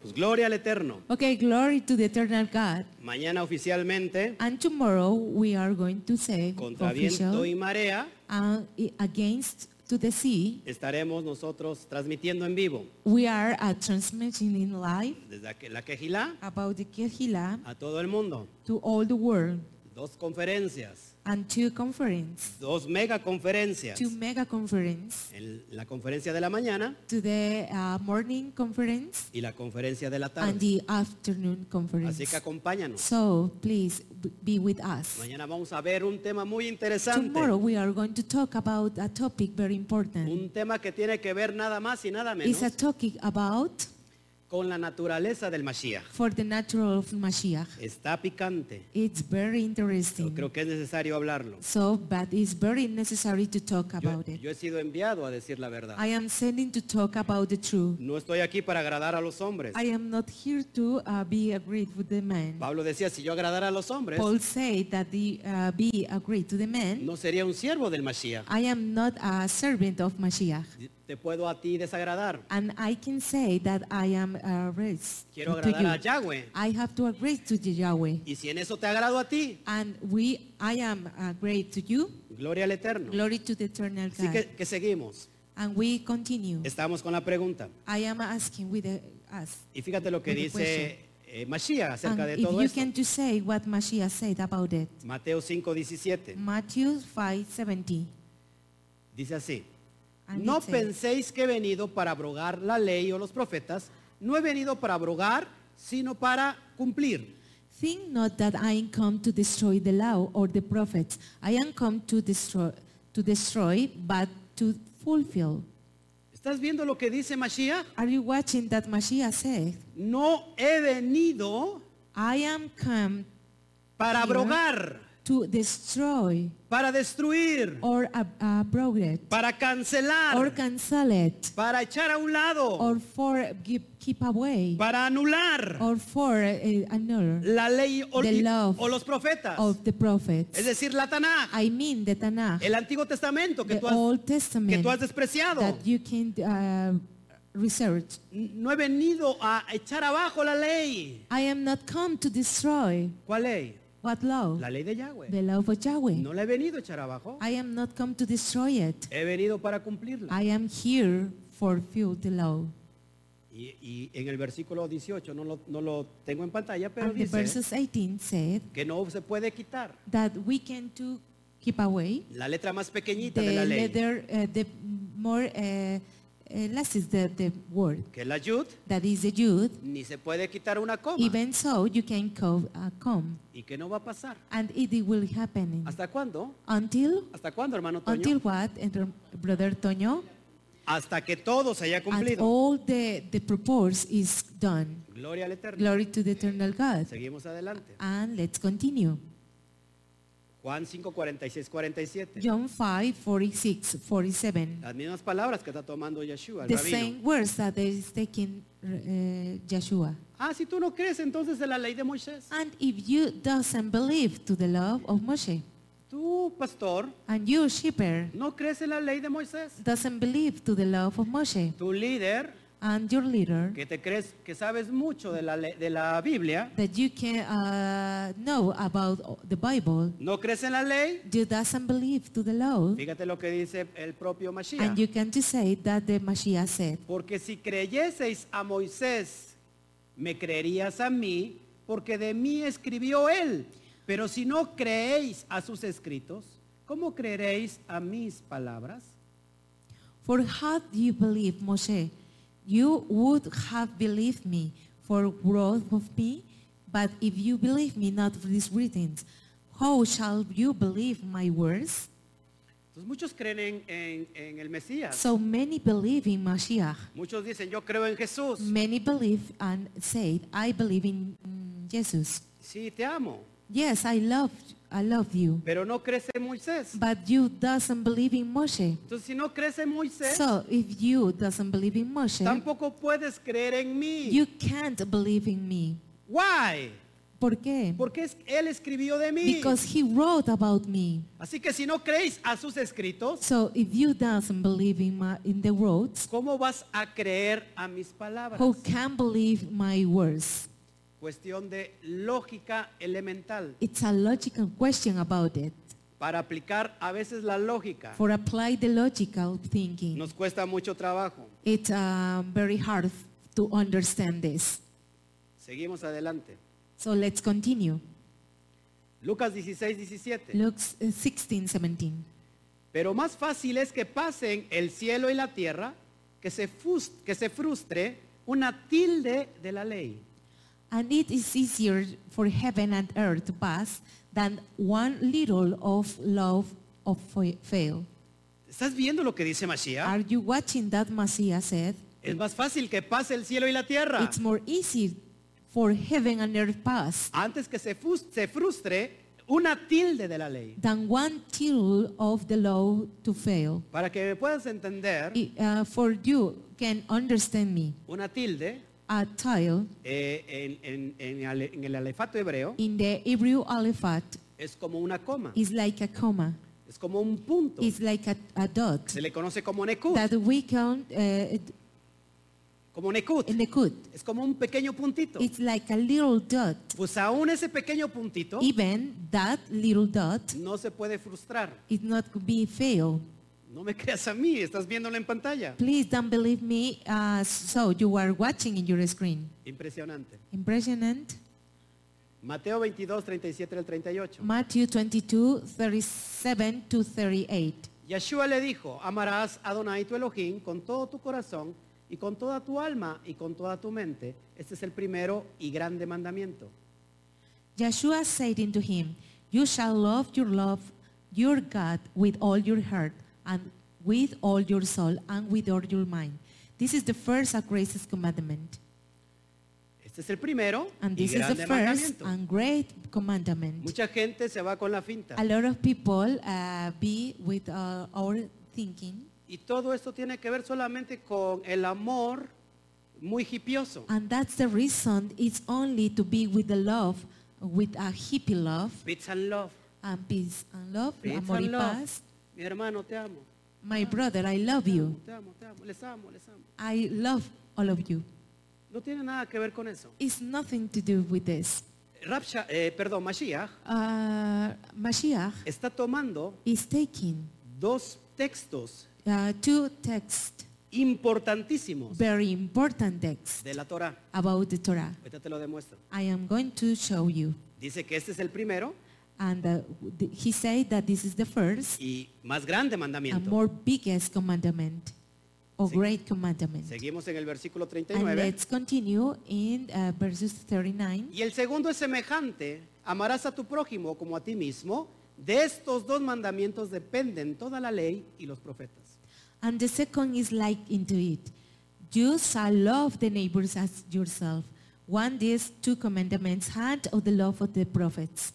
Speaker 1: Pues gloria al Eterno.
Speaker 2: Okay, glory to the eternal God.
Speaker 1: Mañana oficialmente,
Speaker 2: And tomorrow we are going to say
Speaker 1: contra
Speaker 2: official
Speaker 1: viento y marea,
Speaker 2: uh, i- against to the sea.
Speaker 1: estaremos nosotros transmitiendo en vivo
Speaker 2: We are uh, transmitting in live
Speaker 1: desde aqu- la Quejilá
Speaker 2: about the Kehila
Speaker 1: a todo el mundo.
Speaker 2: to all the world.
Speaker 1: dos conferencias,
Speaker 2: and two conference,
Speaker 1: dos mega conferencias.
Speaker 2: two mega conference,
Speaker 1: El- la conferencia de la mañana
Speaker 2: to the uh, morning conference
Speaker 1: y la conferencia de la
Speaker 2: and
Speaker 1: tarde.
Speaker 2: the afternoon conference.
Speaker 1: Así que acompáñanos.
Speaker 2: So please b- be with us.
Speaker 1: Mañana vamos a ver un tema muy interesante.
Speaker 2: Tomorrow we are going to talk about a topic very important.
Speaker 1: Un tema que tiene que ver nada más y nada menos
Speaker 2: It's a topic about
Speaker 1: con la naturaleza del Mashiach.
Speaker 2: for the natural of Mashiach.
Speaker 1: Está picante.
Speaker 2: It's very
Speaker 1: Yo
Speaker 2: interesting.
Speaker 1: creo que es necesario hablarlo.
Speaker 2: So, but Mm. it's very necessary to talk
Speaker 1: Yo,
Speaker 2: about it.
Speaker 1: yo he sido enviado a decir la verdad.
Speaker 2: I am sending to talk about the truth.
Speaker 1: No estoy aquí para agradar a los hombres.
Speaker 2: I am not here to uh, be agreed with the man.
Speaker 1: Pablo decía, si yo agradara a los hombres,
Speaker 2: Paul said that the uh, be agreed to the man.
Speaker 1: no sería un siervo del Mashiach.
Speaker 2: I am not a servant of Mashiach,
Speaker 1: Te puedo a ti desagradar.
Speaker 2: and I can say that I am a race
Speaker 1: Quiero
Speaker 2: to
Speaker 1: agradar a
Speaker 2: you.
Speaker 1: Yahweh.
Speaker 2: I have to agree to the Yahweh,
Speaker 1: Y si en eso te agrado a ti,
Speaker 2: and we, I am agreed to you.
Speaker 1: gloria al Eterno.
Speaker 2: Glory to the eternal
Speaker 1: Así
Speaker 2: God.
Speaker 1: que, que seguimos.
Speaker 2: And we continue.
Speaker 1: Estamos con la pregunta.
Speaker 2: I am asking with uh, us.
Speaker 1: Y fíjate lo que
Speaker 2: With the
Speaker 1: dice eh, Mashiach acerca
Speaker 2: And
Speaker 1: de
Speaker 2: Ah, if
Speaker 1: todo
Speaker 2: you
Speaker 1: esto.
Speaker 2: can to say what Mashiach said about it.
Speaker 1: Mateo 5, 17.
Speaker 2: Mm. Matthew 5:70.
Speaker 1: Dice así.
Speaker 2: And
Speaker 1: No
Speaker 2: it says-
Speaker 1: penséis que he venido para abrogar la ley o los profetas. No he venido para abrogar, sino para cumplir.
Speaker 2: Think not that I am come to destroy the law or the prophets. I am come to destroy, to destroy, but to fulfill.
Speaker 1: ¿Estás viendo lo que dice Mashiach?
Speaker 2: Are you watching that Mashiach said?
Speaker 1: No he venido
Speaker 2: I am come
Speaker 1: para
Speaker 2: Mira.
Speaker 1: abrogar,
Speaker 2: to destroy
Speaker 1: para destruir,
Speaker 2: or ab- abroad it,
Speaker 1: para
Speaker 2: or
Speaker 1: cancelar,
Speaker 2: cancel it,
Speaker 1: para echar a un lado,
Speaker 2: or for give, keep away,
Speaker 1: para anular
Speaker 2: or for uh, annul
Speaker 1: la ley o,
Speaker 2: The
Speaker 1: y-
Speaker 2: love
Speaker 1: o los profetas.
Speaker 2: of the prophets.
Speaker 1: Es decir, la Tanaj,
Speaker 2: I mean the Tanakh,
Speaker 1: el Antiguo Testamento que
Speaker 2: the
Speaker 1: tú has,
Speaker 2: Old Testament,
Speaker 1: que tú has despreciado.
Speaker 2: that you can uh, research.
Speaker 1: No he venido a echar abajo la ley.
Speaker 2: I am not come to destroy
Speaker 1: ¿Cuál ley?
Speaker 2: what law?
Speaker 1: La ley de Yahweh.
Speaker 2: The law of Yahweh.
Speaker 1: No la he venido a echar abajo.
Speaker 2: I am not come to destroy it.
Speaker 1: He venido para cumplirla.
Speaker 2: I am here for fulfill the law.
Speaker 1: Y, y en el versículo 18, no lo, no lo tengo en pantalla, pero
Speaker 2: And the
Speaker 1: dice
Speaker 2: verses 18 said
Speaker 1: que no se puede quitar
Speaker 2: that we can to keep away
Speaker 1: la letra más pequeñita de
Speaker 2: the
Speaker 1: la ley,
Speaker 2: leather, uh, the more uh, uh, less is the, the word
Speaker 1: que es la yud,
Speaker 2: that is the youth.
Speaker 1: ni se puede quitar una coma.
Speaker 2: Even so, you can co- uh, come,
Speaker 1: ¿Y que no va a pasar?
Speaker 2: and it will happen
Speaker 1: ¿Hasta cuándo?
Speaker 2: until
Speaker 1: ¿Hasta cuándo, hermano Toño?
Speaker 2: until what, and, brother Toño?
Speaker 1: Hasta que todo se haya
Speaker 2: And
Speaker 1: cumplido.
Speaker 2: all the, the purpose is done.
Speaker 1: Gloria al Eterno.
Speaker 2: Glory to the eternal God.
Speaker 1: Seguimos adelante.
Speaker 2: And let's continue.
Speaker 1: Juan 5, 46, 47.
Speaker 2: John 5, 46, 47.
Speaker 1: Las mismas palabras que está tomando Yeshua, el
Speaker 2: The
Speaker 1: rabino.
Speaker 2: same words that is taken uh, Joshua.
Speaker 1: Ah, si tú no crees entonces en la ley de Moisés.
Speaker 2: And if you doesn't believe to the love of Moshe,
Speaker 1: Tú, pastor,
Speaker 2: and you, shepherd,
Speaker 1: no crees en la ley de Moisés.
Speaker 2: doesn't believe to the love of Moshe,
Speaker 1: Tu líder,
Speaker 2: and your leader,
Speaker 1: que te crees que sabes mucho de la, le- de la Biblia,
Speaker 2: that you can uh, know about the Bible,
Speaker 1: no crees en la ley.
Speaker 2: you doesn't believe to the law,
Speaker 1: Fíjate lo que dice el propio
Speaker 2: and
Speaker 1: Mashiach.
Speaker 2: you can just say that the Mashiach said,
Speaker 1: Porque si creyeseis a Moisés, me creerías a mí, porque de mí escribió él. Pero si no creéis a sus escritos, ¿cómo creeréis a mis palabras?
Speaker 2: For had you believed Moshe, you would have believed me for growth of me. But if you believe me not for these writings, how shall you believe my words?
Speaker 1: Entonces muchos creen en, en- en el Mesías.
Speaker 2: So many believe in Mashiach.
Speaker 1: Muchos dicen, yo creo en Jesús.
Speaker 2: Many believe and say, I believe in mm, Jesus.
Speaker 1: Sí, te amo.
Speaker 2: Yes, I love, I love you.
Speaker 1: Pero no crees en Moisés.
Speaker 2: But you doesn't believe in Moshe.
Speaker 1: Entonces si no crees en Moisés,
Speaker 2: So if you doesn't believe in Moshe,
Speaker 1: tampoco puedes creer en mí.
Speaker 2: you can't believe in me.
Speaker 1: Why?
Speaker 2: ¿Por qué?
Speaker 1: Porque es- él escribió de mí.
Speaker 2: Because he wrote about me.
Speaker 1: Así que si no creéis a sus escritos,
Speaker 2: So if you doesn't believe in my in the words,
Speaker 1: ¿Cómo vas a creer a mis palabras?
Speaker 2: who can believe my words?
Speaker 1: Cuestión de lógica elemental.
Speaker 2: It's a logical question about it.
Speaker 1: Para aplicar a veces la lógica
Speaker 2: For apply the logical thinking,
Speaker 1: nos cuesta mucho trabajo.
Speaker 2: it's uh, very hard to understand this.
Speaker 1: Seguimos adelante.
Speaker 2: So let's continue.
Speaker 1: Lucas 16, 17.
Speaker 2: Luke 16, 17.
Speaker 1: Pero más fácil es que pasen el cielo y la tierra que se, fus- que se frustre una tilde de la ley.
Speaker 2: And it is easier for heaven and earth to pass than one little of love of fa- fail.
Speaker 1: ¿Estás viendo lo que dice Mashiach?
Speaker 2: Are you watching that Messiah said?
Speaker 1: Es más fácil que pase el cielo y la tierra
Speaker 2: It's more easy for heaven and earth pass
Speaker 1: antes que se, fus- se frustre una tilde de la ley.
Speaker 2: than one tittle of the law to fail.
Speaker 1: Para que me puedas entender,
Speaker 2: I- uh, for you can understand me.
Speaker 1: una tilde
Speaker 2: A tile
Speaker 1: eh, en, en- en ale- en el alefato hebreo
Speaker 2: in the Hebrew alphabet
Speaker 1: es como una coma,
Speaker 2: is like a comma.
Speaker 1: es como un punto.
Speaker 2: It's like a, a dot
Speaker 1: Se le conoce como nekut,
Speaker 2: that we count uh,
Speaker 1: como nekut.
Speaker 2: in the cut.
Speaker 1: Es como un pequeño puntito.
Speaker 2: It's like a little dot.
Speaker 1: Pues aún ese pequeño puntito
Speaker 2: Even that little dot
Speaker 1: no se puede frustrar.
Speaker 2: is not could be fail.
Speaker 1: No me creas a mí, estás viéndolo en pantalla.
Speaker 2: Please don't believe me. Uh, so you are watching in your screen.
Speaker 1: Impresionante.
Speaker 2: Impressionant.
Speaker 1: Mateo 22, 37 al 38.
Speaker 2: Matthew 22, 37 to 38.
Speaker 1: Yeshua le dijo, amarás a Adonai tu Elohim con todo tu corazón y con toda tu alma y con toda tu mente. Este es el primero y grande mandamiento.
Speaker 2: Joshua said unto him, You shall love your love, your God, with all your heart, and with all your soul, and with all your mind. This is the first and greatest commandment.
Speaker 1: Este es el primero
Speaker 2: And
Speaker 1: y
Speaker 2: this is
Speaker 1: grande
Speaker 2: the first
Speaker 1: mandamiento.
Speaker 2: and great commandment.
Speaker 1: Mucha gente se va con la finta.
Speaker 2: A lot of people uh, be with uh, our thinking,
Speaker 1: Y todo esto tiene que ver solamente con el amor muy hipioso.
Speaker 2: and that's the reason it's only to be with the love, with a hippie love,
Speaker 1: Pizza and love.
Speaker 2: and peace and love,
Speaker 1: Pizza
Speaker 2: amor y
Speaker 1: and love.
Speaker 2: paz.
Speaker 1: Mi hermano, te amo.
Speaker 2: My brother, I love you.
Speaker 1: Te amo, te amo. Les amo, les amo.
Speaker 2: I love all of you.
Speaker 1: No tiene nada que ver con eso.
Speaker 2: It's nothing to do with this.
Speaker 1: Rapsha, eh, perdón, Mashiach
Speaker 2: Uh, Mashiach
Speaker 1: está tomando
Speaker 2: is taking
Speaker 1: dos textos
Speaker 2: uh, two texts,
Speaker 1: importantísimos
Speaker 2: very important texts
Speaker 1: de la Torah.
Speaker 2: about the Torah.
Speaker 1: Ahorita te lo demuestro.
Speaker 2: I am going to show you.
Speaker 1: Dice que este es el primero
Speaker 2: And uh, th- he said that this is the first
Speaker 1: y más grande
Speaker 2: and
Speaker 1: mandamiento.
Speaker 2: more biggest commandment, or
Speaker 1: Se-
Speaker 2: great commandment.
Speaker 1: Seguimos en el versículo
Speaker 2: And
Speaker 1: 39.
Speaker 2: let's continue in uh, verses 39.
Speaker 1: Y el segundo es semejante, amarás a tu prójimo como a ti mismo. De estos dos mandamientos dependen toda la ley y los profetas.
Speaker 2: And the second is like into it. You shall love the neighbors as yourself. One these two commandments hand of the love of the prophets.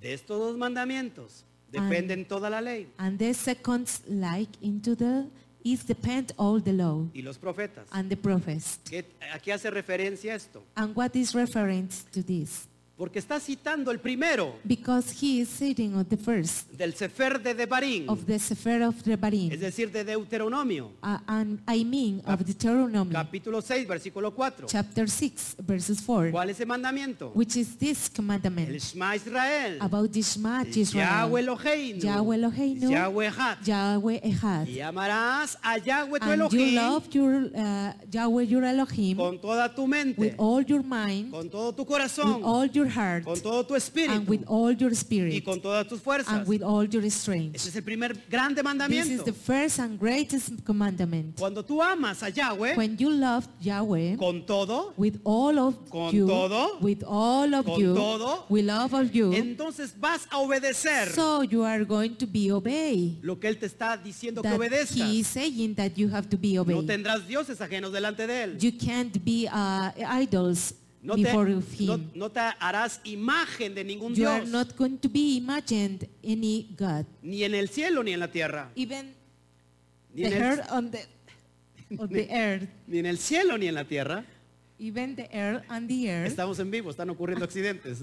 Speaker 1: De estos dos mandamientos dependen toda la ley
Speaker 2: And the second like into the is depend all the law
Speaker 1: y los profetas.
Speaker 2: and the prophets.
Speaker 1: ¿Qué- ¿A qué hace referencia esto?
Speaker 2: And what is reference to this?
Speaker 1: Porque está citando el primero
Speaker 2: Because he is sitting on the first
Speaker 1: del Sefer de Devarim,
Speaker 2: of the Sefer of Rebarim.
Speaker 1: es decir, de Deuteronomio,
Speaker 2: Uh, and I mean of Deuteronomy
Speaker 1: capítulo 6, versículo 4.
Speaker 2: chapter 6 verses 4
Speaker 1: ¿Cuál es el mandamiento?
Speaker 2: which is this commandment
Speaker 1: El Shema Israel,
Speaker 2: about the Shema Israel
Speaker 1: Yahweh Eloheinu,
Speaker 2: Yahweh Eloheinu,
Speaker 1: Yahweh Had.
Speaker 2: Yahweh Ehad
Speaker 1: Y amarás a Yahweh tu
Speaker 2: and you
Speaker 1: Elohim
Speaker 2: love your uh, Yahweh your Elohim
Speaker 1: con toda tu mente,
Speaker 2: with all your mind
Speaker 1: con todo tu
Speaker 2: with
Speaker 1: corazón,
Speaker 2: all your heart
Speaker 1: con todo tu
Speaker 2: and with
Speaker 1: espíritu
Speaker 2: all your
Speaker 1: y
Speaker 2: spirit
Speaker 1: con todas tus fuerzas.
Speaker 2: and with all your strength
Speaker 1: Ese es el primer grande
Speaker 2: this is the
Speaker 1: mandamiento.
Speaker 2: first and greatest commandment
Speaker 1: Cuando tú amas a Yahweh
Speaker 2: when you love Yahweh
Speaker 1: con todo,
Speaker 2: with all of
Speaker 1: Con
Speaker 2: you,
Speaker 1: todo.
Speaker 2: with all of
Speaker 1: Con
Speaker 2: you,
Speaker 1: todo.
Speaker 2: with all of you,
Speaker 1: entonces vas a obedecer
Speaker 2: so you are going to be obeyed.
Speaker 1: lo que Él te está diciendo que
Speaker 2: That he is
Speaker 1: obedezcas.
Speaker 2: saying that you have to be
Speaker 1: No
Speaker 2: obeyed.
Speaker 1: tendrás dioses ajenos delante de Él.
Speaker 2: you can't be uh, idols
Speaker 1: No te,
Speaker 2: before of
Speaker 1: no,
Speaker 2: him.
Speaker 1: no te harás imagen de ningún
Speaker 2: you are
Speaker 1: Dios,
Speaker 2: not going to be imagined any god,
Speaker 1: ni en el cielo ni en la tierra,
Speaker 2: even
Speaker 1: ni
Speaker 2: the
Speaker 1: en el,
Speaker 2: hair on the on the earth,
Speaker 1: ni en el cielo ni en la tierra.
Speaker 2: even the air and the earth,
Speaker 1: Estamos en vivo, están ocurriendo accidentes.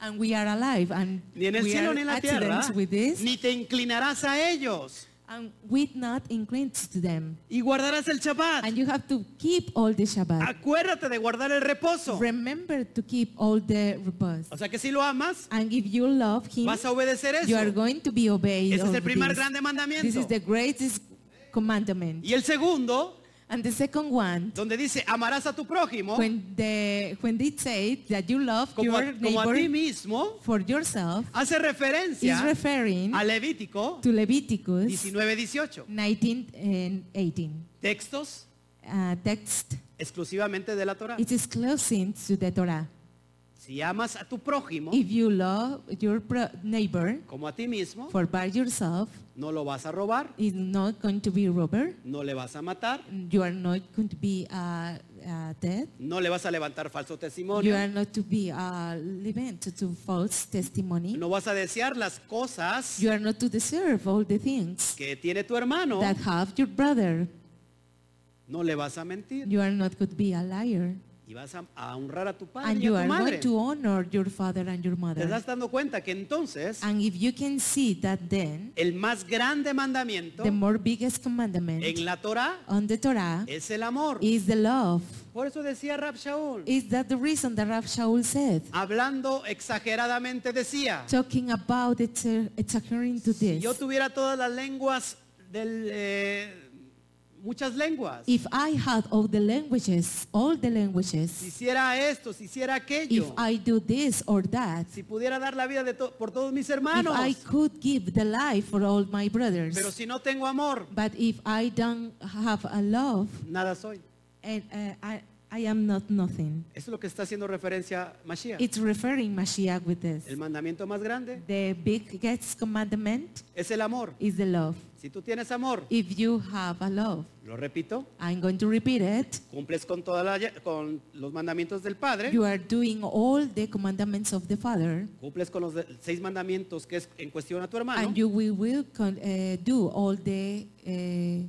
Speaker 2: and we are alive and
Speaker 1: Ni en el
Speaker 2: we
Speaker 1: cielo
Speaker 2: are
Speaker 1: ni en la tierra,
Speaker 2: accidents with this,
Speaker 1: ni te inclinarás a ellos
Speaker 2: and we not inclined to them.
Speaker 1: y guardarás el Shabbat.
Speaker 2: And you have to keep all the Shabbat.
Speaker 1: Acuérdate de guardar el reposo.
Speaker 2: Remember to keep all the repost.
Speaker 1: O sea que si lo amas,
Speaker 2: And if you love him,
Speaker 1: vas a obedecer
Speaker 2: you are
Speaker 1: eso.
Speaker 2: going to be obeyed.
Speaker 1: Ese es
Speaker 2: of
Speaker 1: el primer
Speaker 2: this.
Speaker 1: grande
Speaker 2: This
Speaker 1: mandamiento.
Speaker 2: is the greatest commandment.
Speaker 1: Y el segundo
Speaker 2: And the second one,
Speaker 1: donde dice, amarás a tu prójimo
Speaker 2: when the when they say that you love
Speaker 1: como
Speaker 2: your
Speaker 1: a, como a ti
Speaker 2: neighbor
Speaker 1: mismo, Ah,
Speaker 2: for yourself,
Speaker 1: hace
Speaker 2: is
Speaker 1: referencia
Speaker 2: referring
Speaker 1: a Levítico
Speaker 2: to Leviticus
Speaker 1: 19, 18.
Speaker 2: 19 and 18.
Speaker 1: Textos
Speaker 2: Uh, text
Speaker 1: exclusivamente de la Torah.
Speaker 2: it is closing to the Torah.
Speaker 1: Si amas a tu prójimo
Speaker 2: If you love your pro- neighbor
Speaker 1: como a ti mismo,
Speaker 2: for by yourself,
Speaker 1: no lo vas a robar,
Speaker 2: is not going to be robber.
Speaker 1: no le vas a matar,
Speaker 2: You are not going to be uh, uh, dead.
Speaker 1: no le vas a levantar falso
Speaker 2: You
Speaker 1: testimonio,
Speaker 2: are not to be uh, living to, to false testimony.
Speaker 1: no vas a desear las cosas
Speaker 2: You are not to deserve all the things
Speaker 1: que tiene tu hermano,
Speaker 2: that have your brother.
Speaker 1: no le vas a mentir
Speaker 2: You are not going to be a liar.
Speaker 1: y vas a, a honrar a tu padre
Speaker 2: And
Speaker 1: y a
Speaker 2: you
Speaker 1: tu
Speaker 2: are
Speaker 1: madre.
Speaker 2: going to honor your father and your
Speaker 1: Te
Speaker 2: mother.
Speaker 1: estás dando cuenta que entonces
Speaker 2: And if you can see that then,
Speaker 1: el más grande mandamiento
Speaker 2: the more biggest commandment
Speaker 1: en la Torah
Speaker 2: on the Torah
Speaker 1: es el amor.
Speaker 2: is the love.
Speaker 1: Por eso decía Rab Shaul,
Speaker 2: Is that the reason that Rav Shaul said?
Speaker 1: hablando exageradamente decía,
Speaker 2: Talking about it, exaggerating to
Speaker 1: si
Speaker 2: this.
Speaker 1: yo tuviera todas las lenguas del eh, muchas lenguas,
Speaker 2: If I had all the languages, all the
Speaker 1: si
Speaker 2: languages,
Speaker 1: hiciera esto, si hiciera
Speaker 2: if
Speaker 1: aquello,
Speaker 2: I do this or that,
Speaker 1: si pudiera dar la vida de to- por todos mis
Speaker 2: if
Speaker 1: hermanos,
Speaker 2: I could give the life for all my
Speaker 1: pero
Speaker 2: brothers,
Speaker 1: si no tengo amor,
Speaker 2: but if I don't have a love,
Speaker 1: nada soy.
Speaker 2: and uh, I, I am not nothing.
Speaker 1: Eso es lo que está haciendo referencia Mashiach.
Speaker 2: It's referring Mashiach with this.
Speaker 1: El mandamiento más grande
Speaker 2: The biggest commandment
Speaker 1: es el amor.
Speaker 2: is the love.
Speaker 1: Si tú tienes amor,
Speaker 2: If you have a love,
Speaker 1: lo repito,
Speaker 2: I'm going to repeat it.
Speaker 1: cumples con toda la- con los mandamientos del Padre,
Speaker 2: You are doing all the commandments of the Father,
Speaker 1: cumples con los de- seis mandamientos que es en cuestión a tu hermano,
Speaker 2: and you will, will con, uh, do all the uh,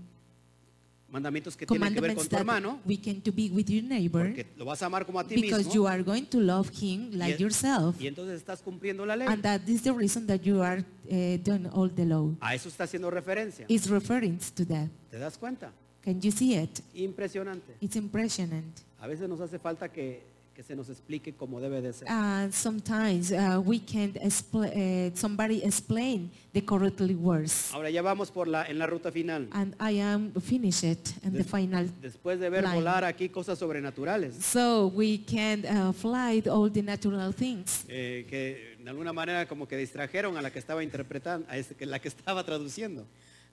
Speaker 1: mandamientos que tienen que ver
Speaker 2: commandments
Speaker 1: con tu
Speaker 2: that
Speaker 1: hermano,
Speaker 2: we can to be with your neighbor
Speaker 1: porque lo vas a amar como a ti
Speaker 2: because you
Speaker 1: mismo,
Speaker 2: are going to love him like
Speaker 1: Y-
Speaker 2: yourself
Speaker 1: y entonces estás cumpliendo la ley.
Speaker 2: and that is the reason that you are uh, doing all the law
Speaker 1: A eso está haciendo referencia.
Speaker 2: it's referring to that
Speaker 1: ¿Te das cuenta?
Speaker 2: can you see it
Speaker 1: Impresionante.
Speaker 2: it's impressionant
Speaker 1: A veces nos hace falta que, que se nos explique cómo debe de ser.
Speaker 2: uh, sometimes uh, we can't expl- uh, somebody explain the correctly words
Speaker 1: Ahora ya vamos por la, en la ruta final.
Speaker 2: and I am finished and the final
Speaker 1: Después de ver
Speaker 2: Line.
Speaker 1: volar aquí cosas sobrenaturales,
Speaker 2: so we can uh, fly all the natural things
Speaker 1: eh, que de alguna manera como que distrajeron a la que estaba interpretando, a este- que la que estaba traduciendo.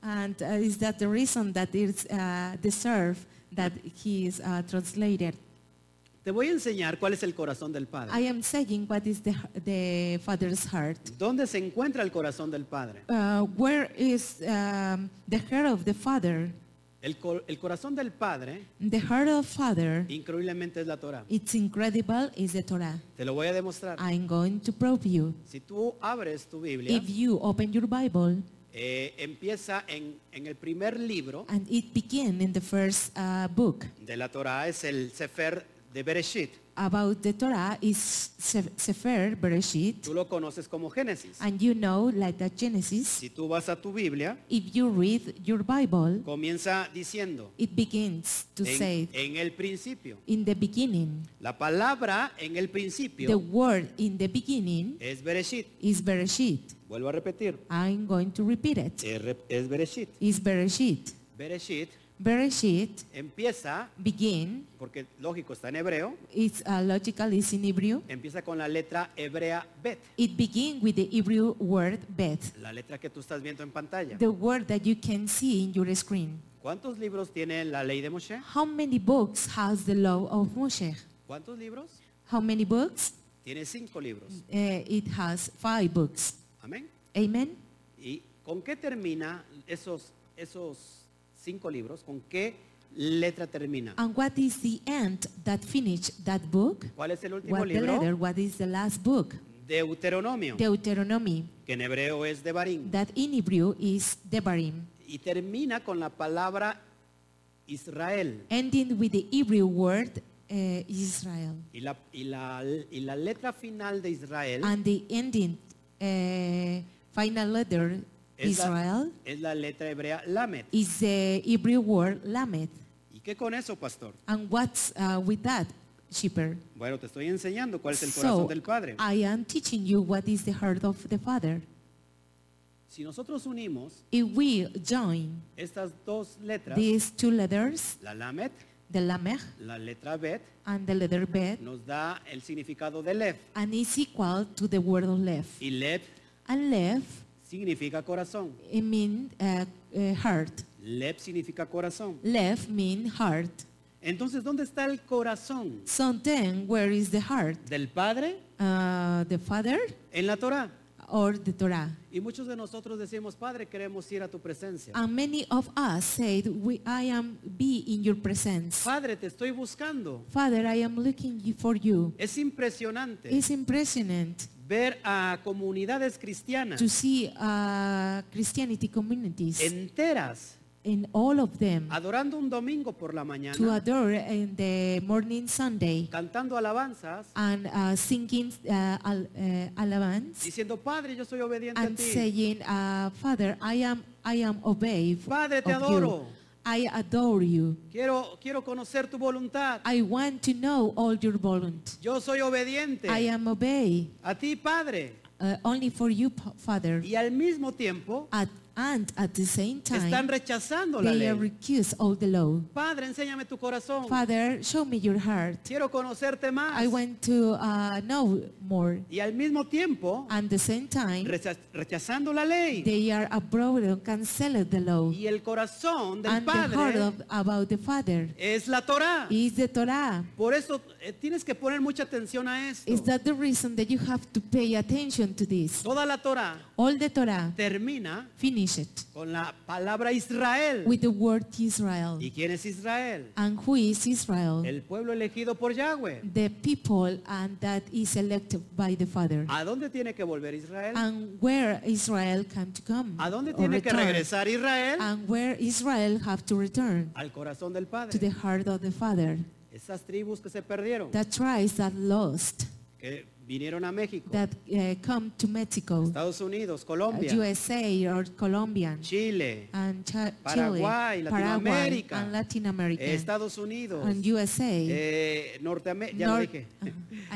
Speaker 2: And uh, is that the reason that it's uh, deserved that he is uh, translated?
Speaker 1: Te voy a enseñar cuál es el corazón del
Speaker 2: I
Speaker 1: Padre.
Speaker 2: am saying what is the, the father's heart.
Speaker 1: ¿Dónde se encuentra el corazón del Padre?
Speaker 2: Uh, where is um, the heart of the father?
Speaker 1: El, cor- el corazón del Padre,
Speaker 2: The heart of father,
Speaker 1: increíblemente, es la Torah.
Speaker 2: it's incredible, is the Torah.
Speaker 1: Te lo voy a demostrar.
Speaker 2: I'm going to prove you.
Speaker 1: Si tú abres tu Biblia,
Speaker 2: If you open your Bible
Speaker 1: eh, empieza en, en el primer libro
Speaker 2: and it begin in the first uh, book
Speaker 1: de la Torah, es el Sefer de Bereshit.
Speaker 2: about the Torah is Sef- Sefer Bereshit
Speaker 1: Tú lo conoces como Génesis.
Speaker 2: and you know like the Genesis
Speaker 1: Si tú vas a tu Biblia,
Speaker 2: If you read your Bible,
Speaker 1: comienza diciendo,
Speaker 2: it begins to say,
Speaker 1: en, en el principio.
Speaker 2: in the beginning,
Speaker 1: La palabra en el
Speaker 2: the
Speaker 1: principio
Speaker 2: word in the beginning
Speaker 1: es Bereshit.
Speaker 2: is Bereshit.
Speaker 1: Vuelvo a repetir,
Speaker 2: I'm going to repeat it.
Speaker 1: es re- es Bereshit.
Speaker 2: Is Bereshit.
Speaker 1: Bereshit
Speaker 2: Bereshit
Speaker 1: empieza,
Speaker 2: begin.
Speaker 1: porque lógico está en hebreo,
Speaker 2: It's uh, logical. It's in Hebrew.
Speaker 1: empieza con la letra hebrea bet,
Speaker 2: It begins with the Hebrew word Beth,
Speaker 1: la letra que tú estás viendo en pantalla.
Speaker 2: the word that you can see in your screen.
Speaker 1: ¿Cuántos libros tiene la ley de Moshe?
Speaker 2: How many books has the law of Moshe?
Speaker 1: ¿Cuántos libros?
Speaker 2: How many books?
Speaker 1: Tiene cinco libros.
Speaker 2: Uh, it has five books.
Speaker 1: Amén.
Speaker 2: Amen.
Speaker 1: ¿Y con qué termina esos, esos cinco libros? ¿Con qué letra termina?
Speaker 2: And what is the end that finished that book?
Speaker 1: ¿Cuál es el último
Speaker 2: What the letter?
Speaker 1: libro?
Speaker 2: What is the last book?
Speaker 1: Deuteronomio,
Speaker 2: Deuteronomy.
Speaker 1: que en hebreo es Devarim.
Speaker 2: That in Hebrew is Devarim,
Speaker 1: Y termina con la palabra Israel.
Speaker 2: ending with the Hebrew word uh, Israel,
Speaker 1: Y la, y la- y la letra final de Israel
Speaker 2: and the ending uh, final letter
Speaker 1: es,
Speaker 2: Israel
Speaker 1: La, es la letra hebrea Lamed.
Speaker 2: is the Hebrew word Lamed.
Speaker 1: ¿Y qué con eso, pastor?
Speaker 2: And what's uh, with that, Shipper?
Speaker 1: Bueno, te estoy enseñando cuál es el corazón
Speaker 2: So
Speaker 1: del Padre.
Speaker 2: I am teaching you what is the heart of the Father.
Speaker 1: Si nosotros unimos
Speaker 2: If we join
Speaker 1: estas dos letras,
Speaker 2: these two letters,
Speaker 1: la lamet,
Speaker 2: the lamech
Speaker 1: la letra bet,
Speaker 2: and the letter bet,
Speaker 1: nos da el significado de lev.
Speaker 2: and is equal to the word of left.
Speaker 1: Y lev
Speaker 2: And left,
Speaker 1: significa corazón.
Speaker 2: it mean uh, uh, heart.
Speaker 1: Lev significa corazón.
Speaker 2: Left mean heart.
Speaker 1: Entonces, ¿dónde está el corazón
Speaker 2: So then, where is the heart?
Speaker 1: del Padre
Speaker 2: Uh, the father
Speaker 1: en la Torah?
Speaker 2: or the Torah?
Speaker 1: Y muchos de nosotros decimos, Padre, queremos ir a tu presencia.
Speaker 2: And many of us said, we, I am be in your presence.
Speaker 1: Padre, te estoy buscando.
Speaker 2: Father, I am looking you- for you.
Speaker 1: Es impresionante
Speaker 2: It's impressionant
Speaker 1: ver a comunidades cristianas
Speaker 2: to see uh, Christianity communities
Speaker 1: enteras
Speaker 2: in all of them
Speaker 1: adorando un domingo por la
Speaker 2: to
Speaker 1: mañana,
Speaker 2: adore in the morning Sunday
Speaker 1: cantando alabanzas,
Speaker 2: and uh, singing uh, al, uh, alabanz
Speaker 1: diciendo, Padre, yo soy obediente a
Speaker 2: and
Speaker 1: ti.
Speaker 2: saying, uh, Father, I am, I am obey f-
Speaker 1: Padre, te
Speaker 2: of
Speaker 1: adoro.
Speaker 2: you. I adore you.
Speaker 1: Quiero, quiero conocer tu voluntad.
Speaker 2: I want to know all your volunt.
Speaker 1: Yo soy obediente
Speaker 2: I am obey
Speaker 1: a ti, Padre.
Speaker 2: uh, only for you, Pa- Father.
Speaker 1: Y al mismo tiempo
Speaker 2: At, and at the same
Speaker 1: están
Speaker 2: time,
Speaker 1: rechazando la
Speaker 2: they are
Speaker 1: ley.
Speaker 2: recuse all the law.
Speaker 1: Padre, enséñame tu corazón.
Speaker 2: Father, show me your heart.
Speaker 1: Quiero conocerte más.
Speaker 2: I want to uh, know more.
Speaker 1: Y al mismo tiempo
Speaker 2: At the same time,
Speaker 1: recha- rechazando la ley.
Speaker 2: they are abroad and cancel the law.
Speaker 1: Y el corazón del
Speaker 2: And the heart
Speaker 1: Padre
Speaker 2: of, about the Father
Speaker 1: es la Torah.
Speaker 2: is the Torah.
Speaker 1: Por eso eh, tienes que poner mucha atención a esto.
Speaker 2: Is that the reason that you have to pay attention to this?
Speaker 1: Toda la Torah
Speaker 2: All the Torah,
Speaker 1: termina
Speaker 2: finish it
Speaker 1: con la palabra Israel.
Speaker 2: with the word Israel.
Speaker 1: ¿Y quién es Israel?
Speaker 2: And who is Israel?
Speaker 1: El pueblo elegido por Yahweh.
Speaker 2: The people and that is elected by the Father.
Speaker 1: ¿A dónde tiene que volver Israel?
Speaker 2: And where Israel can to come.
Speaker 1: ¿A dónde
Speaker 2: or
Speaker 1: tiene que
Speaker 2: return.
Speaker 1: regresar Israel?
Speaker 2: And where Israel have to return
Speaker 1: Al corazón del
Speaker 2: to
Speaker 1: Padre.
Speaker 2: the heart of the Father.
Speaker 1: Esas tribus que se perdieron,
Speaker 2: That tries that lost,
Speaker 1: que vinieron a México,
Speaker 2: that uh, come to Mexico,
Speaker 1: Estados Unidos, Colombia,
Speaker 2: USA or Colombian.
Speaker 1: Chile,
Speaker 2: and Chi-
Speaker 1: Paraguay,
Speaker 2: Chile, Paraguay,
Speaker 1: Latinoamérica,
Speaker 2: and Latin America,
Speaker 1: eh, Estados Unidos,
Speaker 2: and USA,
Speaker 1: eh, Norteamérica, ya lo
Speaker 2: North-
Speaker 1: dije,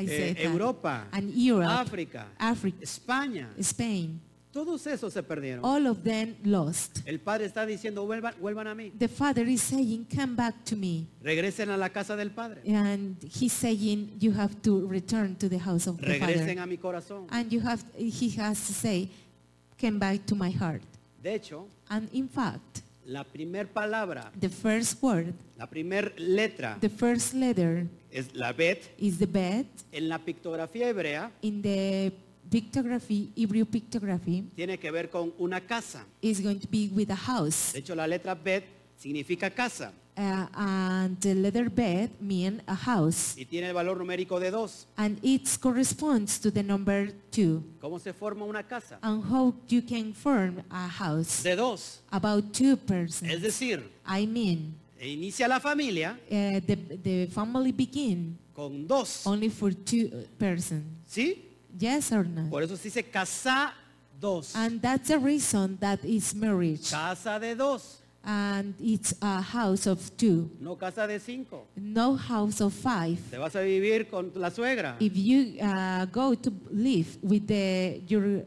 Speaker 2: I
Speaker 1: eh,
Speaker 2: said that.
Speaker 1: Europa,
Speaker 2: and Europe, Ah.
Speaker 1: África,
Speaker 2: Africa,
Speaker 1: España,
Speaker 2: Spain,
Speaker 1: todos esos se perdieron.
Speaker 2: all of them lost.
Speaker 1: El Padre está diciendo, vuelvan, vuelvan a mí,
Speaker 2: The Father is saying, "Come back to me,"
Speaker 1: regresen a la casa del Padre,
Speaker 2: and He's saying, "You have to return to the house of the
Speaker 1: regresen
Speaker 2: Father," Ah.
Speaker 1: a mi corazón.
Speaker 2: and you have. He has to say, "Come back to my heart."
Speaker 1: De hecho,
Speaker 2: And in fact,
Speaker 1: la primer palabra,
Speaker 2: the first word,
Speaker 1: la primer letra
Speaker 2: the first letter,
Speaker 1: es la bet.
Speaker 2: is the bed
Speaker 1: En la pictografía hebrea
Speaker 2: in the pictography, Hebrew pictography.
Speaker 1: tiene que ver con una casa.
Speaker 2: is going to be with a house.
Speaker 1: De hecho, la letra bet significa casa
Speaker 2: Uh, and the leather bed mean a house.
Speaker 1: y tiene el valor numérico de 2.
Speaker 2: And it corresponds to the number two.
Speaker 1: ¿Cómo se forma una casa?
Speaker 2: And how you can form a house.
Speaker 1: De 2.
Speaker 2: About two
Speaker 1: Es
Speaker 2: persons.
Speaker 1: decir, e
Speaker 2: I mean,
Speaker 1: inicia la familia
Speaker 2: uh, the, the family begin
Speaker 1: con dos.
Speaker 2: only for two persons.
Speaker 1: ¿Sí?
Speaker 2: Yes or no?
Speaker 1: Por eso se dice casa dos.
Speaker 2: And that's the reason that it's marriage.
Speaker 1: Casa de dos,
Speaker 2: And it's a house of two.
Speaker 1: no casa de cinco.
Speaker 2: No house of five.
Speaker 1: Te vas a vivir con la suegra,
Speaker 2: If you uh, go to live with the, your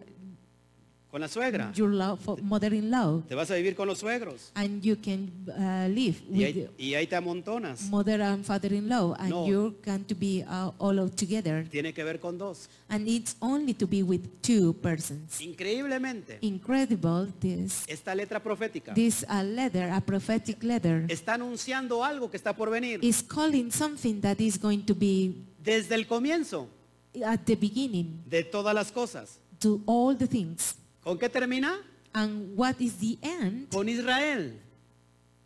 Speaker 1: con la suegra.
Speaker 2: your love for mother-in-law,
Speaker 1: Te vas a vivir con los suegros.
Speaker 2: and you can uh, live
Speaker 1: Y
Speaker 2: with
Speaker 1: ahí, y ahí te amontonas.
Speaker 2: mother and father-in-law, and
Speaker 1: No.
Speaker 2: you can to be uh, all of together,
Speaker 1: Tiene que ver con dos.
Speaker 2: and it's only to be with two persons.
Speaker 1: Increíblemente,
Speaker 2: Incredible this.
Speaker 1: esta letra profética
Speaker 2: This uh, letter, a prophetic letter,
Speaker 1: está anunciando algo que está por venir.
Speaker 2: is calling something that is going to be
Speaker 1: Desde el comienzo
Speaker 2: at the beginning
Speaker 1: de todas las cosas.
Speaker 2: to all the things.
Speaker 1: ¿Con qué termina?
Speaker 2: And what is the end?
Speaker 1: Con Israel.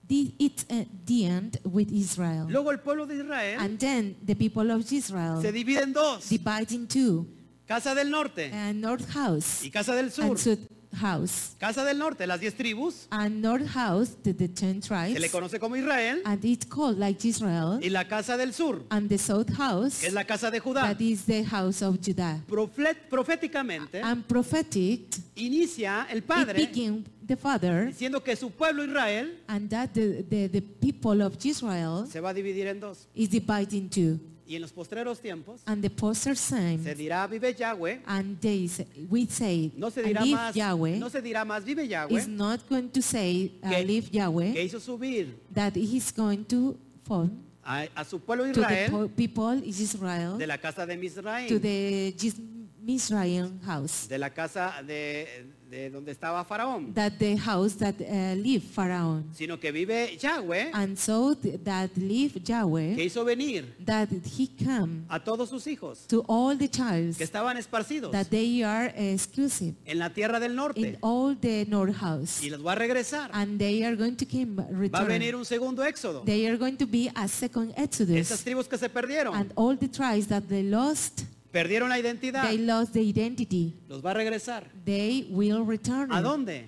Speaker 2: The, it's uh, the end with Israel.
Speaker 1: Luego el pueblo de Israel
Speaker 2: And then the people of Israel
Speaker 1: se divide en dos.
Speaker 2: divide in two,
Speaker 1: Casa del norte
Speaker 2: and north house
Speaker 1: y casa del sur.
Speaker 2: and south house.
Speaker 1: Casa del norte, las diez tribus,
Speaker 2: And north house, the, the ten
Speaker 1: se le
Speaker 2: tribes,
Speaker 1: conoce como Israel.
Speaker 2: and it's called like Israel,
Speaker 1: Y la casa del sur,
Speaker 2: and the south house,
Speaker 1: que es la casa de Judá.
Speaker 2: that is the house of Judah.
Speaker 1: Profle- proféticamente
Speaker 2: And prophetic,
Speaker 1: inicia el
Speaker 2: it
Speaker 1: Padre
Speaker 2: begin the father,
Speaker 1: diciendo que su pueblo Israel
Speaker 2: and that the, the, the people of Israel
Speaker 1: se va a dividir en dos.
Speaker 2: is divided in two.
Speaker 1: Y en los postreros tiempos
Speaker 2: and the poster sign,
Speaker 1: se dirá vive Yahweh.
Speaker 2: and they say, we say,
Speaker 1: No se
Speaker 2: "I
Speaker 1: dirá
Speaker 2: live
Speaker 1: más,
Speaker 2: Yahweh,
Speaker 1: no se dirá más vive Yahweh
Speaker 2: is not going to say, I
Speaker 1: Que-
Speaker 2: live Yahweh,
Speaker 1: que hizo subir
Speaker 2: that he's going to phone
Speaker 1: a, a su pueblo
Speaker 2: to the
Speaker 1: Israel
Speaker 2: po- people is Israel,
Speaker 1: de la casa de Misraim,
Speaker 2: to the Jis- Misraim house,
Speaker 1: de la casa de, de donde estaba Faraón,
Speaker 2: that the house that uh, live Pharaoh.
Speaker 1: sino que vive Yahweh
Speaker 2: And so th- that live
Speaker 1: que
Speaker 2: Yahweh,
Speaker 1: hizo venir
Speaker 2: that he come
Speaker 1: a todos sus hijos
Speaker 2: to all the tribes,
Speaker 1: que estaban esparcidos
Speaker 2: that they are exclusive
Speaker 1: en la tierra del
Speaker 2: in
Speaker 1: norte
Speaker 2: all the north house.
Speaker 1: y los va a regresar.
Speaker 2: And they are going to come,
Speaker 1: Va a venir
Speaker 2: return.
Speaker 1: un segundo éxodo.
Speaker 2: They are going to be a second
Speaker 1: Esas
Speaker 2: Exodus.
Speaker 1: tribus que se perdieron,
Speaker 2: And all the tribes that they lost,
Speaker 1: perdieron la identidad,
Speaker 2: they lost the identity.
Speaker 1: los va a regresar.
Speaker 2: They will return.
Speaker 1: ¿A dónde?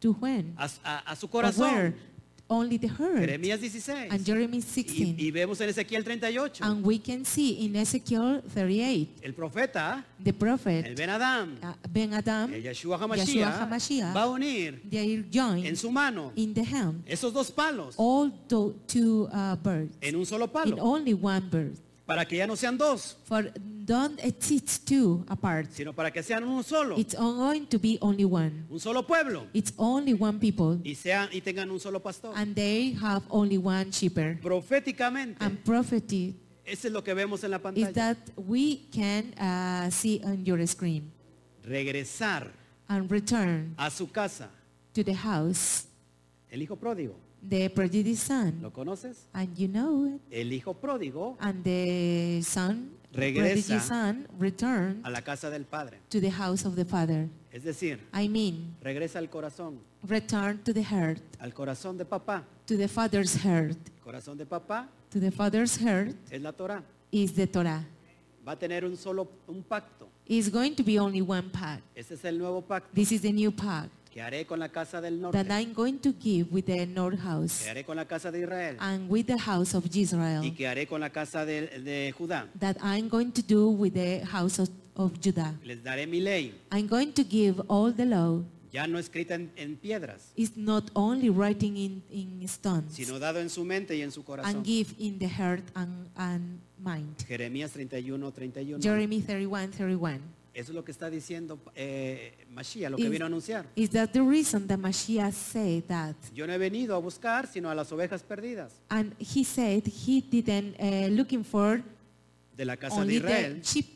Speaker 2: To when?
Speaker 1: A, a- a su
Speaker 2: But Where?
Speaker 1: corazón.
Speaker 2: Only the herd.
Speaker 1: Jeremías
Speaker 2: And
Speaker 1: 16.
Speaker 2: Jeremiah
Speaker 1: Y,
Speaker 2: 16.
Speaker 1: y vemos en Ezequiel 38.
Speaker 2: And we can see in Ezekiel 38,
Speaker 1: El profeta,
Speaker 2: the
Speaker 1: el
Speaker 2: prophet
Speaker 1: Ben Adam,
Speaker 2: uh, Ben
Speaker 1: el
Speaker 2: Adam,
Speaker 1: Yeshua
Speaker 2: Yeshua
Speaker 1: Hamashiach,
Speaker 2: HaMashiach,
Speaker 1: va a unir
Speaker 2: they
Speaker 1: en
Speaker 2: joined
Speaker 1: su mano
Speaker 2: in the hand
Speaker 1: esos dos palos
Speaker 2: all tho- two uh, birds,
Speaker 1: en un solo
Speaker 2: in
Speaker 1: palo,
Speaker 2: only one bird.
Speaker 1: para que ya no sean dos,
Speaker 2: For don't exist two apart.
Speaker 1: sino para que sean un solo,
Speaker 2: It's on- going to be only one.
Speaker 1: un solo pueblo,
Speaker 2: It's only one people,
Speaker 1: y, sean, y tengan un solo pastor.
Speaker 2: and they have only one shepherd.
Speaker 1: Proféticamente,
Speaker 2: And prophecy
Speaker 1: eso es lo que vemos en la
Speaker 2: is
Speaker 1: pantalla.
Speaker 2: that we can uh, see on your screen
Speaker 1: Regresar
Speaker 2: and return
Speaker 1: a su casa.
Speaker 2: to the house
Speaker 1: El hijo pródigo,
Speaker 2: the prejudiced son,
Speaker 1: ¿lo conoces?
Speaker 2: and you know it,
Speaker 1: El hijo pródigo
Speaker 2: and the son,
Speaker 1: Regresa.
Speaker 2: prodigious son, return
Speaker 1: a la casa del padre.
Speaker 2: to the house of the father.
Speaker 1: Es decir,
Speaker 2: I mean,
Speaker 1: regresa al corazón,
Speaker 2: return to the herd,
Speaker 1: al corazón de papá.
Speaker 2: to the father's herd.
Speaker 1: Corazón de papá
Speaker 2: To the father's herd
Speaker 1: es la Torah.
Speaker 2: is the Torah.
Speaker 1: Va a tener un solo un pacto.
Speaker 2: It's going to be only one pact.
Speaker 1: Este es el nuevo pacto
Speaker 2: This is the new pact
Speaker 1: que haré con la casa del norte,
Speaker 2: that I'm going to give with the north
Speaker 1: que
Speaker 2: house
Speaker 1: haré con la casa de Israel
Speaker 2: and with the house of Israel.
Speaker 1: y que haré con la casa de, de Judá.
Speaker 2: that I'm going to do with the house of, of Judah.
Speaker 1: Les daré mi ley,
Speaker 2: I'm going to give all the law.
Speaker 1: ya no escrita en, en piedras,
Speaker 2: It's not only writing in, in stones
Speaker 1: sino dado en su mente y en su corazón.
Speaker 2: and give in the heart and, and mind.
Speaker 1: Jeremías 31, 31.
Speaker 2: Jeremy 31, 31.
Speaker 1: Eso es lo que está diciendo eh, Mashiach, lo que
Speaker 2: Is-
Speaker 1: vino a anunciar.
Speaker 2: Is that the reason that Mashiach said that?
Speaker 1: Yo no he venido a buscar sino a las ovejas perdidas
Speaker 2: And he said he didn't uh, looking for
Speaker 1: de la casa de
Speaker 2: only the
Speaker 1: Israel.
Speaker 2: sheep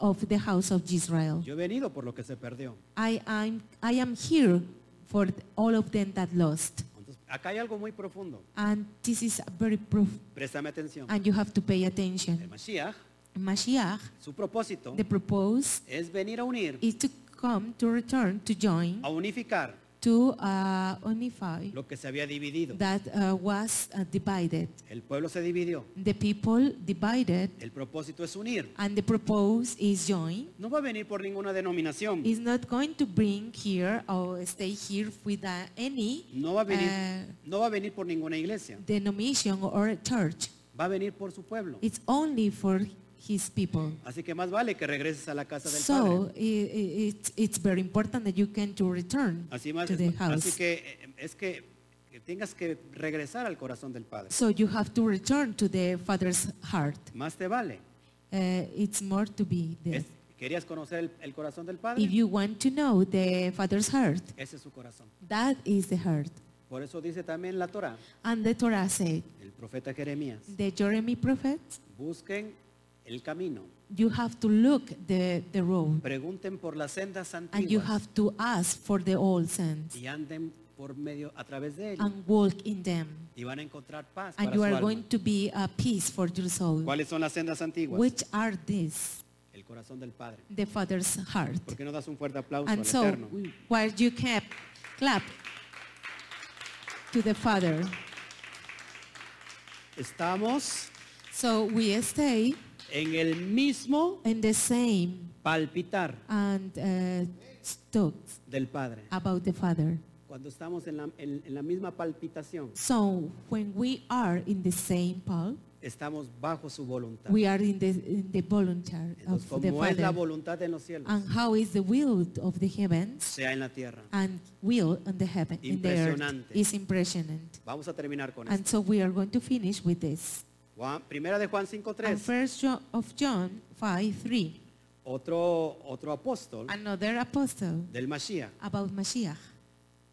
Speaker 2: of the house of Israel.
Speaker 1: Yo he venido por lo que se perdió.
Speaker 2: I am I am here for all of them that lost.
Speaker 1: Entonces, acá hay algo muy profundo.
Speaker 2: And this is very proof
Speaker 1: Préstame atención.
Speaker 2: and you have to pay
Speaker 1: El
Speaker 2: attention.
Speaker 1: Mashiach,
Speaker 2: Mashiach,
Speaker 1: su propósito
Speaker 2: the propose
Speaker 1: es venir a unir,
Speaker 2: is to come, to return, to join,
Speaker 1: a unificar
Speaker 2: to uh, unify
Speaker 1: lo que se había dividido.
Speaker 2: that uh, was uh, divided.
Speaker 1: El pueblo se dividió.
Speaker 2: The people divided,
Speaker 1: El propósito es unir.
Speaker 2: and the propose is join.
Speaker 1: No va a venir por ninguna denominación.
Speaker 2: Is not going to bring here or stay here with uh, any
Speaker 1: No va a venir,
Speaker 2: uh,
Speaker 1: no va a venir por ninguna iglesia.
Speaker 2: denomination or church.
Speaker 1: Va a venir por su pueblo.
Speaker 2: It's only for his people.
Speaker 1: Así que más vale que regreses a la casa del Padre.
Speaker 2: So i i- it's, it's very important that you can to return
Speaker 1: Así, más-
Speaker 2: to the
Speaker 1: así
Speaker 2: house.
Speaker 1: que eh, es que, que tengas que regresar al corazón del Padre.
Speaker 2: So you have to return to the father's heart.
Speaker 1: Más te vale.
Speaker 2: Uh, it's more to be there.
Speaker 1: Es- ¿Querías conocer el, el corazón del
Speaker 2: If
Speaker 1: Padre?
Speaker 2: you want to know the father's heart,
Speaker 1: Ese es su corazón.
Speaker 2: that is the heart.
Speaker 1: Por eso dice también la Torah,
Speaker 2: And the Torah said,
Speaker 1: el profeta Jeremías,
Speaker 2: the Jeremy prophet,
Speaker 1: busquen el camino,
Speaker 2: you have to look the, the road
Speaker 1: pregunten por las sendas
Speaker 2: and you
Speaker 1: antiguas
Speaker 2: have to ask for the old sense
Speaker 1: y anden por medio a través de ellas
Speaker 2: and walk in them.
Speaker 1: y van a encontrar paz para
Speaker 2: And you
Speaker 1: su
Speaker 2: are
Speaker 1: alma.
Speaker 2: going to be a peace for your soul.
Speaker 1: ¿Cuáles son las sendas antiguas?
Speaker 2: Which are these?
Speaker 1: El corazón del Padre.
Speaker 2: The father's heart.
Speaker 1: ¿Por qué no das un fuerte aplauso al
Speaker 2: And so,
Speaker 1: Eterno?
Speaker 2: while you clap, clap to the Father.
Speaker 1: Estamos
Speaker 2: So we stay
Speaker 1: en el mismo
Speaker 2: in the same
Speaker 1: palpitar
Speaker 2: and uh, talk
Speaker 1: del Padre.
Speaker 2: about the Father.
Speaker 1: Cuando estamos en la, en- en la misma palpitación,
Speaker 2: So when we are in the same Paul,
Speaker 1: estamos bajo su voluntad.
Speaker 2: we are in the in the voluntary of
Speaker 1: Entonces,
Speaker 2: the
Speaker 1: como es la
Speaker 2: Father.
Speaker 1: voluntad en los cielos,
Speaker 2: And how is the will of the heavens
Speaker 1: sea en la tierra.
Speaker 2: and will on the heaven in the earth
Speaker 1: Impresionante.
Speaker 2: is impressionant.
Speaker 1: Vamos a terminar con esto.
Speaker 2: And so we are going to finish with this.
Speaker 1: Juan- primera de Juan
Speaker 2: And
Speaker 1: 5.3,
Speaker 2: first Jo- of John 5, 3,
Speaker 1: otro, otro apóstol
Speaker 2: another apostle
Speaker 1: del Mashiach.
Speaker 2: about Mashiach.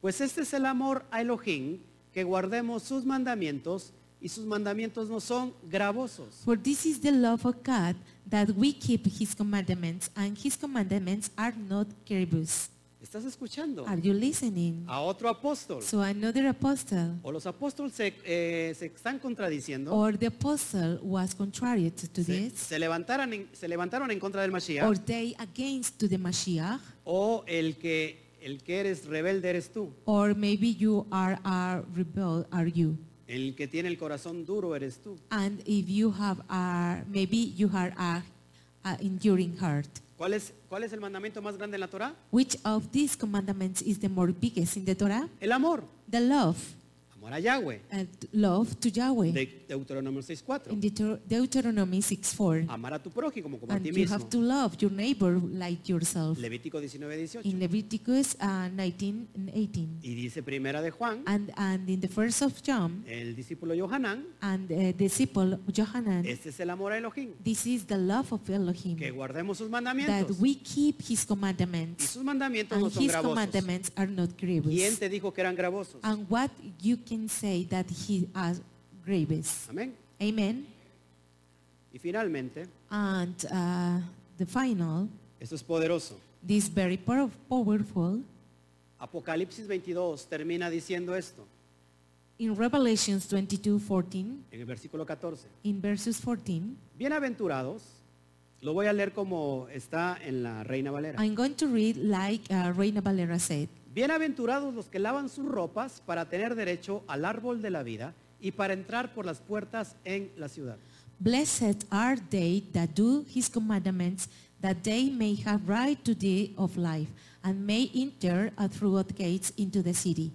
Speaker 1: Pues este es el amor a Elohim, que guardemos sus mandamientos y sus mandamientos no son gravosos.
Speaker 2: For this is the love of God, that we keep his commandments, and his commandments are not grievous.
Speaker 1: ¿Estás escuchando?
Speaker 2: Are you listening?
Speaker 1: A otro apóstol.
Speaker 2: So another apostle,
Speaker 1: O los apóstoles se, eh, se están contradiciendo.
Speaker 2: or the apostle was contrary to to
Speaker 1: Se,
Speaker 2: this,
Speaker 1: se levantaron en, se levantaron en contra del Mashiach.
Speaker 2: or they against to the Mashiach,
Speaker 1: O el que, el que eres rebelde eres tú.
Speaker 2: or maybe you are a rebel, are you?
Speaker 1: El que tiene el corazón duro eres tú.
Speaker 2: And if you have a, maybe you are a, a enduring heart.
Speaker 1: ¿Cuál es, ¿Cuál es el mandamiento más grande en la Torah?
Speaker 2: Which of these commandments is the more biggest in the Torah?
Speaker 1: El amor.
Speaker 2: The love,
Speaker 1: Amor a Yahweh.
Speaker 2: uh, love to Yahweh.
Speaker 1: De Deuteronomio
Speaker 2: in
Speaker 1: 6.4.
Speaker 2: Deuter- Deuteronomy 6.4.
Speaker 1: Amar a tu prójimo como a ti
Speaker 2: And you
Speaker 1: mismo.
Speaker 2: have to love your neighbor like yourself.
Speaker 1: Levítico 19.18.
Speaker 2: In Leviticus uh, 19 and 18.
Speaker 1: Y dice primera de Juan,
Speaker 2: And, and in the first of John,
Speaker 1: el discípulo Johanán,
Speaker 2: and the disciple Johanan,
Speaker 1: este es el amor a Elohim.
Speaker 2: this is the love of
Speaker 1: Que
Speaker 2: Elohim,
Speaker 1: guardemos sus
Speaker 2: that
Speaker 1: mandamientos.
Speaker 2: we keep his
Speaker 1: Y
Speaker 2: commandments,
Speaker 1: sus mandamientos no
Speaker 2: and
Speaker 1: son
Speaker 2: his
Speaker 1: gravosos.
Speaker 2: commandments are not
Speaker 1: ¿Quién
Speaker 2: grievous.
Speaker 1: te dijo que eran gravosos?
Speaker 2: And what you can say that he are grievous.
Speaker 1: Amén.
Speaker 2: Amen.
Speaker 1: Y finalmente,
Speaker 2: And uh, the final,
Speaker 1: esto es poderoso.
Speaker 2: this very pow- powerful,
Speaker 1: Apocalipsis 22 termina diciendo esto,
Speaker 2: in Revelations 22, 14,
Speaker 1: en el versículo 14.
Speaker 2: in verses 14,
Speaker 1: Bienaventurados, lo voy a leer como está en la Reina Valera.
Speaker 2: I'm going to read like uh, Reina Valera said.
Speaker 1: Bienaventurados los que lavan sus ropas para tener derecho al árbol de la vida y para entrar por las puertas en la ciudad.
Speaker 2: Blessed are they that do his commandments, that they may have right to the of life, and may enter uh, through the gates into the city.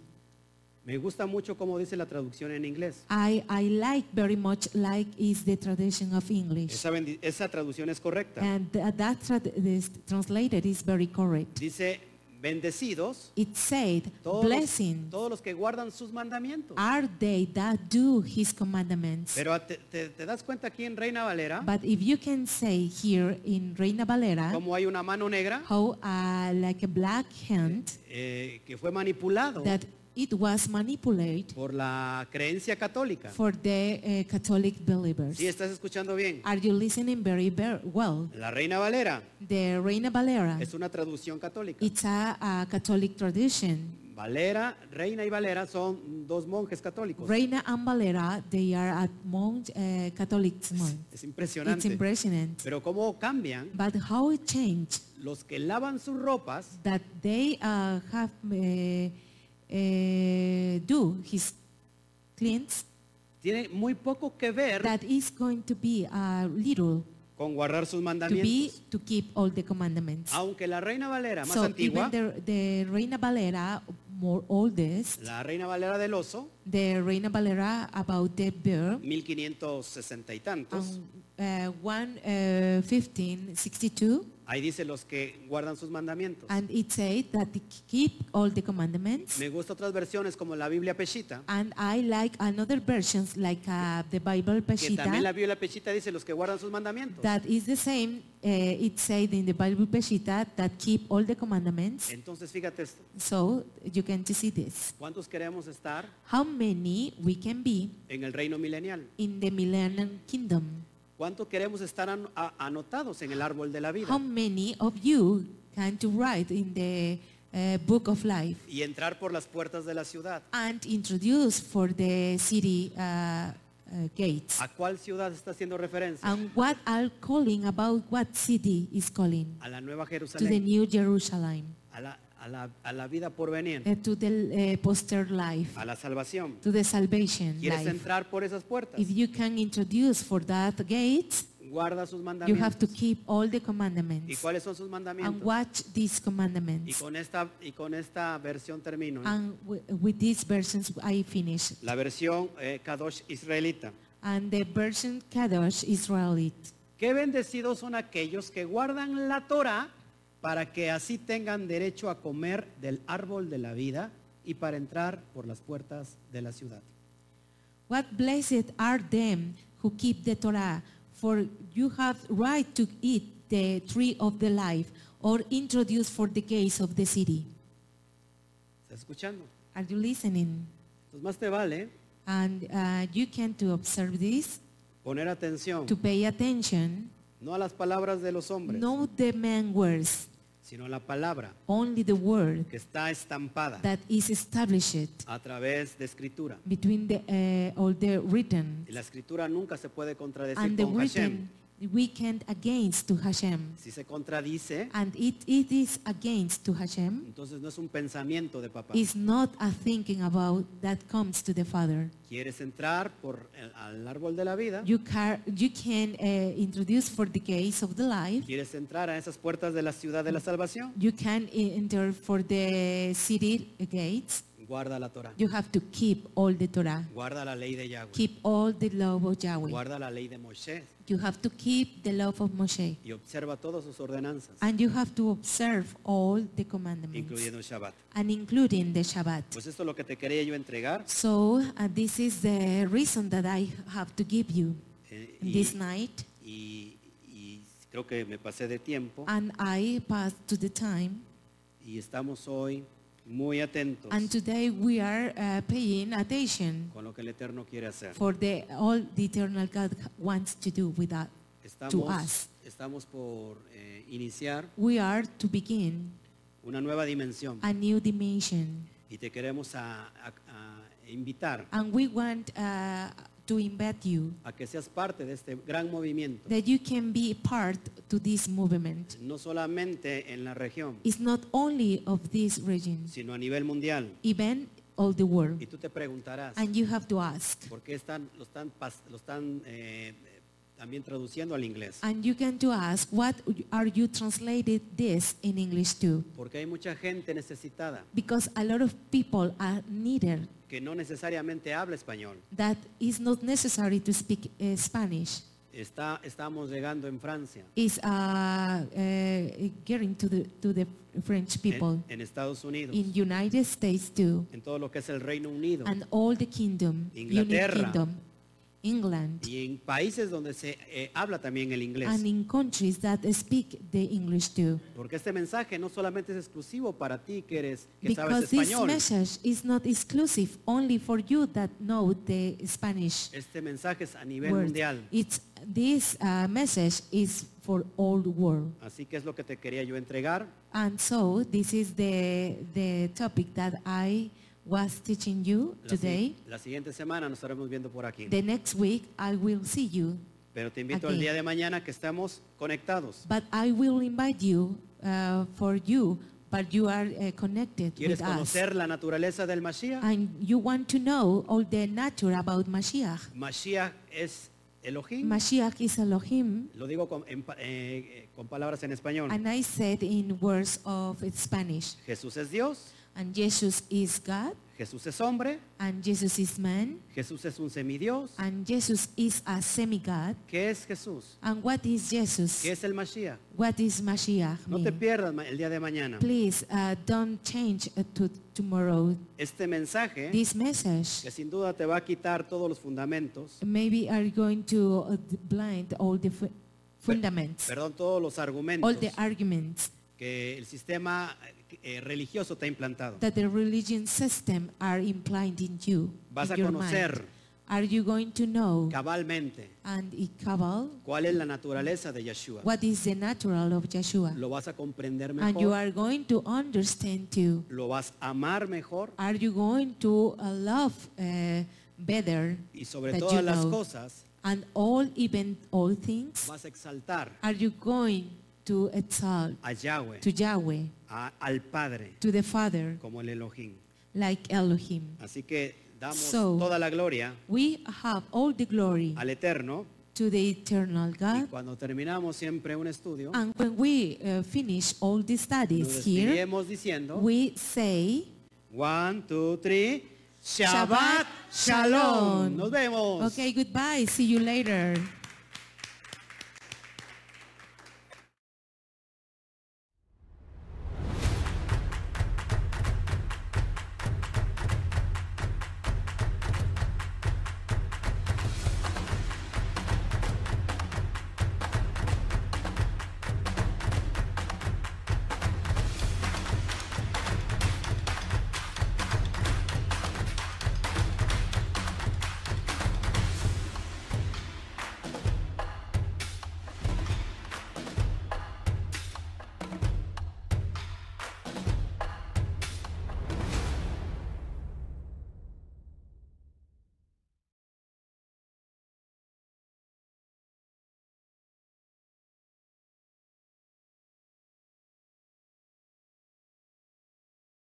Speaker 1: Me gusta mucho cómo dice la traducción en inglés.
Speaker 2: I, I like very much like is the tradition of English.
Speaker 1: Esa, bendi- esa traducción es correcta.
Speaker 2: And th- uh, that tra- this translated is very correct.
Speaker 1: Dice, bendecidos
Speaker 2: It said,
Speaker 1: todos,
Speaker 2: blessing
Speaker 1: todos los que guardan sus mandamientos.
Speaker 2: are they that do his commandments.
Speaker 1: Pero te, te- te das cuenta aquí en Reina Valera,
Speaker 2: But if you can say here in Reina Valera,
Speaker 1: como hay una mano negra
Speaker 2: how uh, like a black hand,
Speaker 1: eh, que fue manipulado
Speaker 2: that it was manipulated
Speaker 1: por la creencia católica.
Speaker 2: for the uh, Catholic believers.
Speaker 1: Si estás escuchando bien,
Speaker 2: Are you listening very, very well?
Speaker 1: la Reina Valera
Speaker 2: The Reina Valera,
Speaker 1: es una traducción católica.
Speaker 2: it's a, a Catholic tradition.
Speaker 1: Valera, Reina y Valera son dos monjes católicos.
Speaker 2: Reina and Valera, they are at Mount uh, Catholic monk.
Speaker 1: Es
Speaker 2: It's
Speaker 1: impresionante.
Speaker 2: impressionant.
Speaker 1: Pero cómo cambian
Speaker 2: But how it changed
Speaker 1: los que lavan sus ropas
Speaker 2: that they uh, have uh, uh, do his cleanse
Speaker 1: tiene muy poco que ver
Speaker 2: that is going to be a little
Speaker 1: con guardar sus
Speaker 2: to be
Speaker 1: mandamientos.
Speaker 2: to keep all the commandments.
Speaker 1: Aunque la Reina Valera más
Speaker 2: so
Speaker 1: antigua,
Speaker 2: even the, the Reina Valera, more oldest,
Speaker 1: la Reina Valera del Oso,
Speaker 2: the Reina Valera about the bear,
Speaker 1: 1560 y tantos,
Speaker 2: um, uh, 1, uh, 15, 62,
Speaker 1: ahí dice los que guardan sus mandamientos.
Speaker 2: and it says that they keep all the commandments.
Speaker 1: Me gusta otras versiones como la Biblia Peshita,
Speaker 2: And I like another versions like uh, the Bible
Speaker 1: que también la
Speaker 2: Peshitta,
Speaker 1: Biblia Peshita dice los que guardan sus mandamientos.
Speaker 2: that is the same. Uh, it said in the Bible Peshitta that keep all the commandments.
Speaker 1: Entonces fíjate esto,
Speaker 2: So you can see this.
Speaker 1: ¿cuántos queremos estar
Speaker 2: How many we can be
Speaker 1: en el reino milenial?
Speaker 2: in the Millennium Kingdom?
Speaker 1: ¿Cuántos queremos estar an- a- anotados en el árbol de la
Speaker 2: How
Speaker 1: vida
Speaker 2: many of you can to write in the uh, book of life
Speaker 1: y entrar por las puertas de la ciudad?
Speaker 2: and introduce for the city uh, uh, gates?
Speaker 1: ¿A cuál ciudad está haciendo referencia?
Speaker 2: And what are calling about what city is calling
Speaker 1: A la Nueva
Speaker 2: to the
Speaker 1: Jerusalén,
Speaker 2: new Jerusalem,
Speaker 1: a la, a la- a la vida por venir,
Speaker 2: uh, to the uh, poster life,
Speaker 1: a la salvación.
Speaker 2: to the salvation
Speaker 1: ¿Quieres
Speaker 2: life.
Speaker 1: entrar por esas puertas?
Speaker 2: If you can introduce for that gate,
Speaker 1: Guarda sus
Speaker 2: you have to
Speaker 1: mandamientos.
Speaker 2: keep all the
Speaker 1: ¿Y
Speaker 2: commandments
Speaker 1: cuáles son sus
Speaker 2: and
Speaker 1: mandamientos?
Speaker 2: watch these
Speaker 1: Y
Speaker 2: commandments.
Speaker 1: con esta, y con esta versión termino. ¿eh?
Speaker 2: And wi- with these versions, I finish.
Speaker 1: La versión eh, Kadosh israelita.
Speaker 2: And the version Kadosh Israelite.
Speaker 1: Qué bendecidos son aquellos que guardan la Torah para que así tengan derecho a comer del árbol de la vida y para entrar por las puertas de la ciudad.
Speaker 2: What blessed are them who keep the Torah, for you have right to eat the tree of the life or introduce for the gates of the city.
Speaker 1: ¿Estás escuchando?
Speaker 2: Are you listening?
Speaker 1: Entonces más te vale
Speaker 2: And uh, you can to observe this,
Speaker 1: poner atención,
Speaker 2: to pay attention,
Speaker 1: no a las palabras de los hombres,
Speaker 2: not the man words,
Speaker 1: sino a la palabra
Speaker 2: only the word
Speaker 1: que está estampada
Speaker 2: that is established
Speaker 1: a través de escritura.
Speaker 2: between the uh, all the written
Speaker 1: Y la escritura nunca se puede contradecir
Speaker 2: and the
Speaker 1: con Hashem.
Speaker 2: written we can't against to Hashem.
Speaker 1: Si se contradice,
Speaker 2: And it, it is against to Hashem.
Speaker 1: entonces no es un pensamiento de papá.
Speaker 2: It's not a thinking about that comes to the Father.
Speaker 1: Quieres entrar por el, al árbol de la vida,
Speaker 2: You can, you can uh, introduce for the gates of the life.
Speaker 1: quieres entrar a esas puertas de la ciudad de la salvación,
Speaker 2: You can enter for the city gates.
Speaker 1: guarda la Torah,
Speaker 2: You have to keep all the Torah.
Speaker 1: guarda la ley de Yahweh,
Speaker 2: Keep all the law of Yahweh.
Speaker 1: guarda la ley de Moisés
Speaker 2: You have to keep the law of Moshe.
Speaker 1: y observa todas sus ordenanzas,
Speaker 2: And you have to observe all the commandments.
Speaker 1: incluyendo el Shabbat.
Speaker 2: And including the Shabbat.
Speaker 1: Pues esto es lo que te quería yo entregar.
Speaker 2: So uh, this is the reason that I have to give you
Speaker 1: eh, y,
Speaker 2: this night.
Speaker 1: y- y creo que me pasé de tiempo
Speaker 2: And I pass to the time.
Speaker 1: y estamos hoy muy atentos
Speaker 2: And today we are uh, paying attention
Speaker 1: con lo que el Eterno quiere hacer.
Speaker 2: for the all the eternal God wants to do with that.
Speaker 1: Estamos,
Speaker 2: us.
Speaker 1: estamos por eh, iniciar
Speaker 2: We are to begin
Speaker 1: una nueva dimensión
Speaker 2: a new dimension.
Speaker 1: y te queremos a- a- a invitar
Speaker 2: And we want uh, to invite you
Speaker 1: a que seas parte de este gran movimiento,
Speaker 2: that you can be part to this movement.
Speaker 1: no solamente en la región,
Speaker 2: It's not only of this region,
Speaker 1: sino a nivel mundial.
Speaker 2: even all the world.
Speaker 1: Y tú te preguntarás,
Speaker 2: And you have to ask.
Speaker 1: ¿por qué están, lo están, pas- lo están eh, también traduciendo al inglés?
Speaker 2: And you can to ask, what are you translated this in English to?
Speaker 1: Porque hay mucha gente necesitada
Speaker 2: Because a lot of people are needed
Speaker 1: que no necesariamente habla español.
Speaker 2: that is not necessary to speak uh, Spanish.
Speaker 1: Está, estamos llegando en Francia,
Speaker 2: Is uh, uh, getting to the to the French people
Speaker 1: en, en Estados Unidos,
Speaker 2: in United States too,
Speaker 1: en todo lo que es el Reino Unido
Speaker 2: and all the kingdom, United
Speaker 1: eh, Inglaterra.
Speaker 2: Kingdom, England,
Speaker 1: y en países donde se eh, habla también el inglés.
Speaker 2: and in countries that speak the English too.
Speaker 1: Porque este mensaje no solamente es exclusivo para ti que eres que sabes
Speaker 2: Because this
Speaker 1: español.
Speaker 2: message is not exclusive only for you that know the Spanish.
Speaker 1: Este mensaje es a nivel
Speaker 2: world.
Speaker 1: mundial.
Speaker 2: It's this uh, message is for all the world,
Speaker 1: Así que es lo que te quería yo entregar.
Speaker 2: and so this is the the topic that I was teaching you
Speaker 1: La, si-
Speaker 2: today.
Speaker 1: la siguiente semana nos estaremos viendo por aquí.
Speaker 2: The next week I will see you,
Speaker 1: Pero te invito al
Speaker 2: Aquí.
Speaker 1: día de mañana que estamos conectados.
Speaker 2: but I will invite you uh, for you, but you are uh, connected
Speaker 1: ¿Quieres
Speaker 2: with us,
Speaker 1: conocer la naturaleza del Mashiach?
Speaker 2: and you want to know all the nature about Mashiach.
Speaker 1: Mashiach es Elohim.
Speaker 2: Mashiach is Elohim,
Speaker 1: Lo digo con, en pa- eh, eh, con palabras en español.
Speaker 2: and I said in words of Spanish,
Speaker 1: Jesús es Dios,
Speaker 2: and Jesus is God.
Speaker 1: Jesús es hombre,
Speaker 2: And Jesus is man,
Speaker 1: Jesús es un semidios.
Speaker 2: and Jesus is a semi-God.
Speaker 1: ¿Qué es Jesús?
Speaker 2: And what is Jesus?
Speaker 1: ¿Qué es el Mashiach?
Speaker 2: What is Mashiach?
Speaker 1: No te
Speaker 2: mean?
Speaker 1: pierdas ma- el día de mañana.
Speaker 2: Please uh, don't change uh, to tomorrow.
Speaker 1: Este mensaje
Speaker 2: This message
Speaker 1: que sin duda te va a quitar todos los fundamentos,
Speaker 2: maybe are going to uh, blind all the fu- fundaments,
Speaker 1: perdón, todos los
Speaker 2: all
Speaker 1: argumentos
Speaker 2: the arguments
Speaker 1: que el sistema eh, religioso te ha implantado.
Speaker 2: that the religion system are implanting you.
Speaker 1: Vas
Speaker 2: in
Speaker 1: a
Speaker 2: your
Speaker 1: conocer
Speaker 2: mind. Are you going to know
Speaker 1: cabalmente
Speaker 2: and i- cabal
Speaker 1: cuál es la naturaleza de Yeshua.
Speaker 2: what is the natural of Yeshua?
Speaker 1: Lo vas a comprender
Speaker 2: And you
Speaker 1: mejor,
Speaker 2: are going to understand too.
Speaker 1: lo vas a amar mejor
Speaker 2: Are you going to uh, love uh, better
Speaker 1: y sobre
Speaker 2: that
Speaker 1: todas
Speaker 2: you
Speaker 1: las
Speaker 2: know?
Speaker 1: cosas
Speaker 2: and all even all things?
Speaker 1: vas a exaltar
Speaker 2: Are you going to exalt
Speaker 1: a Yahweh,
Speaker 2: to Yahweh,
Speaker 1: a- al Padre,
Speaker 2: to the Father,
Speaker 1: como el Elohim.
Speaker 2: like Elohim?
Speaker 1: Así que damos
Speaker 2: So-
Speaker 1: toda la gloria
Speaker 2: We have all the glory
Speaker 1: al Eterno
Speaker 2: to the eternal
Speaker 1: y
Speaker 2: God.
Speaker 1: cuando terminamos siempre un estudio,
Speaker 2: And when we uh, finish all the
Speaker 1: nos
Speaker 2: studies Ah, here,
Speaker 1: despedimos diciendo...
Speaker 2: we say,
Speaker 1: One, two, three. Shabbat,
Speaker 2: Shabbat
Speaker 1: shalom.
Speaker 2: shalom.
Speaker 1: Nos vemos.
Speaker 2: okay, goodbye, see you later.